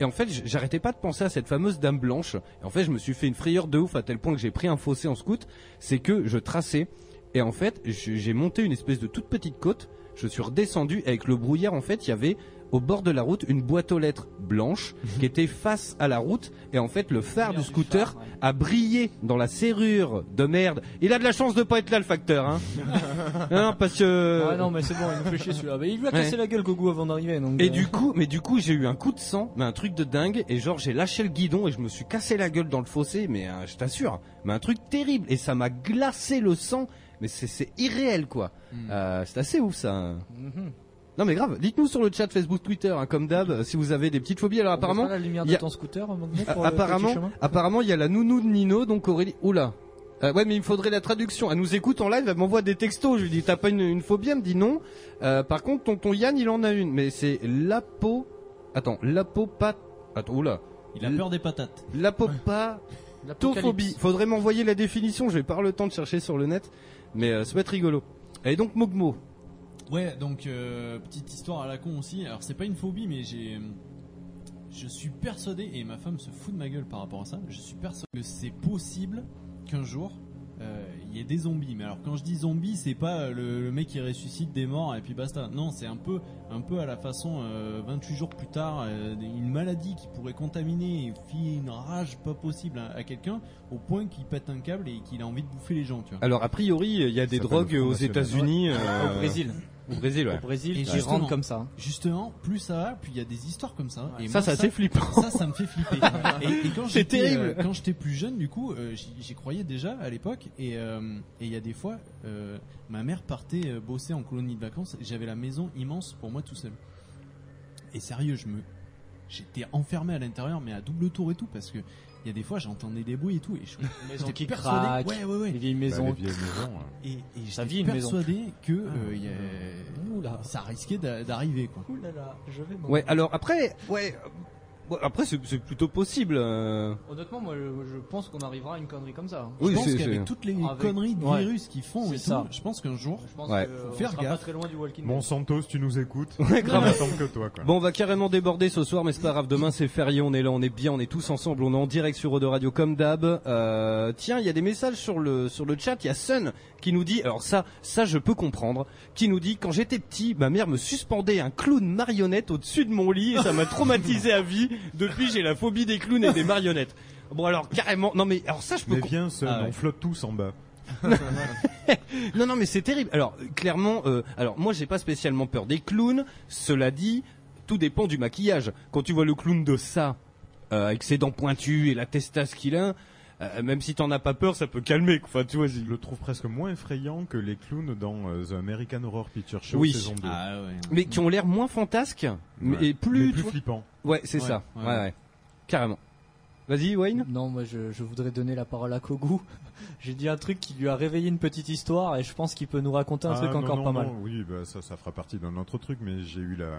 Et en fait, j- j'arrêtais pas de penser à cette fameuse dame blanche. Et en fait, je me suis fait une frayeur de ouf à tel point que j'ai pris un fossé en scout. C'est que je traçais. Et en fait, j- j'ai monté une espèce de toute petite côte. Je suis redescendu avec le brouillard. En fait, il y avait au bord de la route une boîte aux lettres blanche qui était face à la route. Et Mhm. en fait, le phare du scooter a brillé dans la serrure de merde. Il a de la chance de pas être là, le facteur. Hein. non, non, parce que.
Ah non, mais c'est bon, il me fait chier celui-là. Mais il lui a
Ouais.
cassé la gueule Gogo avant d'arriver. donc,
Et
euh,
du coup, mais du coup, j'ai eu un coup de sang, mais un truc de dingue, et genre j'ai lâché le guidon et je me suis cassé la gueule dans le fossé, mais euh, je t'assure, mais un truc terrible, et ça m'a glacé le sang, mais c'est- c'est irréel quoi.
Hmm.
Euh, c'est assez ouf ça. hein.
Mhm.
Non mais grave, dites-nous sur le chat Facebook, Twitter, hein, comme d'hab, euh, si vous avez des petites phobies. Alors
on voit
apparemment,
pas la lumière
il y
de
a-
ton scooter, à un moment donné,
a-
pour le petit
apparemment,
chemin
apparemment, il y a la nounou de Nino, donc Aurélie. Oula. Euh, ouais, mais il me faudrait la traduction. Elle nous écoute en live, elle m'envoie des textos. Je lui dis, t'as pas une, une phobie Elle me dit non. Euh, par contre, tonton Yann, il en a une. Mais c'est l'apo... Attends, l'apopat... Attends, oula.
Il a peur des patates.
L'apopa... Tophobie. Faudrait m'envoyer la définition, j'ai pas le temps de chercher sur le net. Mais euh, ça va être rigolo. Et donc Mogmo.
Ouais, donc euh, petite histoire à la con aussi. Alors c'est pas une phobie, mais j'ai, euh, je suis persuadé et ma femme se fout de ma gueule par rapport à ça. Je suis persuadé que c'est possible qu'un jour euh, il y ait des zombies. Mais alors quand je dis zombies, c'est pas euh, le, le mec qui ressuscite des morts et puis basta. Non, c'est un peu, un peu à la façon euh, 28 jours plus tard, euh, une maladie qui pourrait contaminer et filer une rage pas possible à, à quelqu'un au point qu'il pète un câble et qu'il a envie de bouffer les gens. Tu vois.
Alors a priori, il y a des
Ça
drogues
s'appelle le
aux
Front
États-Unis,
National.
euh,
Au Brésil.
Au Brésil, ouais.
Au Brésil,
Ouais.
qui rentre
comme
ça. Justement, plus ça va, plus il y a des histoires comme ça.
Ça,
moi,
ça, c'est flippant.
Ça, ça me fait flipper. et, et quand
C'est
j'étais,
terrible.
euh, quand j'étais plus jeune, du coup, euh, j'y- j'y croyais déjà à l'époque. Et euh, et il y a des fois, euh, ma mère partait euh, bosser en colonie de vacances. et J'avais la maison immense pour moi tout seul. Et sérieux, je me, j'étais enfermé à l'intérieur, mais à double tour et tout, parce que il y a des fois, j'entendais des bruits et tout, et je
maisons
j'étais
qui
persuadé-
craquent,
ouais, ouais, ouais.
les vieilles maisons. Bah, les vieilles maisons, hein.
Et, et
Ça vit
j'étais
une maison. Ah.
persuadé que euh, il y a- ça risquait d'a- d'arriver, quoi.
Ah, je vais
Ouais, alors après, ouais, euh, bon, après c'est c'est plutôt possible. euh.
Honnêtement, moi, je, je pense qu'on arrivera à une connerie comme ça. hein.
Oui,
je pense
c'est-
qu'avec
c'est-
toutes les
Avec-
conneries de
ouais.
virus qu'ils font
C'est
et
ça.
tout, je pense euh, qu'un jour,
Je pense
Ouais.
que,
Faut
on
faire
sera
gaffe.
pas très loin du Walking
Bon
Dead.
Santos, tu nous écoutes.
Ouais, grave.
On attend que toi, quoi.
Bon, on va carrément déborder ce soir, mais c'est pas grave. Demain, c'est férié, on est là, on est bien, on est tous ensemble, on est en direct sur Eau de Radio comme d'hab. Euh, tiens, il y a des messages sur le sur le chat. Il y a Sun qui nous dit, alors ça, ça je peux comprendre, qui nous dit quand j'étais petit, ma mère me suspendait un clown marionnette au-dessus de mon lit et ça m'a traumatisé à vie. Depuis, j'ai la phobie des clowns et des marionnettes. Bon, alors carrément, non mais alors ça, je peux.
Mais
com-
viens, Sun,
Ah ouais.
on flotte tous en bas.
Non, non, mais c'est terrible. Alors, euh, clairement, euh, alors moi, j'ai pas spécialement peur des clowns. Cela dit, tout dépend du maquillage. Quand tu vois le clown de ça, euh, avec ses dents pointues et la testasse qu'il a, euh, même si t'en as pas peur, ça peut calmer. quoi. Enfin, tu vois, je
le trouve presque moins effrayant que les clowns dans euh, The American Horror Picture Show
Oui.
saison 2.
Ah ouais. Mais qui ont l'air moins fantasques, mais
Ouais.
et
Mais
plus,
plus
tu vois-
flippants.
Ouais, c'est
Ouais,
ça.
ouais.
ouais. ouais. Carrément. Vas-y, Wayne.
Non, moi, je, je voudrais donner la parole à Kogu. J'ai dit un truc qui lui a réveillé une petite histoire et je pense qu'il peut nous raconter un
Ah,
truc
non,
encore
non,
pas
non,
mal.
Oui, bah, ça, ça fera partie d'un autre truc, mais j'ai eu la,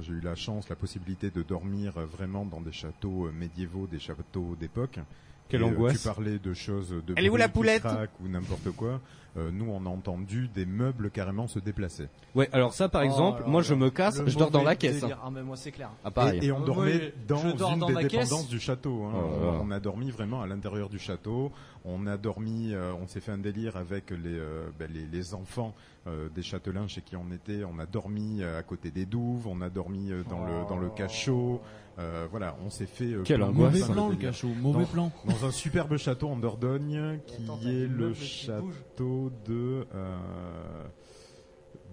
j'ai eu la chance, la possibilité de dormir euh, vraiment dans des châteaux euh, médiévaux, des châteaux d'époque.
Quelle
Et, euh,
angoisse.
Tu parlais de choses de
Elle est où
bruit
la
qui
poulette
craque ou n'importe quoi. Euh, nous, on a entendu des meubles carrément se déplacer.
Ouais, alors ça,
Oh
par exemple, moi, je me casse, je dors dans la caisse. hein.
Ah, mais moi, c'est clair.
Ah, pareil.
Et, et on
Moi,
dormait
je-
dans
je dors
une
dans
des
ma
dépendances
caisse.
du château. hein.
Oh là là.
On a dormi vraiment à l'intérieur du château. On a dormi, euh, on s'est fait un délire avec les, euh, ben, les, les enfants euh, des châtelains chez qui on était. On a dormi euh, à côté des douves. On a dormi euh, dans le dans le cachot. Euh, voilà, on s'est fait. euh,
Quelle
plein de-
angoisse.
plein de
Mauvais plan, le
délires.
cachot, mauvais
Dans-
plan.
Dans un superbe château en Dordogne qui est le château de. euh,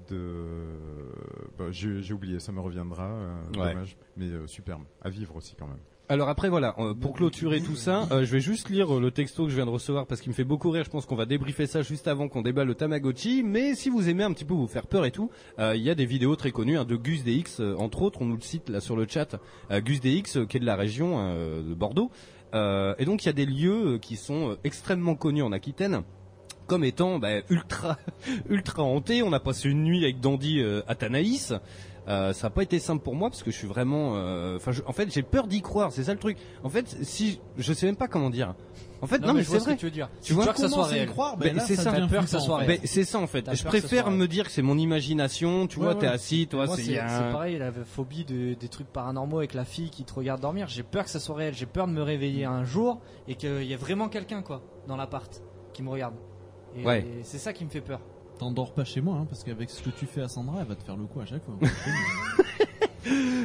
de bah, j'ai j'ai oublié ça me reviendra euh,
Ouais.
dommage mais euh, superbe à vivre aussi quand même
Alors après voilà, euh, pour clôturer tout ça, euh, je vais juste lire euh, le texto que je viens de recevoir parce qu'il me fait beaucoup rire. Je pense qu'on va débriefer ça juste avant qu'on déballe le Tamagotchi. Mais si vous aimez un petit peu vous faire peur et tout, euh, il y a des vidéos très connues hein, de Gus DX, euh, entre autres, on nous le cite là sur le chat. Euh, Gus DX euh, qui est de la région euh, de Bordeaux. Euh, et donc il y a des lieux euh, qui sont euh, extrêmement connus en Aquitaine comme étant bah, ultra ultra hanté. On a passé une nuit avec Dandy euh, à Tanaïs. Euh, ça n'a pas été simple pour moi parce que je suis vraiment. euh, Enfin, je- en fait, j'ai peur d'y croire. C'est ça le truc. En fait, si je sais même pas comment dire. En fait,
Non,
non,
mais
mais,
je vois
c'est
ce
vrai.
que tu veux dire. Si tu commences à y croire, ben
Ben,
là,
c'est
ça
ça.
devient T'as peur que ça flippant, soit en fait.
Ben, c'est ça en fait.
T'as
Je
peur que ça
préfère
soit
me dire que c'est mon imagination. Tu vois,
Ouais,
t'es
ouais.
assis, toi,
Moi,
c'est.
c'est
il y a
c'est
un-
pareil, la phobie de- des trucs paranormaux avec la fille qui te regarde dormir. J'ai peur que ça soit réel. J'ai peur de me réveiller un jour et qu'il y ait vraiment quelqu'un quoi dans l'appart qui me regarde. Et
Ouais.
et c'est ça qui me fait peur.
T'endors pas chez moi, hein, parce qu'avec ce que tu fais à Sandra, elle va te faire le coup à chaque fois.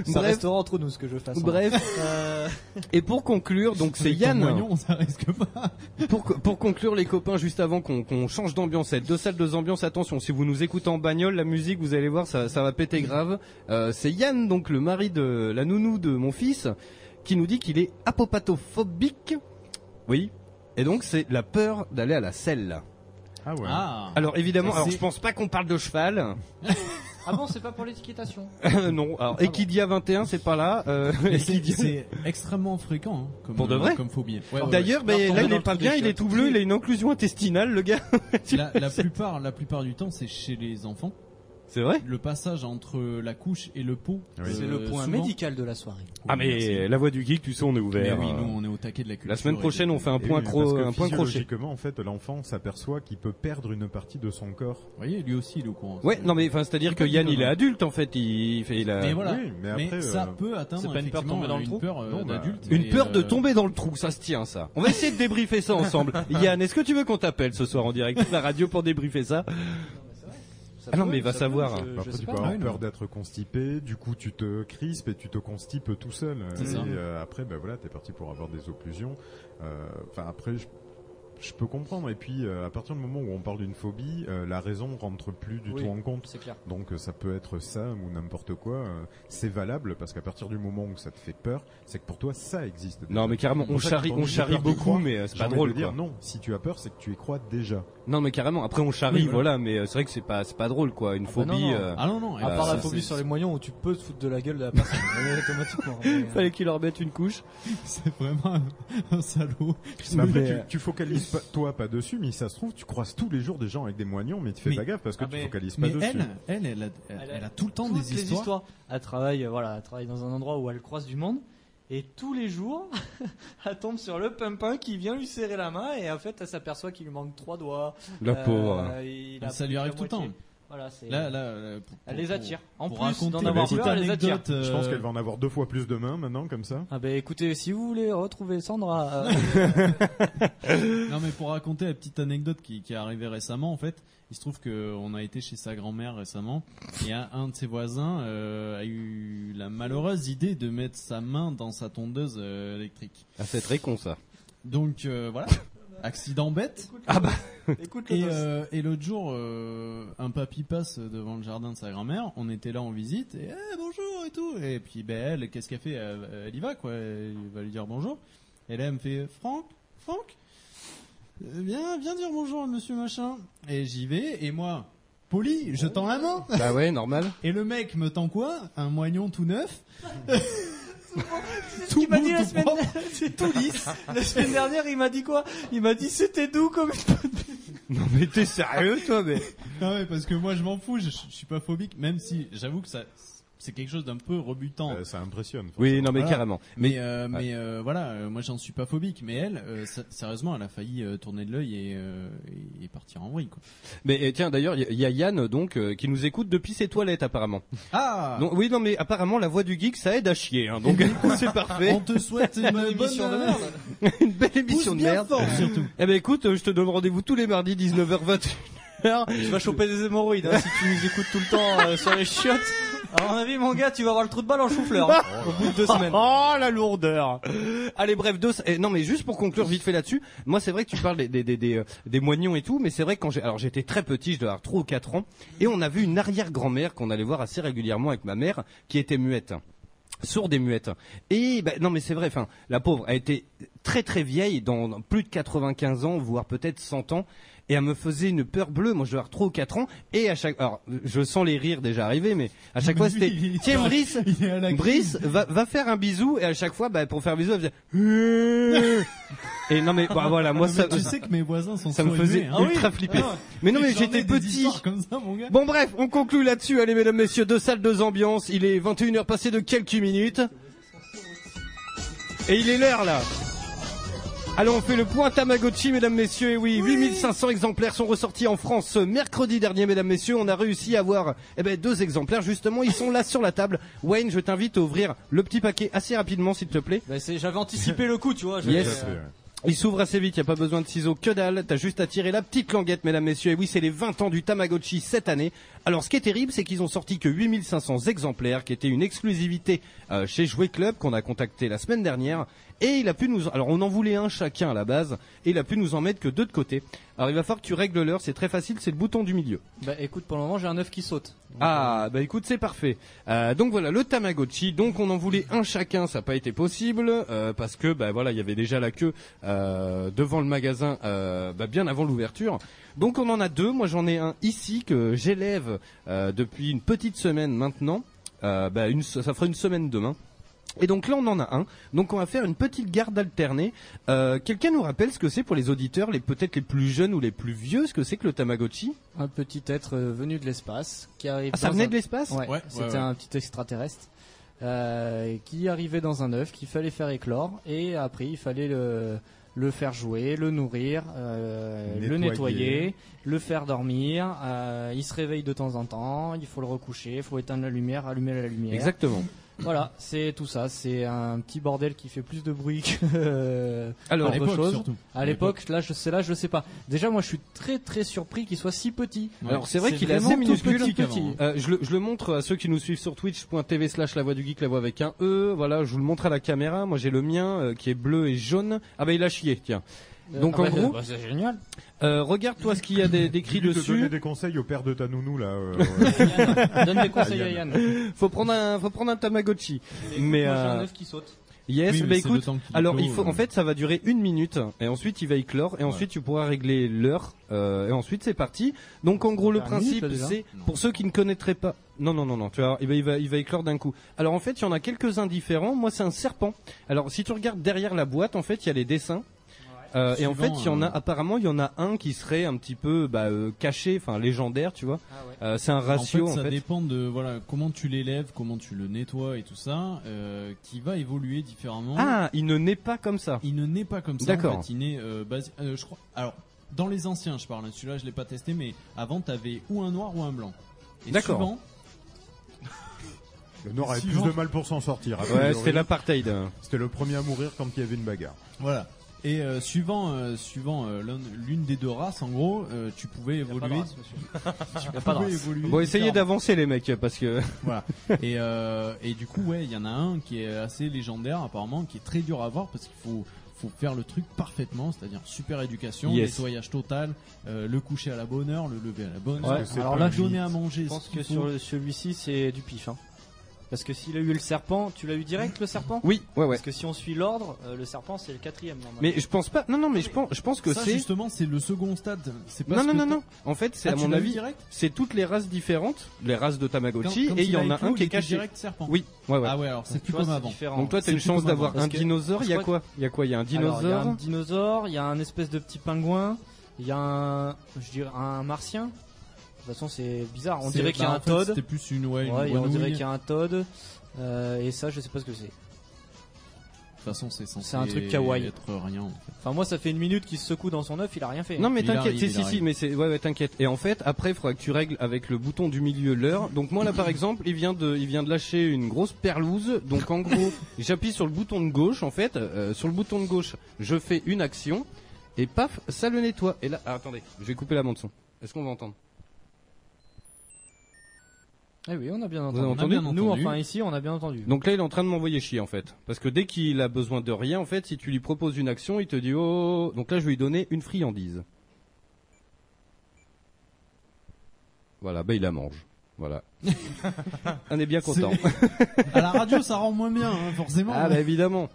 Ça
Bref.
restera entre nous ce que je fasse. hein.
Bref.
Euh,
Et pour conclure, donc c'est
Avec ton
Yann.
moignon,
pour, co- pour conclure, les copains, juste avant qu'on qu'on change d'ambiance, cette deux salles, deux ambiances. Attention, si vous nous écoutez en bagnole, la musique, vous allez voir, ça, ça va péter grave. Euh, c'est Yann, donc le mari de la nounou de mon fils, qui nous dit qu'il est apopatophobique. Oui. Et donc c'est la peur d'aller à la selle.
Ah ouais.
Alors évidemment,
Ça,
alors
c'est-
je pense pas qu'on parle de cheval.
Ah bon, c'est pas pour l'étiquetation.
non, alors Equidia 21, c'est pas là. Euh,
Mais c'est-
Equidia-
C'est extrêmement fréquent, hein, comme,
Pour de
euh,
vrai
comme phobie.
D'ailleurs, ben, là, il est pas bien, il est tout bleu, il a une occlusion intestinale, le gars.
La, la plupart, la plupart du temps, c'est chez les enfants.
C'est vrai
Le passage entre la couche et le pot.
C'est
euh,
le point
souvent-
médical
de la soirée.
Ah mais la voix du geek, tu sais, on est ouvert.
Mais oui, nous,
euh,
on est au taquet de la culture
La semaine
et
prochaine,
des-
on fait un
Et
point
oui,
cro-
parce que
un point crochet.
Physiologiquement, en fait, l'enfant s'aperçoit qu'il peut perdre une partie de son corps.
Vous voyez, lui aussi, il est au courant.
Ouais, non mais enfin, c'est-à-dire que Yann, il est adulte en fait, il fait il a
Mais voilà.
Euh, Oui, euh,
mais
euh,
ça peut atteindre
c'est pas une peur de tomber dans le
effectivement,
trou.
une peur, euh,
Non, bah,
d'adulte
Une
et,
peur de
euh,
tomber dans le trou, ça se tient ça. On va essayer de débriefer ça ensemble. Yann, est-ce que tu veux qu'on t'appelle ce soir en direct de la radio pour débriefer ça Ah non, mais va savoir.
Bah, après, tu peux avoir peur d'être constipé, du coup tu te crispes et tu te constipes tout seul.
C'est
Et
ça.
euh, après, bah voilà, t'es parti pour avoir des occlusions. Euh, Enfin après, je, je peux comprendre. Et puis euh, à partir du moment où on parle d'une phobie, euh, la raison rentre plus du
Oui,
tout en compte.
c'est clair.
Donc euh, ça peut être ça ou n'importe quoi. euh, c'est valable parce qu'à partir du moment où ça te fait peur, c'est que pour toi ça existe.
Non, mais carrément,
C'est pour
on
ça
charrie-
que quand
on
j'ai
charrie
peur d'y
beaucoup,
croire,
mais, euh, c'est
j'ai
pas
envie de
drôle,
dire
quoi.
non, si tu as peur, c'est que tu y crois déjà.
Non mais carrément. Après on charrie,
Oui,
voilà. Mais euh, c'est vrai que c'est pas c'est pas drôle quoi. Une
Bah
Ah
phobie. euh,
Ah
à
euh,
part la
c'est-
phobie sur les moyens où tu peux te foutre de la gueule de la personne, mais automatiquement.
Fallait qu'il leur mette une couche.
C'est vraiment un, un salaud.
Bah,
Mais après,
euh,
tu, tu focalises pas, toi pas dessus, mais ça se trouve, tu croises tous les jours des gens avec des moignons, mais tu fais
Mais-
pas gaffe parce que
Ah,
tu
mais-
focalises pas
mais
dessus.
elle, elle, elle a, elle- elle a tout le temps
Toutes
des
les
histoires.
histoires. Elle travaille, euh, voilà, elle travaille dans un endroit où elle croise du monde.
Et tous les jours, elle tombe sur le pimpin qui vient lui serrer la main et en fait, elle s'aperçoit qu'il lui manque trois doigts.
La
Euh,
pauvre.
il a
Ça lui
plus
arrive
la
tout le temps.
moitié. Voilà, c'est.
Là, là, là, pour-
elle les
pour-
attire. En
pour
plus
raconter
d'en
une
avoir
petite
peur, elle les attire.
anecdote, euh,
Je pense qu'elle va en avoir deux fois plus demain maintenant, comme ça.
Ah bah écoutez, si vous voulez retrouver Sandra, euh,
non mais pour raconter la petite anecdote qui, qui est arrivée récemment en fait, il se trouve que on a été chez sa grand-mère récemment et un, un de ses voisins euh, a eu la malheureuse idée de mettre sa main dans sa tondeuse euh, électrique.
Ah, c'est très con ça.
Donc euh, voilà, accident bête.
Ah bah.
Écoute
et, euh, et l'autre jour, euh, un papy passe devant le jardin de sa grand-mère. On était là en visite et Eh, bonjour et tout. Et puis ben elle, qu'est-ce qu'elle fait elle, elle y va quoi. Elle va lui dire bonjour. Et là elle me fait Franck, Franck, euh, viens, viens dire bonjour à Monsieur machin. Et j'y vais et moi, poli, je tends la main.
Bah ouais, normal.
Et le mec me tend quoi Un moignon tout neuf
tout m'a
beau,
dit la
tout
semaine
propre.
dernière, tout lisse. La semaine dernière, il m'a dit quoi Il m'a dit c'était doux comme une
Non mais t'es sérieux toi mais.
Non mais parce que moi je m'en fous, je, je suis pas phobique, même si j'avoue que ça c'est quelque chose d'un peu rebutant.
Euh, ça impressionne.
Oui, non, mais carrément.
Mais
Mais-
euh,
Ouais.
mais euh, voilà, euh, moi j'en suis pas phobique, mais elle, euh, sa- sérieusement, elle a failli euh, tourner de l'œil et, euh, et- et partir en vrille quoi.
Mais eh, tiens, d'ailleurs, il y- y a Yann donc euh, qui nous écoute depuis ses toilettes apparemment.
Ah.
Non, oui, non, mais apparemment la voix du geek, ça aide à chier. Hein, donc c'est parfait.
On te souhaite une bonne émission de merde.
euh, une belle émission de
bien
merde.
fort,
surtout. Eh ben écoute, euh, je te donne rendez-vous tous les mardis 19h20.
tu vas choper des hémorroïdes hein, si tu nous écoutes tout le temps euh, sur les chiottes. À mon avis, mon gars, tu vas avoir le trou de balle en chou-fleur hein, au bout de deux semaines.
Oh la lourdeur. Allez bref, deux. eh, non mais juste pour conclure vite fait là-dessus. Moi c'est vrai que tu parles des des des des, euh, des moignons et tout, mais c'est vrai que quand j'ai alors j'étais très petit, je devais avoir 3 ou 4 ans, et on avait une arrière-grand-mère qu'on allait voir assez régulièrement avec ma mère, qui était muette sourde et muette. Et ben, non mais c'est vrai, enfin la pauvre a été très très vieille dans, dans plus de 95 ans voire peut-être 100 ans et elle me faisait une peur bleue. Moi je devais avoir 3 ou 4 ans et à chaque alors je sens les rires déjà arriver mais à chaque fois c'était tiens Brice Brice va, va faire un bisou et à chaque fois bah, pour faire un bisou elle faisait et non mais bah, voilà moi
Mais
ça
tu sais que mes voisins sont
ça me
trop
faisait
aimés, hein.
ultra
Ah oui.
flipper.
Ah.
Mais non mais
J'en ai
j'étais
des
petit.
histoires comme ça, mon gars.
Bon bref, on conclut là-dessus. Allez mesdames messieurs, deux salles deux ambiances. Il est 21h passé de quelques minutes. Et il est l'heure là. Allons, on fait le point Tamagotchi, mesdames, messieurs. Et oui, 8500 exemplaires sont ressortis en France ce mercredi dernier, mesdames, messieurs. On a réussi à avoir eh ben, deux exemplaires. Justement, ils sont là sur la table. Wayne, je t'invite à ouvrir le petit paquet assez rapidement, s'il te plaît.
Bah, c'est- J'avais anticipé le coup, tu vois. j'avais,
Yes.
euh,
Il s'ouvre assez vite, il n'y a pas besoin de ciseaux, que dalle. T'as juste à tirer la petite languette, mesdames, messieurs. Et oui, c'est les 20 ans du Tamagotchi cette année. Alors, ce qui est terrible, c'est qu'ils ont sorti que 8500 exemplaires, qui était une exclusivité euh, chez Jouet Club, qu'on a contacté la semaine dernière. Et il a pu nous, alors on en voulait un chacun à la base, et il a pu nous en mettre que deux de côté. Alors il va falloir que tu règles l'heure, c'est très facile, c'est le bouton du milieu.
Bah écoute, pour le moment, j'ai un œuf qui saute.
Ah bah écoute c'est parfait. Euh, donc voilà le Tamagotchi. Donc on en voulait un chacun, ça n'a pas été possible euh, parce que bah voilà il y avait déjà la queue euh, devant le magasin euh, bah, bien avant l'ouverture. Donc on en a deux. Moi j'en ai un ici que j'élève euh, depuis une petite semaine maintenant. Euh, bah, une, ça fera une semaine demain. Et donc là, on en a un. Donc on va faire une petite garde alternée. Euh, Quelqu'un nous rappelle ce que c'est pour les auditeurs, les peut-être les plus jeunes ou les plus vieux, ce que c'est que le Tamagotchi
Un petit être euh, venu de l'espace qui arrive.
Ah, ça
dans
venait
un-
de l'espace
Ouais.
Ouais,
C'était
ouais, ouais.
un petit extraterrestre euh, qui arrivait dans un œuf qu'il fallait faire éclore et après il fallait le le faire jouer, le nourrir, euh, le
Nettoyer.
nettoyer, le faire dormir. euh, il se réveille de temps en temps. Il faut le recoucher. Il faut éteindre la lumière, allumer la lumière.
Exactement.
Voilà, c'est tout ça. C'est un petit bordel qui fait plus de bruit que
Alors,
autre
à l'époque,
chose.
surtout.
À l'époque, là, je sais là, je sais pas. Déjà, moi, je suis très très surpris qu'il soit si petit.
Alors c'est vrai qu'il est assez
vraiment tout
minuscule.
petit, petit.
hein.
Euh, je, le, je le montre à ceux qui nous suivent sur twitch.tv slash la voix du geek, la voix avec un E. Voilà, je vous le montre à la caméra. Moi j'ai le mien euh, qui est bleu et jaune. Ah bah il a chié, tiens. Donc
Ah
en
bah,
gros,
bah, c'est génial.
euh, regarde-toi ce qu'il y a des- d'écrit
Lui, te donner
dessus.
des conseils au père de ta nounou là. euh,
Donne des conseils à Yann.
faut prendre un, faut prendre un Tamagotchi. Mais
moi, j'ai
euh,
un œuf qui saute.
Yes,
Oui, mais
bah
c'est le
écoute.
temps qu'il
Alors il
clôt,
faut, en
euh.
fait, ça va durer une minute et ensuite il va éclore et ensuite tu pourras régler l'heure euh, et ensuite c'est parti. Donc en gros le
Ça fait un minute,
principe
là, déjà
c'est pour ceux qui ne connaîtraient pas. Non non non non, tu vois, il va il va, il va éclore d'un coup. Alors en fait, il y en a quelques uns différents. Moi, c'est un serpent. Alors si tu regardes derrière la boîte, en fait, il y a les dessins. Euh, et en fait,
Suivant,
il y en a
euh,
apparemment, il y en a un qui serait un petit peu bah, euh, caché, enfin légendaire, tu vois.
Ah
Euh, c'est un ratio
En fait, ça
en fait.
dépend de voilà comment tu l'élèves, comment tu le nettoies et tout ça, euh, qui va évoluer différemment.
Ah, il ne naît pas comme ça.
Il ne naît pas comme ça.
D'accord.
En fait, il naît euh, basi- euh, je crois. Alors, dans les anciens, je parle. hein, Celui-là, je l'ai pas testé, mais avant, t'avais ou un noir ou un blanc. Et
D'accord.
suivant-
Le Nord avait
Suivant.
plus de mal pour s'en sortir. a
Ouais,
priori.
c'était l'apartheid.
C'était le premier à mourir quand il y avait une bagarre.
Voilà. Et euh, suivant, euh, suivant euh, l'un- l'une des deux races, en gros, euh, tu pouvais évoluer. Tu
Y a pas de
pouvais
race.
évoluer
Bon, essayez
différemment.
d'avancer les mecs parce que
voilà. et, euh, et du coup, ouais, il y en a un qui est assez légendaire apparemment, qui est très dur à voir parce qu'il faut faut faire le truc parfaitement, c'est-à-dire super éducation,
Yes.
nettoyage total, euh, le coucher à la bonne heure, le lever à la bonne heure,
Ouais, alors là, je
donner à manger.
Je
ce
pense
qu'il
que
faut.
sur le- celui-ci, c'est du pif. hein. Parce que s'il a eu le serpent, tu l'as eu direct le serpent
Oui, ouais, ouais.
Parce que si on suit l'ordre, euh, le serpent c'est le quatrième. normalement.
Mais je pense pas. Non, non, mais je pense, je pense que
ça
c'est.
justement c'est le second stade. C'est pas
Non,
ce
non,
que
non,
t'as-
non. En fait, c'est
Ah,
à
tu
mon
l'as eu
avis,
direct
c'est toutes les races différentes, les races de Tamagotchi,
Quand- quand
et il y
il
en
a
a
éclos,
un
il
qui est
était
caché.
direct serpent.
Oui, ouais, ouais.
Ah ouais, alors, c'est Tu plus vois, comme c'est avant. différent.
Donc toi, t'as
C'est
une
plus
chance
comme
d'avoir
avant.
un
Parce que-
dinosaure. Il y a
je
quoi
crois
Il y a quoi Il y a un
Alors, Il y a un
dinosaure.
dinosaure, il y a un espèce de petit pingouin, il y a un, je dirais, un martien. De toute façon, c'est bizarre. On
C'est-
dirait qu'il y a
bah,
un
en fait,
Todd.
c'était plus une- ouais, une
et on
grenouille.
dirait qu'il y a un Todd. Euh, et ça, je sais pas ce que c'est.
De toute façon, c'est censé
C'est un truc kawaii.
être rien. en fait.
Enfin, moi, ça fait une minute qu'il se secoue dans son œuf, il a rien fait. hein.
Non mais
Il arrive,
t'inquiète,
il
si si
arrive.
si, mais c'est ouais, ouais t'inquiète. Et en fait, après, il faudra que tu règles avec le bouton du milieu l'heure. Donc moi là, par exemple, il vient de, il vient de lâcher une grosse perlouse. Donc en gros, j'appuie sur le bouton de gauche. En fait, Euh, sur le bouton de gauche, je fais une action et paf, ça le nettoie. Et là, ah, attendez, je vais couper la bande son. Est-ce qu'on va entendre
Eh oui, on a bien
Vous
entendu.
avez entendu
Nous, enfin ici, on a bien entendu.
Donc là, il est en train de m'envoyer chier en fait, parce que dès qu'il a besoin de rien, en fait, si tu lui proposes une action, il te dit oh. Donc là, je vais lui donner une friandise. Voilà, ben il la mange. Voilà. On est bien content.
À la radio, ça rend moins bien, hein, forcément.
Ah bah évidemment.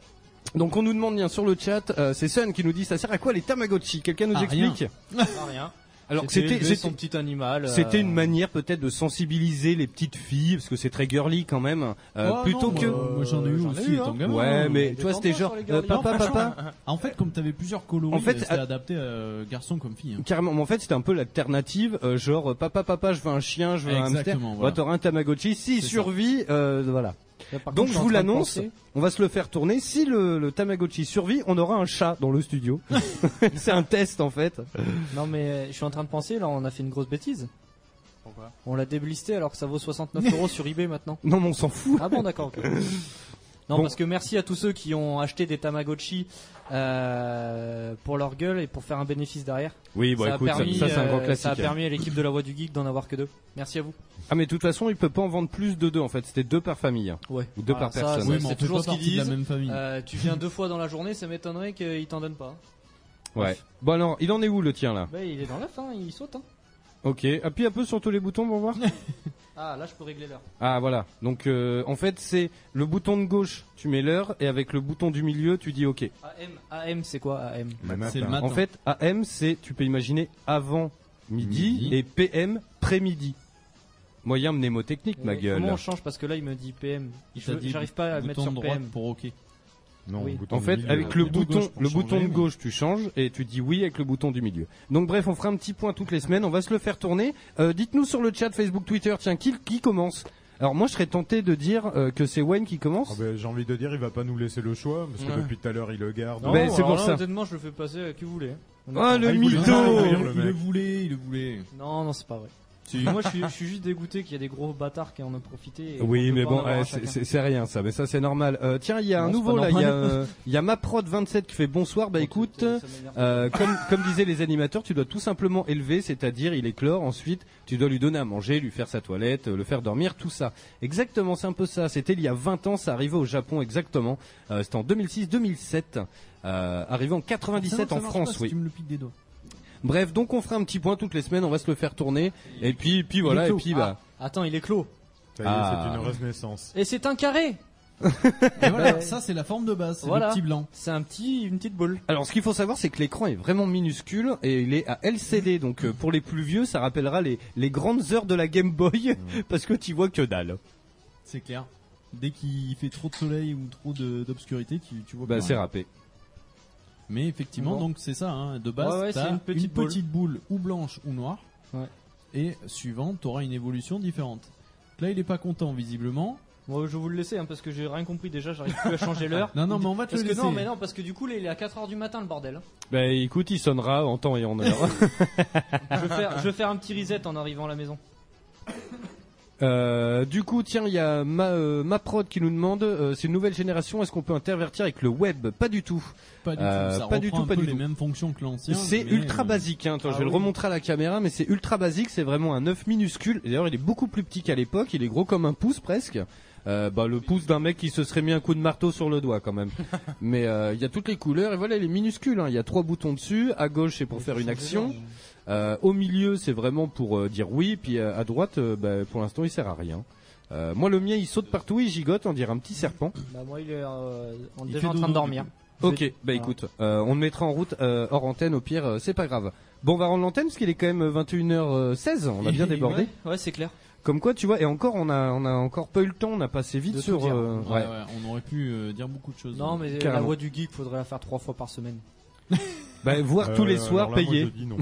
Donc on nous demande bien sur le chat, euh, c'est Sun qui nous dit ça sert à quoi les Tamagotchi Quelqu'un nous
Ah, rien.
explique
Ah, rien.
Alors
C'était
c'était
élever
c'était-
son petit animal, euh.
C'était une manière peut-être de sensibiliser les petites filles parce que c'est très girly quand même. euh,
Oh,
plutôt
non,
que
moi, moi, j'en ai eu aussi
hein.
étant gamin.
Ouais,
hein.
mais toi c'était genre euh, papa papa.
En fait, comme t'avais plusieurs coloris,
En fait,
c'était adapté à garçon comme fille. hein.
Carrément, mais en fait c'était un peu l'alternative, euh, genre euh, papa papa je veux un chien, je veux un hamster,
Exactement,
bah,
voilà.
t'auras un Tamagotchi, s'il
C'est ça.
survit, euh, voilà.
contre,
Donc je
en
vous
train de
l'annonce,
penser-
on va se le faire tourner. Si le, le Tamagotchi survit, on aura un chat dans le studio. c'est un test en fait.
Non mais euh, je suis en train de penser là, on a fait une grosse bêtise.
Pourquoi
On l'a déblisté alors que ça vaut 69 euros sur eBay maintenant.
Non mais on s'en fout.
Ah bon d'accord. ok. Non, parce que merci à tous ceux qui ont acheté des Tamagotchi euh, pour leur gueule et pour faire un bénéfice derrière.
Oui, bon,
ça
écoute,
a
ça-
permis,
ça, c'est un grand
euh,
classique,
Ça a
hein.
permis à l'équipe de la Voix du Geek d'en avoir que deux. Merci à vous.
Ah mais de toute façon, il peut pas en vendre plus de deux en fait. C'était deux par famille. hein.
Ouais.
Ou deux
Voilà,
par
ça,
personne.
ça, c'est toujours ce qu'ils disent. Euh, tu viens deux fois dans la journée, ça m'étonnerait qu'ils t'en donnent pas. hein.
Ouais. Bon alors, il en est où le tien là
il est dans l'œuf, hein, il saute. Hein.
Ok. Appuie un peu sur tous les boutons pour voir.
Ah, là je peux régler l'heure.
ah voilà. Donc euh, en fait, c'est le bouton de gauche, tu mets l'heure, et avec le bouton du milieu, tu dis OK.
AM, AM c'est quoi AM
C'est le matin. En fait, AM, c'est, tu peux imaginer avant midi,
Midi.
et PM, pré-midi. Moyen mnémotechnique, ma gueule.
Comment on change parce que là il me dit PM.
Il
Je-
t'a dit
J'arrive pas à
bouton
mettre sur
droite
PM.
pour OK.
Non,
Oui.
En fait, avec le bouton, le bouton de gauche, tu changes et tu dis oui avec le bouton du milieu. Donc bref, on fera un petit point toutes les semaines. On va se le faire tourner. Euh, Dites-nous sur le chat Facebook, Twitter, tiens, qui, qui commence Alors moi, je serais tenté de dire euh, que c'est Wayne qui commence.
Ah ben, J'ai envie de dire, il va pas nous laisser le choix, parce que
Ouais.
depuis tout à l'heure, il le garde.
Ben, c'est pour ça.
Honnêtement, je le fais passer
euh,
à qui vous voulez.
Ah, le mytho
Il le voulait, il le voulait.
Non, non, c'est pas vrai.
Si.
Moi, je suis, je suis juste dégoûté qu'il y a des gros bâtards qui en ont profité. et qu'on
Oui,
peut
mais
pas en
bon,
avoir
euh,
un
c'est-
chacun.
c'est c'est rien ça, mais ça c'est normal. Euh, tiens, il y a
Non,
un
c'est
nouveau
pas
là, il y, a,
normal.
euh, il y a MapRod27 qui fait bonsoir. Bah écoute, euh, comme, comme disaient les animateurs, tu dois tout simplement élever, c'est-à-dire il éclore, ensuite tu dois lui donner à manger, lui faire sa toilette, euh, le faire dormir, tout ça. Exactement, c'est un peu ça. C'était il y a 20 ans, ça arrivait au Japon exactement. Euh, C'était en 2006-2007, euh, arrivé en 97
Ah,
en France, oui.
Tu me le piques des doigts.
Bref, donc on fera un petit point toutes les semaines, on va se le faire tourner. Et puis, puis voilà,
Il est
et
clos.
puis bah...
Ah, attends, il est clos.
Ça y est,
Ah.
c'est une renaissance.
Et c'est un carré.
Et voilà, ça c'est la forme de base, c'est
Voilà.
le petit blanc.
C'est un petit, une petite boule.
Alors, ce qu'il faut savoir, c'est que l'écran est vraiment minuscule et il est à LCD. Donc, euh, pour les plus vieux, ça rappellera les, les grandes heures de la Game Boy parce que tu vois que dalle.
C'est clair. Dès qu'il fait trop de soleil ou trop de- d'obscurité, tu, tu vois
Bah,
plus
c'est
rien.
râpé.
Mais effectivement,
Bon.
donc c'est ça, hein, de base,
Ouais, ouais,
t'as
c'est
une
une petite
petite,
boule.
boule ou blanche ou noire. Et suivant, t'auras une évolution différente. Donc Là, il est pas content visiblement.
Moi, je vais vous le laisser hein, parce que j'ai rien compris déjà, j'arrive plus à changer l'heure.
Non, non, mais on va te
parce
le
que non,
laisser.
mais non, parce que du coup, là, il est à 4h du matin le bordel. hein.
Bah, écoute, il sonnera en temps et en heure.
Ah, Je vais faire, je vais faire un petit reset en arrivant à la maison.
Euh, du coup, tiens, il y a ma, euh, ma prod qui nous demande euh, c'est une nouvelle génération, est-ce qu'on peut intervertir avec le web Pas du tout.
Pas du
Euh,
tout, ça
pas du
reprend
tout,
un
pas
peu
du
les
tout.
mêmes fonctions que l'ancien.
C'est
mais,
ultra
euh,
basique, hein. Attends, je vais
ah
le
oui.
remontrer à la caméra, mais c'est ultra basique, c'est vraiment un œuf minuscule. Et D'ailleurs, il est beaucoup plus petit qu'à l'époque, il est gros comme un pouce presque. Euh, bah, le pouce d'un mec qui se serait mis un coup de marteau sur le doigt quand même. mais euh, il y a toutes les couleurs, et voilà, il est minuscule, hein. il y a trois boutons dessus, à gauche c'est pour faire une action,
hein.
Euh, au milieu c'est vraiment pour euh, dire oui, puis euh, à droite, euh, bah, pour l'instant il sert à rien. Euh, moi le mien il saute partout, il gigote, on dirait un petit serpent.
Bah, moi, il est euh, en-
Il
déjà
fait
en train
dodo,
de dormir.
du coup. Ok,
Je-
bah
Voilà.
écoute, euh, on le mettra en route euh, hors antenne, au pire, euh, c'est pas grave. Bon, on va rendre l'antenne parce qu'il est quand même euh, 21h16, on a bien débordé.
Ouais, ouais, c'est clair.
Comme quoi, tu vois, et encore, on a, on a encore pas eu le temps, on a passé vite
De tout
sur.
dire.
euh,
Ouais,
ouais.
ouais, on aurait pu euh, dire beaucoup de choses.
Non, mais euh, la
Carrément.
voix du geek, faudrait la faire trois fois par semaine.
Bah, voir
Euh,
tous les
alors
soirs
là, moi,
payés.
je dis non.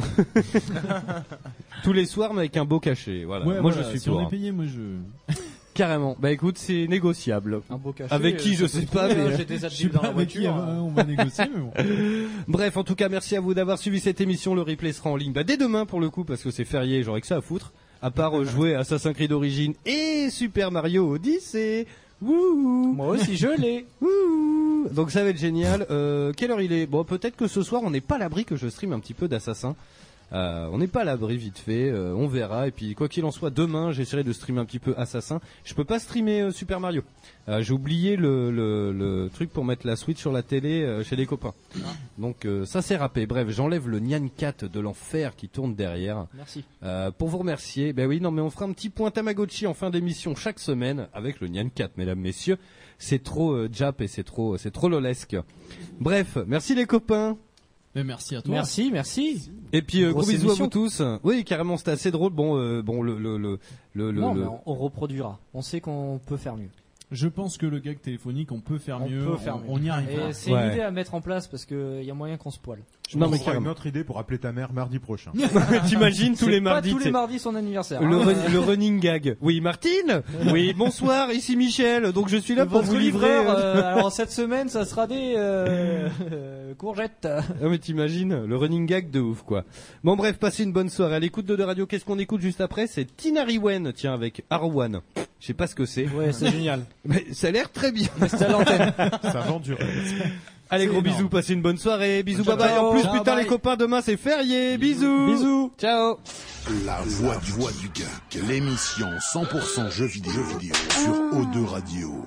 tous les soirs, mais avec un beau cachet. Voilà.
Ouais,
moi,
voilà,
je suis
si
pour.
on
hein.
est payé, moi je.
Carrément. Bah écoute, c'est négociable.
Un beau cachet,
Avec qui
euh,
je
ça
sais
peut
pas,
trouver,
mais
euh, j'ai des Je sais admins dans pas la avec qui, voiture, euh, hein.
on va négocier, mais bon.
Bref, en tout cas, merci à vous d'avoir suivi cette émission. Le replay sera en ligne bah, dès demain pour le coup, parce que c'est férié, j'aurai que ça à foutre. À part euh, jouer à Assassin's Creed d'origine et Super Mario Odyssey. Wouhou
Moi aussi, je l'ai.
Wouhou Donc ça va être génial. Euh, quelle heure il est Bon, peut-être que ce soir, on n'est pas à l'abri que je stream un petit peu d'Assassin. Euh, on n'est pas à l'abri vite fait, euh, on verra. Et puis quoi qu'il en soit, demain j'essaierai de streamer un petit peu Assassin. Je peux pas streamer euh, Super Mario. Euh, J'ai oublié le, le, le truc pour mettre la Switch sur la télé euh, chez les copains. Donc euh, ça c'est râpé. Bref, j'enlève le Nyan Cat de l'enfer qui tourne derrière.
Merci.
Euh, pour vous remercier, ben oui, non mais on fera un petit point Tamagotchi en fin d'émission chaque semaine avec le Nyan 4, mesdames, messieurs. C'est trop euh, Jap et c'est trop, c'est trop lolesque. Bref, merci les copains.
Mais merci à toi.
Merci, merci.
Et puis euh, gros
Grosse
bisous à
émission.
vous tous. Oui, carrément, c'était assez drôle. Bon, euh, bon, le le le le. le-
non,
le-
mais on, on reproduira. On sait qu'on peut faire mieux.
Je pense que le gag téléphonique, on peut faire
On
mieux.
peut faire
on,
mieux.
on y arrive.
Et
pas.
c'est une idée à mettre en place parce qu'il y a moyen qu'on se poile.
Je pense qu'on aura une autre idée pour appeler ta mère mardi prochain.
T'imagines tous
C'est
les
pas
mardis,
Tous les
t'sais.
mardis, son anniversaire.
Le,
hein.
run- le running gag. Oui, Martine. Oui, bonsoir. Ici Michel. Donc je suis là pour
Votre
vous livrer.
livreur, euh, alors cette semaine, ça sera des euh, euh, courgettes.
Ah mais t'imagines le running gag de ouf quoi. Bon bref, passez une bonne soirée à l'écoute de, de radio. Qu'est-ce qu'on écoute juste après C'est Tina Riwen, tiens avec Arwan. Je sais pas ce que c'est.
Ouais, c'est génial.
Mais ça a l'air très bien.
C'est à l'antenne.
Ça vend du
Allez, gros bisous, passez une bonne soirée. Bisous, bye bye. En plus,
Ciao,
putain,
bye.
les copains, demain c'est férié. Bisous.
Bisous.
Ciao.
La voix du geek, l'émission 100% jeux vidéo, jeux vidéo sur O2 Radio.